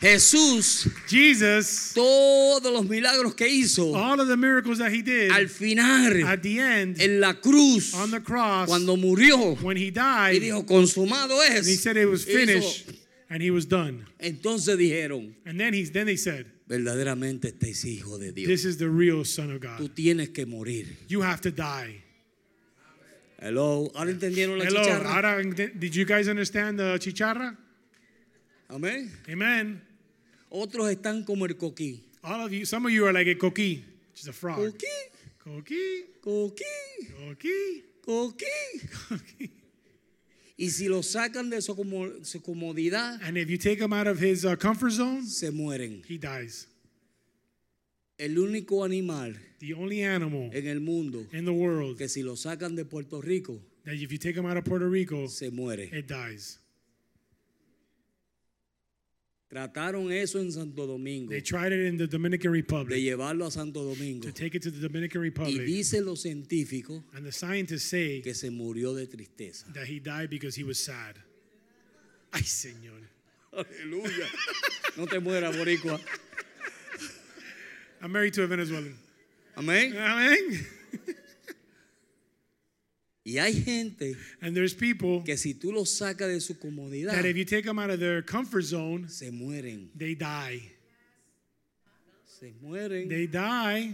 [SPEAKER 3] Jesús,
[SPEAKER 4] Jesus,
[SPEAKER 3] todos los milagros que hizo,
[SPEAKER 4] all of the miracles that he did
[SPEAKER 3] al final,
[SPEAKER 4] at the end
[SPEAKER 3] en la cruz,
[SPEAKER 4] on the cross,
[SPEAKER 3] cuando murió
[SPEAKER 4] when he
[SPEAKER 3] y
[SPEAKER 4] died,
[SPEAKER 3] dijo, consumado
[SPEAKER 4] and he
[SPEAKER 3] es.
[SPEAKER 4] said it was
[SPEAKER 3] hizo-
[SPEAKER 4] finished and he was done.
[SPEAKER 3] Entonces dijeron,
[SPEAKER 4] And then he's then they said,
[SPEAKER 3] verdaderamente este es hijo de Dios.
[SPEAKER 4] This is the real Son of
[SPEAKER 3] Tú
[SPEAKER 4] God.
[SPEAKER 3] tienes que morir.
[SPEAKER 4] You have to die.
[SPEAKER 3] Hello, ahora entendieron la
[SPEAKER 4] Hello,
[SPEAKER 3] chicharra.
[SPEAKER 4] ahora ent- did you guys understand the chicharra?
[SPEAKER 3] Amén.
[SPEAKER 4] Amen.
[SPEAKER 3] Otros están como el coquí.
[SPEAKER 4] All of you, some of you are like a coqui, which is a frog.
[SPEAKER 3] Coquí,
[SPEAKER 4] Coqui,
[SPEAKER 3] coquí,
[SPEAKER 4] coqui.
[SPEAKER 3] coquí. Y si lo sacan de su, como- su comodidad,
[SPEAKER 4] And if you take him out of his uh, comfort zone,
[SPEAKER 3] se mueren.
[SPEAKER 4] he dies.
[SPEAKER 3] El único animal
[SPEAKER 4] The only animal
[SPEAKER 3] en el mundo
[SPEAKER 4] in the world
[SPEAKER 3] que si lo sacan de Puerto Rico,
[SPEAKER 4] that if you take him out of Puerto Rico,
[SPEAKER 3] se muere.
[SPEAKER 4] it dies.
[SPEAKER 3] Trataron eso en Santo Domingo,
[SPEAKER 4] They tried it in the Dominican
[SPEAKER 3] de
[SPEAKER 4] Republic
[SPEAKER 3] llevarlo a Santo Domingo.
[SPEAKER 4] to take it to the Dominican
[SPEAKER 3] Y
[SPEAKER 4] Republic,
[SPEAKER 3] dicen los científicos
[SPEAKER 4] and the scientists say
[SPEAKER 3] que se murió de tristeza.
[SPEAKER 4] that he died because he was sad. Ay, señor.
[SPEAKER 3] Aleluya. No te mueras, boricua.
[SPEAKER 4] I'm married to a Venezuelan.
[SPEAKER 3] Amén.
[SPEAKER 4] Amen.
[SPEAKER 3] Y hay gente
[SPEAKER 4] And there's people
[SPEAKER 3] que si tú los sacas de su comodidad,
[SPEAKER 4] that if you take them out of their comfort zone,
[SPEAKER 3] se mueren,
[SPEAKER 4] they die.
[SPEAKER 3] se mueren,
[SPEAKER 4] They die.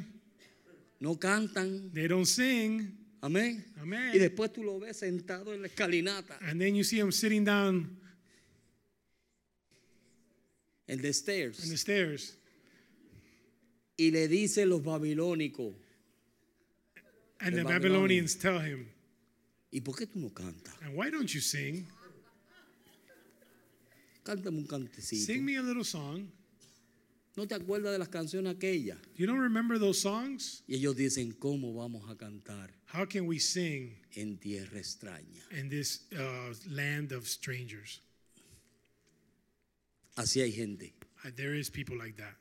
[SPEAKER 3] no cantan,
[SPEAKER 4] They don't sing.
[SPEAKER 3] amén.
[SPEAKER 4] Amen.
[SPEAKER 3] Y después tú lo ves sentado en la escalinata,
[SPEAKER 4] And then you see them sitting down
[SPEAKER 3] en the
[SPEAKER 4] on the
[SPEAKER 3] stairs,
[SPEAKER 4] stairs.
[SPEAKER 3] y le dicen los babilónicos,
[SPEAKER 4] And
[SPEAKER 3] The
[SPEAKER 4] the Babylonians tell him,
[SPEAKER 3] ¿y por qué tú no cantas?
[SPEAKER 4] And why don't you sing?
[SPEAKER 3] Cántame un cantecito.
[SPEAKER 4] Sing me a little song.
[SPEAKER 3] ¿No te acuerdas de las canciones aquellas?
[SPEAKER 4] You don't remember those songs?
[SPEAKER 3] Y ellos dicen, ¿cómo vamos a cantar
[SPEAKER 4] How can we sing
[SPEAKER 3] en tierra extraña?
[SPEAKER 4] in this uh, land of strangers?
[SPEAKER 3] Así hay gente,
[SPEAKER 4] Uh, There is people like that.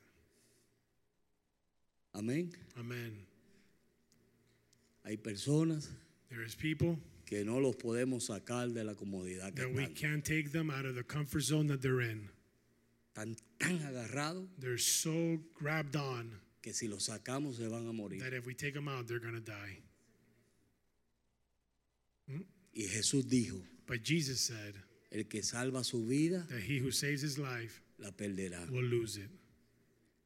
[SPEAKER 3] amén.
[SPEAKER 4] Amen.
[SPEAKER 3] Hay personas
[SPEAKER 4] There is people
[SPEAKER 3] que no los podemos sacar de la comodidad que
[SPEAKER 4] that we
[SPEAKER 3] están.
[SPEAKER 4] can't take them out of the comfort zone that they're in.
[SPEAKER 3] Están tan agarrados
[SPEAKER 4] They're so grabbed on
[SPEAKER 3] que si los sacamos se van a morir.
[SPEAKER 4] that if we take them out, they're going to die.
[SPEAKER 3] Y Jesús dijo,
[SPEAKER 4] But Jesus said
[SPEAKER 3] el que salva su vida
[SPEAKER 4] that he who saves his life
[SPEAKER 3] la perderá,
[SPEAKER 4] will lose it.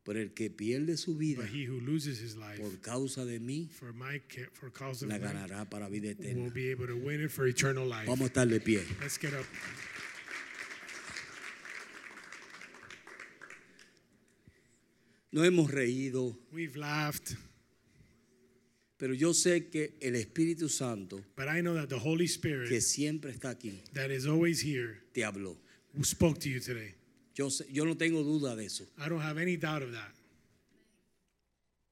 [SPEAKER 3] pero el que pierde su vida
[SPEAKER 4] But he who loses his life
[SPEAKER 3] por causa de mí
[SPEAKER 4] for my ca- for cause of
[SPEAKER 3] la
[SPEAKER 4] life
[SPEAKER 3] ganará para vida
[SPEAKER 4] will
[SPEAKER 3] eterna.
[SPEAKER 4] be able to win it for eternal life.
[SPEAKER 3] Vamos a estar de pie.
[SPEAKER 4] Let's get up.
[SPEAKER 3] No hemos reído,
[SPEAKER 4] We've laughed,
[SPEAKER 3] pero yo sé que el Espíritu Santo,
[SPEAKER 4] but I know that the Holy Spirit
[SPEAKER 3] que siempre está aquí,
[SPEAKER 4] that is always here
[SPEAKER 3] te habló.
[SPEAKER 4] who spoke to you today.
[SPEAKER 3] Yo, sé- yo no tengo duda de eso.
[SPEAKER 4] I don't have any doubt of that.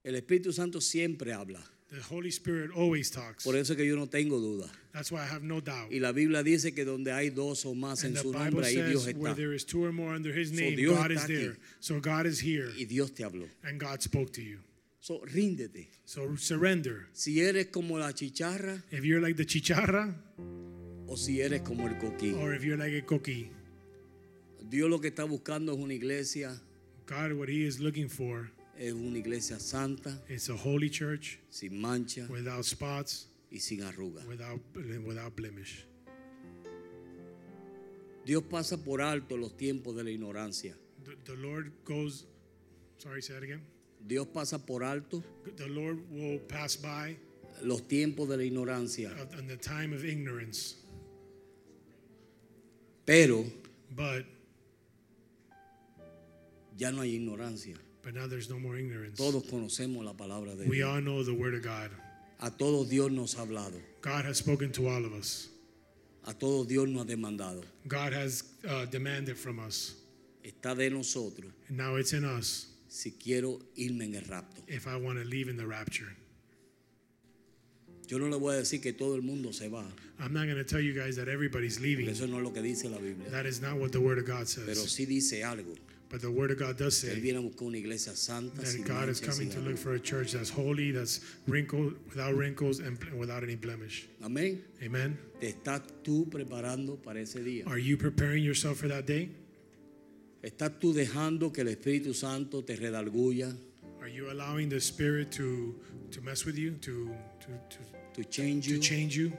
[SPEAKER 3] El Espíritu Santo siempre habla.
[SPEAKER 4] The Holy Spirit always talks.
[SPEAKER 3] Por eso es que yo no tengo duda.
[SPEAKER 4] That's why I have no doubt.
[SPEAKER 3] Y la Biblia dice que donde hay dos o más en
[SPEAKER 4] And the
[SPEAKER 3] su
[SPEAKER 4] Bible
[SPEAKER 3] nombre, ahí Dios
[SPEAKER 4] says where
[SPEAKER 3] está.
[SPEAKER 4] there is two or more under his name,
[SPEAKER 3] Dios
[SPEAKER 4] God
[SPEAKER 3] está
[SPEAKER 4] is
[SPEAKER 3] aquí.
[SPEAKER 4] there. So God is here
[SPEAKER 3] Y Dios te habló.
[SPEAKER 4] and God spoke to you.
[SPEAKER 3] So, ríndete.
[SPEAKER 4] So surrender.
[SPEAKER 3] Si eres como la chicharra
[SPEAKER 4] If you're like the chicharra
[SPEAKER 3] o si eres como el coquí.
[SPEAKER 4] or if you're like a cookie,
[SPEAKER 3] Dios lo que está buscando es una iglesia,
[SPEAKER 4] God, what he is looking for
[SPEAKER 3] es una iglesia santa,
[SPEAKER 4] is a holy church
[SPEAKER 3] sin mancha
[SPEAKER 4] without spots,
[SPEAKER 3] y sin arruga.
[SPEAKER 4] without, without blemish.
[SPEAKER 3] Dios pasa por alto los tiempos de la ignorancia.
[SPEAKER 4] The, the Lord goes, sorry, say that again.
[SPEAKER 3] Dios pasa por alto
[SPEAKER 4] The Lord will pass by
[SPEAKER 3] los tiempos de la ignorancia.
[SPEAKER 4] at- in the time of ignorance,
[SPEAKER 3] Pero
[SPEAKER 4] but
[SPEAKER 3] ya no hay ignorancia.
[SPEAKER 4] but now there's no more ignorance.
[SPEAKER 3] Todos conocemos la palabra de
[SPEAKER 4] We
[SPEAKER 3] Dios.
[SPEAKER 4] all know the word of God.
[SPEAKER 3] A todos Dios nos ha hablado.
[SPEAKER 4] God has spoken to all of us.
[SPEAKER 3] A todos Dios nos ha demandado.
[SPEAKER 4] God has uh, demanded from us,
[SPEAKER 3] Está de nosotros
[SPEAKER 4] and now it's in us.
[SPEAKER 3] si quiero irme en el rapto.
[SPEAKER 4] If I want to leave in the rapture,
[SPEAKER 3] Yo no le voy a decir que todo el mundo se va.
[SPEAKER 4] I'm not going to tell you guys that everybody's leaving.
[SPEAKER 3] Eso no es lo que dice la Biblia.
[SPEAKER 4] That is not what the word of God
[SPEAKER 3] Pero
[SPEAKER 4] says.
[SPEAKER 3] sí dice algo.
[SPEAKER 4] But the word of God does
[SPEAKER 3] Él
[SPEAKER 4] say
[SPEAKER 3] viene a buscar una iglesia santa.
[SPEAKER 4] that
[SPEAKER 3] sin
[SPEAKER 4] God is
[SPEAKER 3] mancha y sin
[SPEAKER 4] coming to look
[SPEAKER 3] arruga.
[SPEAKER 4] for a church that's holy, that's wrinkled, without wrinkles, and bl- without any blemish.
[SPEAKER 3] Amén.
[SPEAKER 4] Amen.
[SPEAKER 3] Te estás tú preparando para ese día.
[SPEAKER 4] Are you preparing yourself for that day?
[SPEAKER 3] Estás tú dejando que el Espíritu Santo te redarguya,
[SPEAKER 4] Are you allowing the Spirit to to mess with you, to to to,
[SPEAKER 3] to change
[SPEAKER 4] to
[SPEAKER 3] you.
[SPEAKER 4] change you?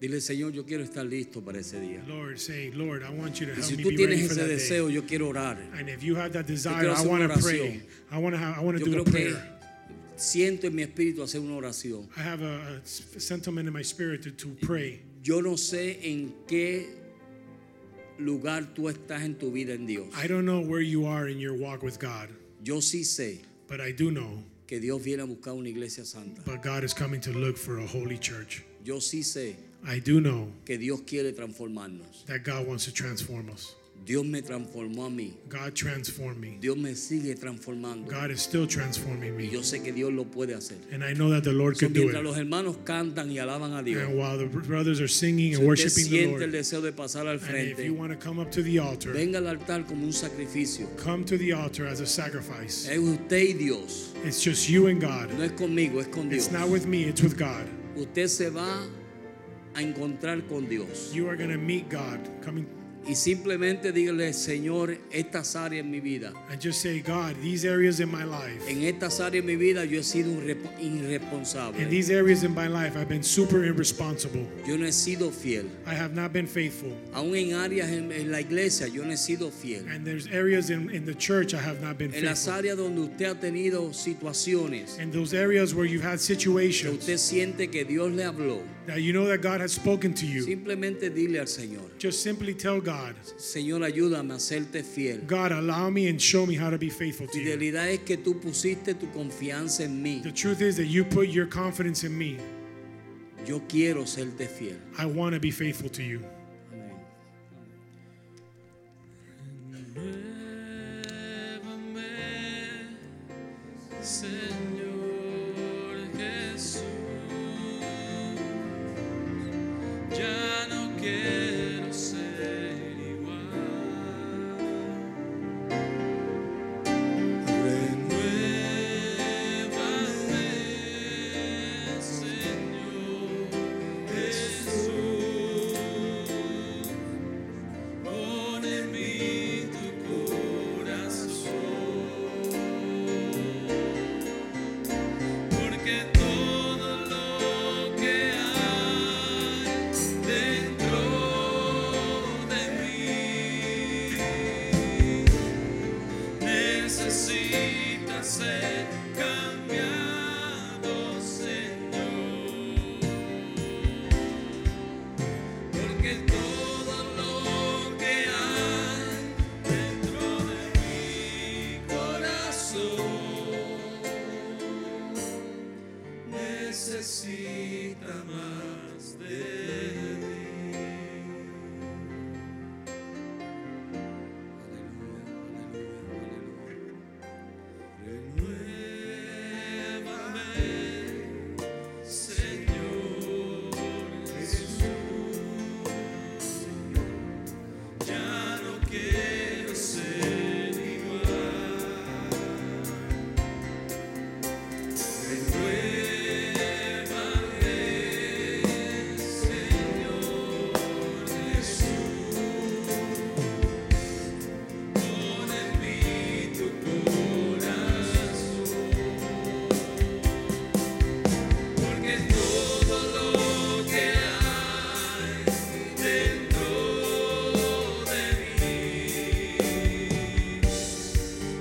[SPEAKER 3] Dile, Señor, yo quiero estar listo para ese día.
[SPEAKER 4] Lord, say, Lord, I want you to
[SPEAKER 3] Y
[SPEAKER 4] help
[SPEAKER 3] si
[SPEAKER 4] me
[SPEAKER 3] tú
[SPEAKER 4] be ready
[SPEAKER 3] tienes
[SPEAKER 4] for
[SPEAKER 3] ese
[SPEAKER 4] that
[SPEAKER 3] deseo,
[SPEAKER 4] day.
[SPEAKER 3] yo quiero orar.
[SPEAKER 4] And if you have that desire,
[SPEAKER 3] quiero
[SPEAKER 4] I
[SPEAKER 3] hacer
[SPEAKER 4] want
[SPEAKER 3] una
[SPEAKER 4] to pray.
[SPEAKER 3] oración.
[SPEAKER 4] I want to have, I want to
[SPEAKER 3] Yo
[SPEAKER 4] do
[SPEAKER 3] creo
[SPEAKER 4] a
[SPEAKER 3] que
[SPEAKER 4] prayer.
[SPEAKER 3] siento en mi espíritu hacer una oración.
[SPEAKER 4] I have a, a sentiment in my spirit to, to pray.
[SPEAKER 3] Yo no sé en qué lugar tú estás en tu vida en Dios.
[SPEAKER 4] I don't know where you are in your walk with God,
[SPEAKER 3] Yo sí sé
[SPEAKER 4] but I do know.
[SPEAKER 3] que Dios viene a buscar una iglesia santa.
[SPEAKER 4] But God is coming to look for a holy church.
[SPEAKER 3] Yo sí sé
[SPEAKER 4] I do know
[SPEAKER 3] que Dios quiere transformarnos.
[SPEAKER 4] that God wants to transform us.
[SPEAKER 3] Dios me transformó a mí.
[SPEAKER 4] God transformed me.
[SPEAKER 3] Dios me sigue transformando.
[SPEAKER 4] God is still transforming
[SPEAKER 3] Y
[SPEAKER 4] me.
[SPEAKER 3] yo sé que Dios lo puede hacer.
[SPEAKER 4] And I know that the Lord
[SPEAKER 3] So,
[SPEAKER 4] can do
[SPEAKER 3] mientras los
[SPEAKER 4] it.
[SPEAKER 3] hermanos cantan y alaban a Dios,
[SPEAKER 4] And while the brothers are singing
[SPEAKER 3] si
[SPEAKER 4] and
[SPEAKER 3] usted
[SPEAKER 4] worshiping the
[SPEAKER 3] siente el
[SPEAKER 4] Lord,
[SPEAKER 3] deseo de pasar al
[SPEAKER 4] and if you
[SPEAKER 3] frente,
[SPEAKER 4] want to come up to the altar,
[SPEAKER 3] venga al altar como un sacrificio.
[SPEAKER 4] come to the altar as a sacrifice.
[SPEAKER 3] Es usted y Dios.
[SPEAKER 4] It's just you and God.
[SPEAKER 3] No es conmigo, es con Dios.
[SPEAKER 4] It's not with me, it's with God.
[SPEAKER 3] Usted se va a encontrar con Dios.
[SPEAKER 4] You are going to meet God coming
[SPEAKER 3] Y simplemente dígale, Señor, estas áreas en mi vida.
[SPEAKER 4] and just say, God, these areas in my life,
[SPEAKER 3] En estas áreas en mi vida yo he sido un repo-
[SPEAKER 4] in
[SPEAKER 3] irresponsable.
[SPEAKER 4] these areas in my life, I've been super irresponsible.
[SPEAKER 3] Yo no he sido fiel.
[SPEAKER 4] I have not been faithful.
[SPEAKER 3] Aún en áreas en, en la iglesia yo no he sido fiel.
[SPEAKER 4] And there's areas in, in the church I have not been
[SPEAKER 3] En las
[SPEAKER 4] faithful.
[SPEAKER 3] áreas donde usted ha tenido situaciones
[SPEAKER 4] In those areas where you've had
[SPEAKER 3] que
[SPEAKER 4] situations
[SPEAKER 3] usted siente que Dios le habló,
[SPEAKER 4] that you know that God has spoken to you,
[SPEAKER 3] simplemente dile al Señor,
[SPEAKER 4] just simply tell God,
[SPEAKER 3] Señor, ayúdame a serte fiel.
[SPEAKER 4] God, allow me and show me how to be faithful to you.
[SPEAKER 3] Fidelidad es que tú pusiste tu confianza en mí.
[SPEAKER 4] The truth is that you put your confidence in me.
[SPEAKER 3] Yo quiero serte fiel.
[SPEAKER 4] I want to be faithful to you.
[SPEAKER 3] Amén.
[SPEAKER 5] Señor Jesús, ya no quiero ser igual. Renuévame, Señor Jesús, pon en mí tu corazón. Porque todo lo que hay dentro de mí necesita ser cambiado, Señor. Porque todo lo que hay dentro de mi corazón necesita más de Renuévame, Señor Jesús. Ya no quiero ser igual. Renuévame, Señor Jesús, pon en mí tu corazón, porque todo lo que hay dentro de mí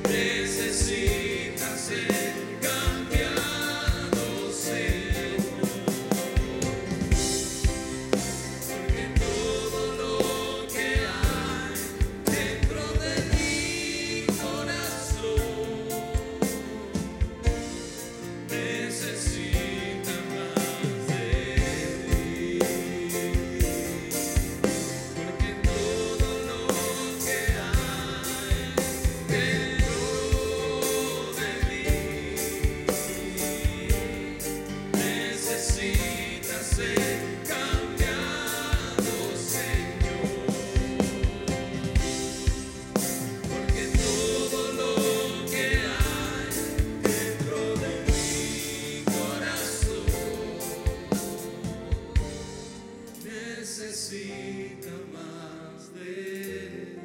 [SPEAKER 5] necesita ser cambiado, Señor. Porque todo lo que hay dentro de mi corazón necesita más de ti. Porque todo lo que hay dentro de mí necesita ser cambiado, Señor. Porque todo lo que hay dentro de mi corazón necesita más de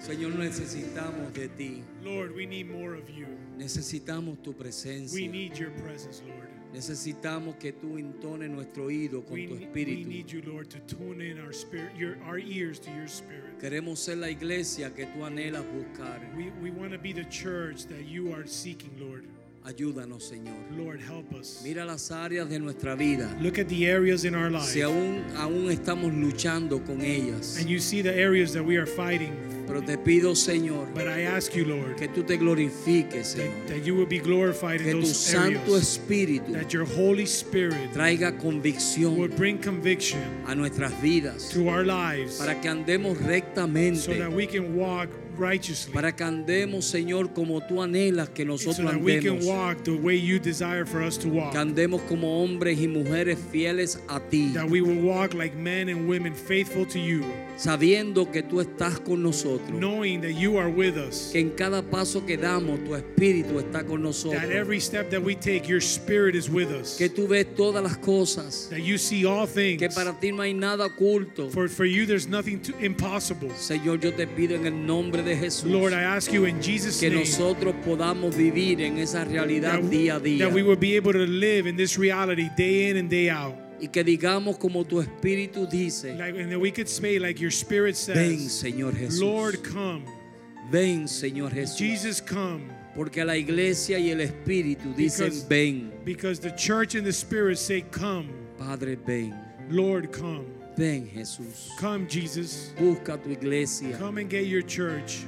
[SPEAKER 3] Señor, necesitamos de ti.
[SPEAKER 4] Lord, we need more of you.
[SPEAKER 3] Necesitamos tu
[SPEAKER 4] We
[SPEAKER 3] presencia.
[SPEAKER 4] need your presence, Lord.
[SPEAKER 3] Necesitamos que tú entones nuestro oído con
[SPEAKER 4] We,
[SPEAKER 3] tu
[SPEAKER 4] ne- we
[SPEAKER 3] espíritu.
[SPEAKER 4] need you, Lord, to tune in our spirit, your, our ears to your spirit.
[SPEAKER 3] Queremos ser la iglesia que tú anhelas buscar.
[SPEAKER 4] We, we want to be the church that you are seeking, Lord.
[SPEAKER 3] Ayúdanos, Señor.
[SPEAKER 4] Lord, help us.
[SPEAKER 3] Mira las áreas de nuestra vida.
[SPEAKER 4] Look at the areas in our life,
[SPEAKER 3] Si aún, aún estamos luchando con ellas.
[SPEAKER 4] and you see the areas that we are fighting.
[SPEAKER 3] Pero te pido, Señor,
[SPEAKER 4] But I ask you, Lord,
[SPEAKER 3] que tú te glorifiques,
[SPEAKER 4] that,
[SPEAKER 3] Señor.
[SPEAKER 4] that you will be glorified
[SPEAKER 3] Que
[SPEAKER 4] in
[SPEAKER 3] tu
[SPEAKER 4] those
[SPEAKER 3] Santo
[SPEAKER 4] areas.
[SPEAKER 3] Espíritu
[SPEAKER 4] That your Holy Spirit
[SPEAKER 3] traiga
[SPEAKER 4] will
[SPEAKER 3] convicción
[SPEAKER 4] bring conviction
[SPEAKER 3] a nuestras vidas.
[SPEAKER 4] to our lives
[SPEAKER 3] Para que andemos
[SPEAKER 4] so
[SPEAKER 3] rectamente.
[SPEAKER 4] that we can walk righteously.
[SPEAKER 3] Para que andemos, Señor, como tú anhelas que
[SPEAKER 4] so
[SPEAKER 3] nosotros
[SPEAKER 4] that we can
[SPEAKER 3] andemos.
[SPEAKER 4] walk the way you desire for us to walk.
[SPEAKER 3] Que andemos como hombres y mujeres fieles a ti,
[SPEAKER 4] That we will walk like men and women faithful to you,
[SPEAKER 3] sabiendo que tú estás con nosotros,
[SPEAKER 4] knowing that you are with us.
[SPEAKER 3] que en cada paso que damos tu espíritu está con nosotros,
[SPEAKER 4] That every step that we take, your spirit is with us.
[SPEAKER 3] que tú ves todas las cosas,
[SPEAKER 4] That you see all things.
[SPEAKER 3] que para ti no hay nada oculto.
[SPEAKER 4] For, for you, there's nothing too impossible.
[SPEAKER 3] Señor, yo te pido en el nombre de Jesús
[SPEAKER 4] Lord, I ask you in Jesus'
[SPEAKER 3] que
[SPEAKER 4] name
[SPEAKER 3] nosotros podamos vivir en esa realidad
[SPEAKER 4] that,
[SPEAKER 3] día a día
[SPEAKER 4] that we will be able to live in this reality day in and day out.
[SPEAKER 3] y que digamos como tu espíritu dice,
[SPEAKER 4] Like, and that we could say, like your spirit
[SPEAKER 3] ven
[SPEAKER 4] says,
[SPEAKER 3] Señor Jesús,
[SPEAKER 4] Lord, come.
[SPEAKER 3] ven Señor Jesús,
[SPEAKER 4] Jesus, come.
[SPEAKER 3] porque la iglesia y el espíritu dicen,
[SPEAKER 4] Because-
[SPEAKER 3] ven.
[SPEAKER 4] Because the church and the spirit say, Come,
[SPEAKER 3] Padre, ven,
[SPEAKER 4] Lord, come.
[SPEAKER 3] ven Jesús.
[SPEAKER 4] Come, Jesus.
[SPEAKER 3] Busca tu iglesia.
[SPEAKER 4] Come and get your church.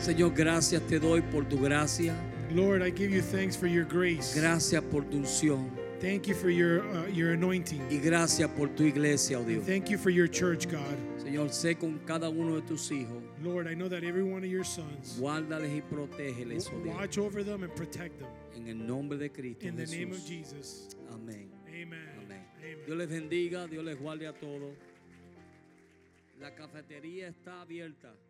[SPEAKER 3] Señor, gracias te doy por tu gracia.
[SPEAKER 4] Lord, I give you thanks for your grace.
[SPEAKER 3] Gracias por tu unción.
[SPEAKER 4] Thank you for your, uh, your anointing.
[SPEAKER 3] Y gracias por tu iglesia, oh Dios.
[SPEAKER 4] Thank you for your church, God.
[SPEAKER 3] Señor, sé con cada uno de tus hijos.
[SPEAKER 4] Lord, I know that every one of your sons,
[SPEAKER 3] Guárdales y protégeles, oh Dios.
[SPEAKER 4] watch over them and protect them.
[SPEAKER 3] En el nombre de Cristo.
[SPEAKER 4] In the
[SPEAKER 3] Jesús.
[SPEAKER 4] name of Jesus.
[SPEAKER 3] Amén.
[SPEAKER 4] Amen.
[SPEAKER 3] Amén. Dios
[SPEAKER 4] Amen.
[SPEAKER 3] les bendiga, Dios les guarde a todos. La cafetería está abierta.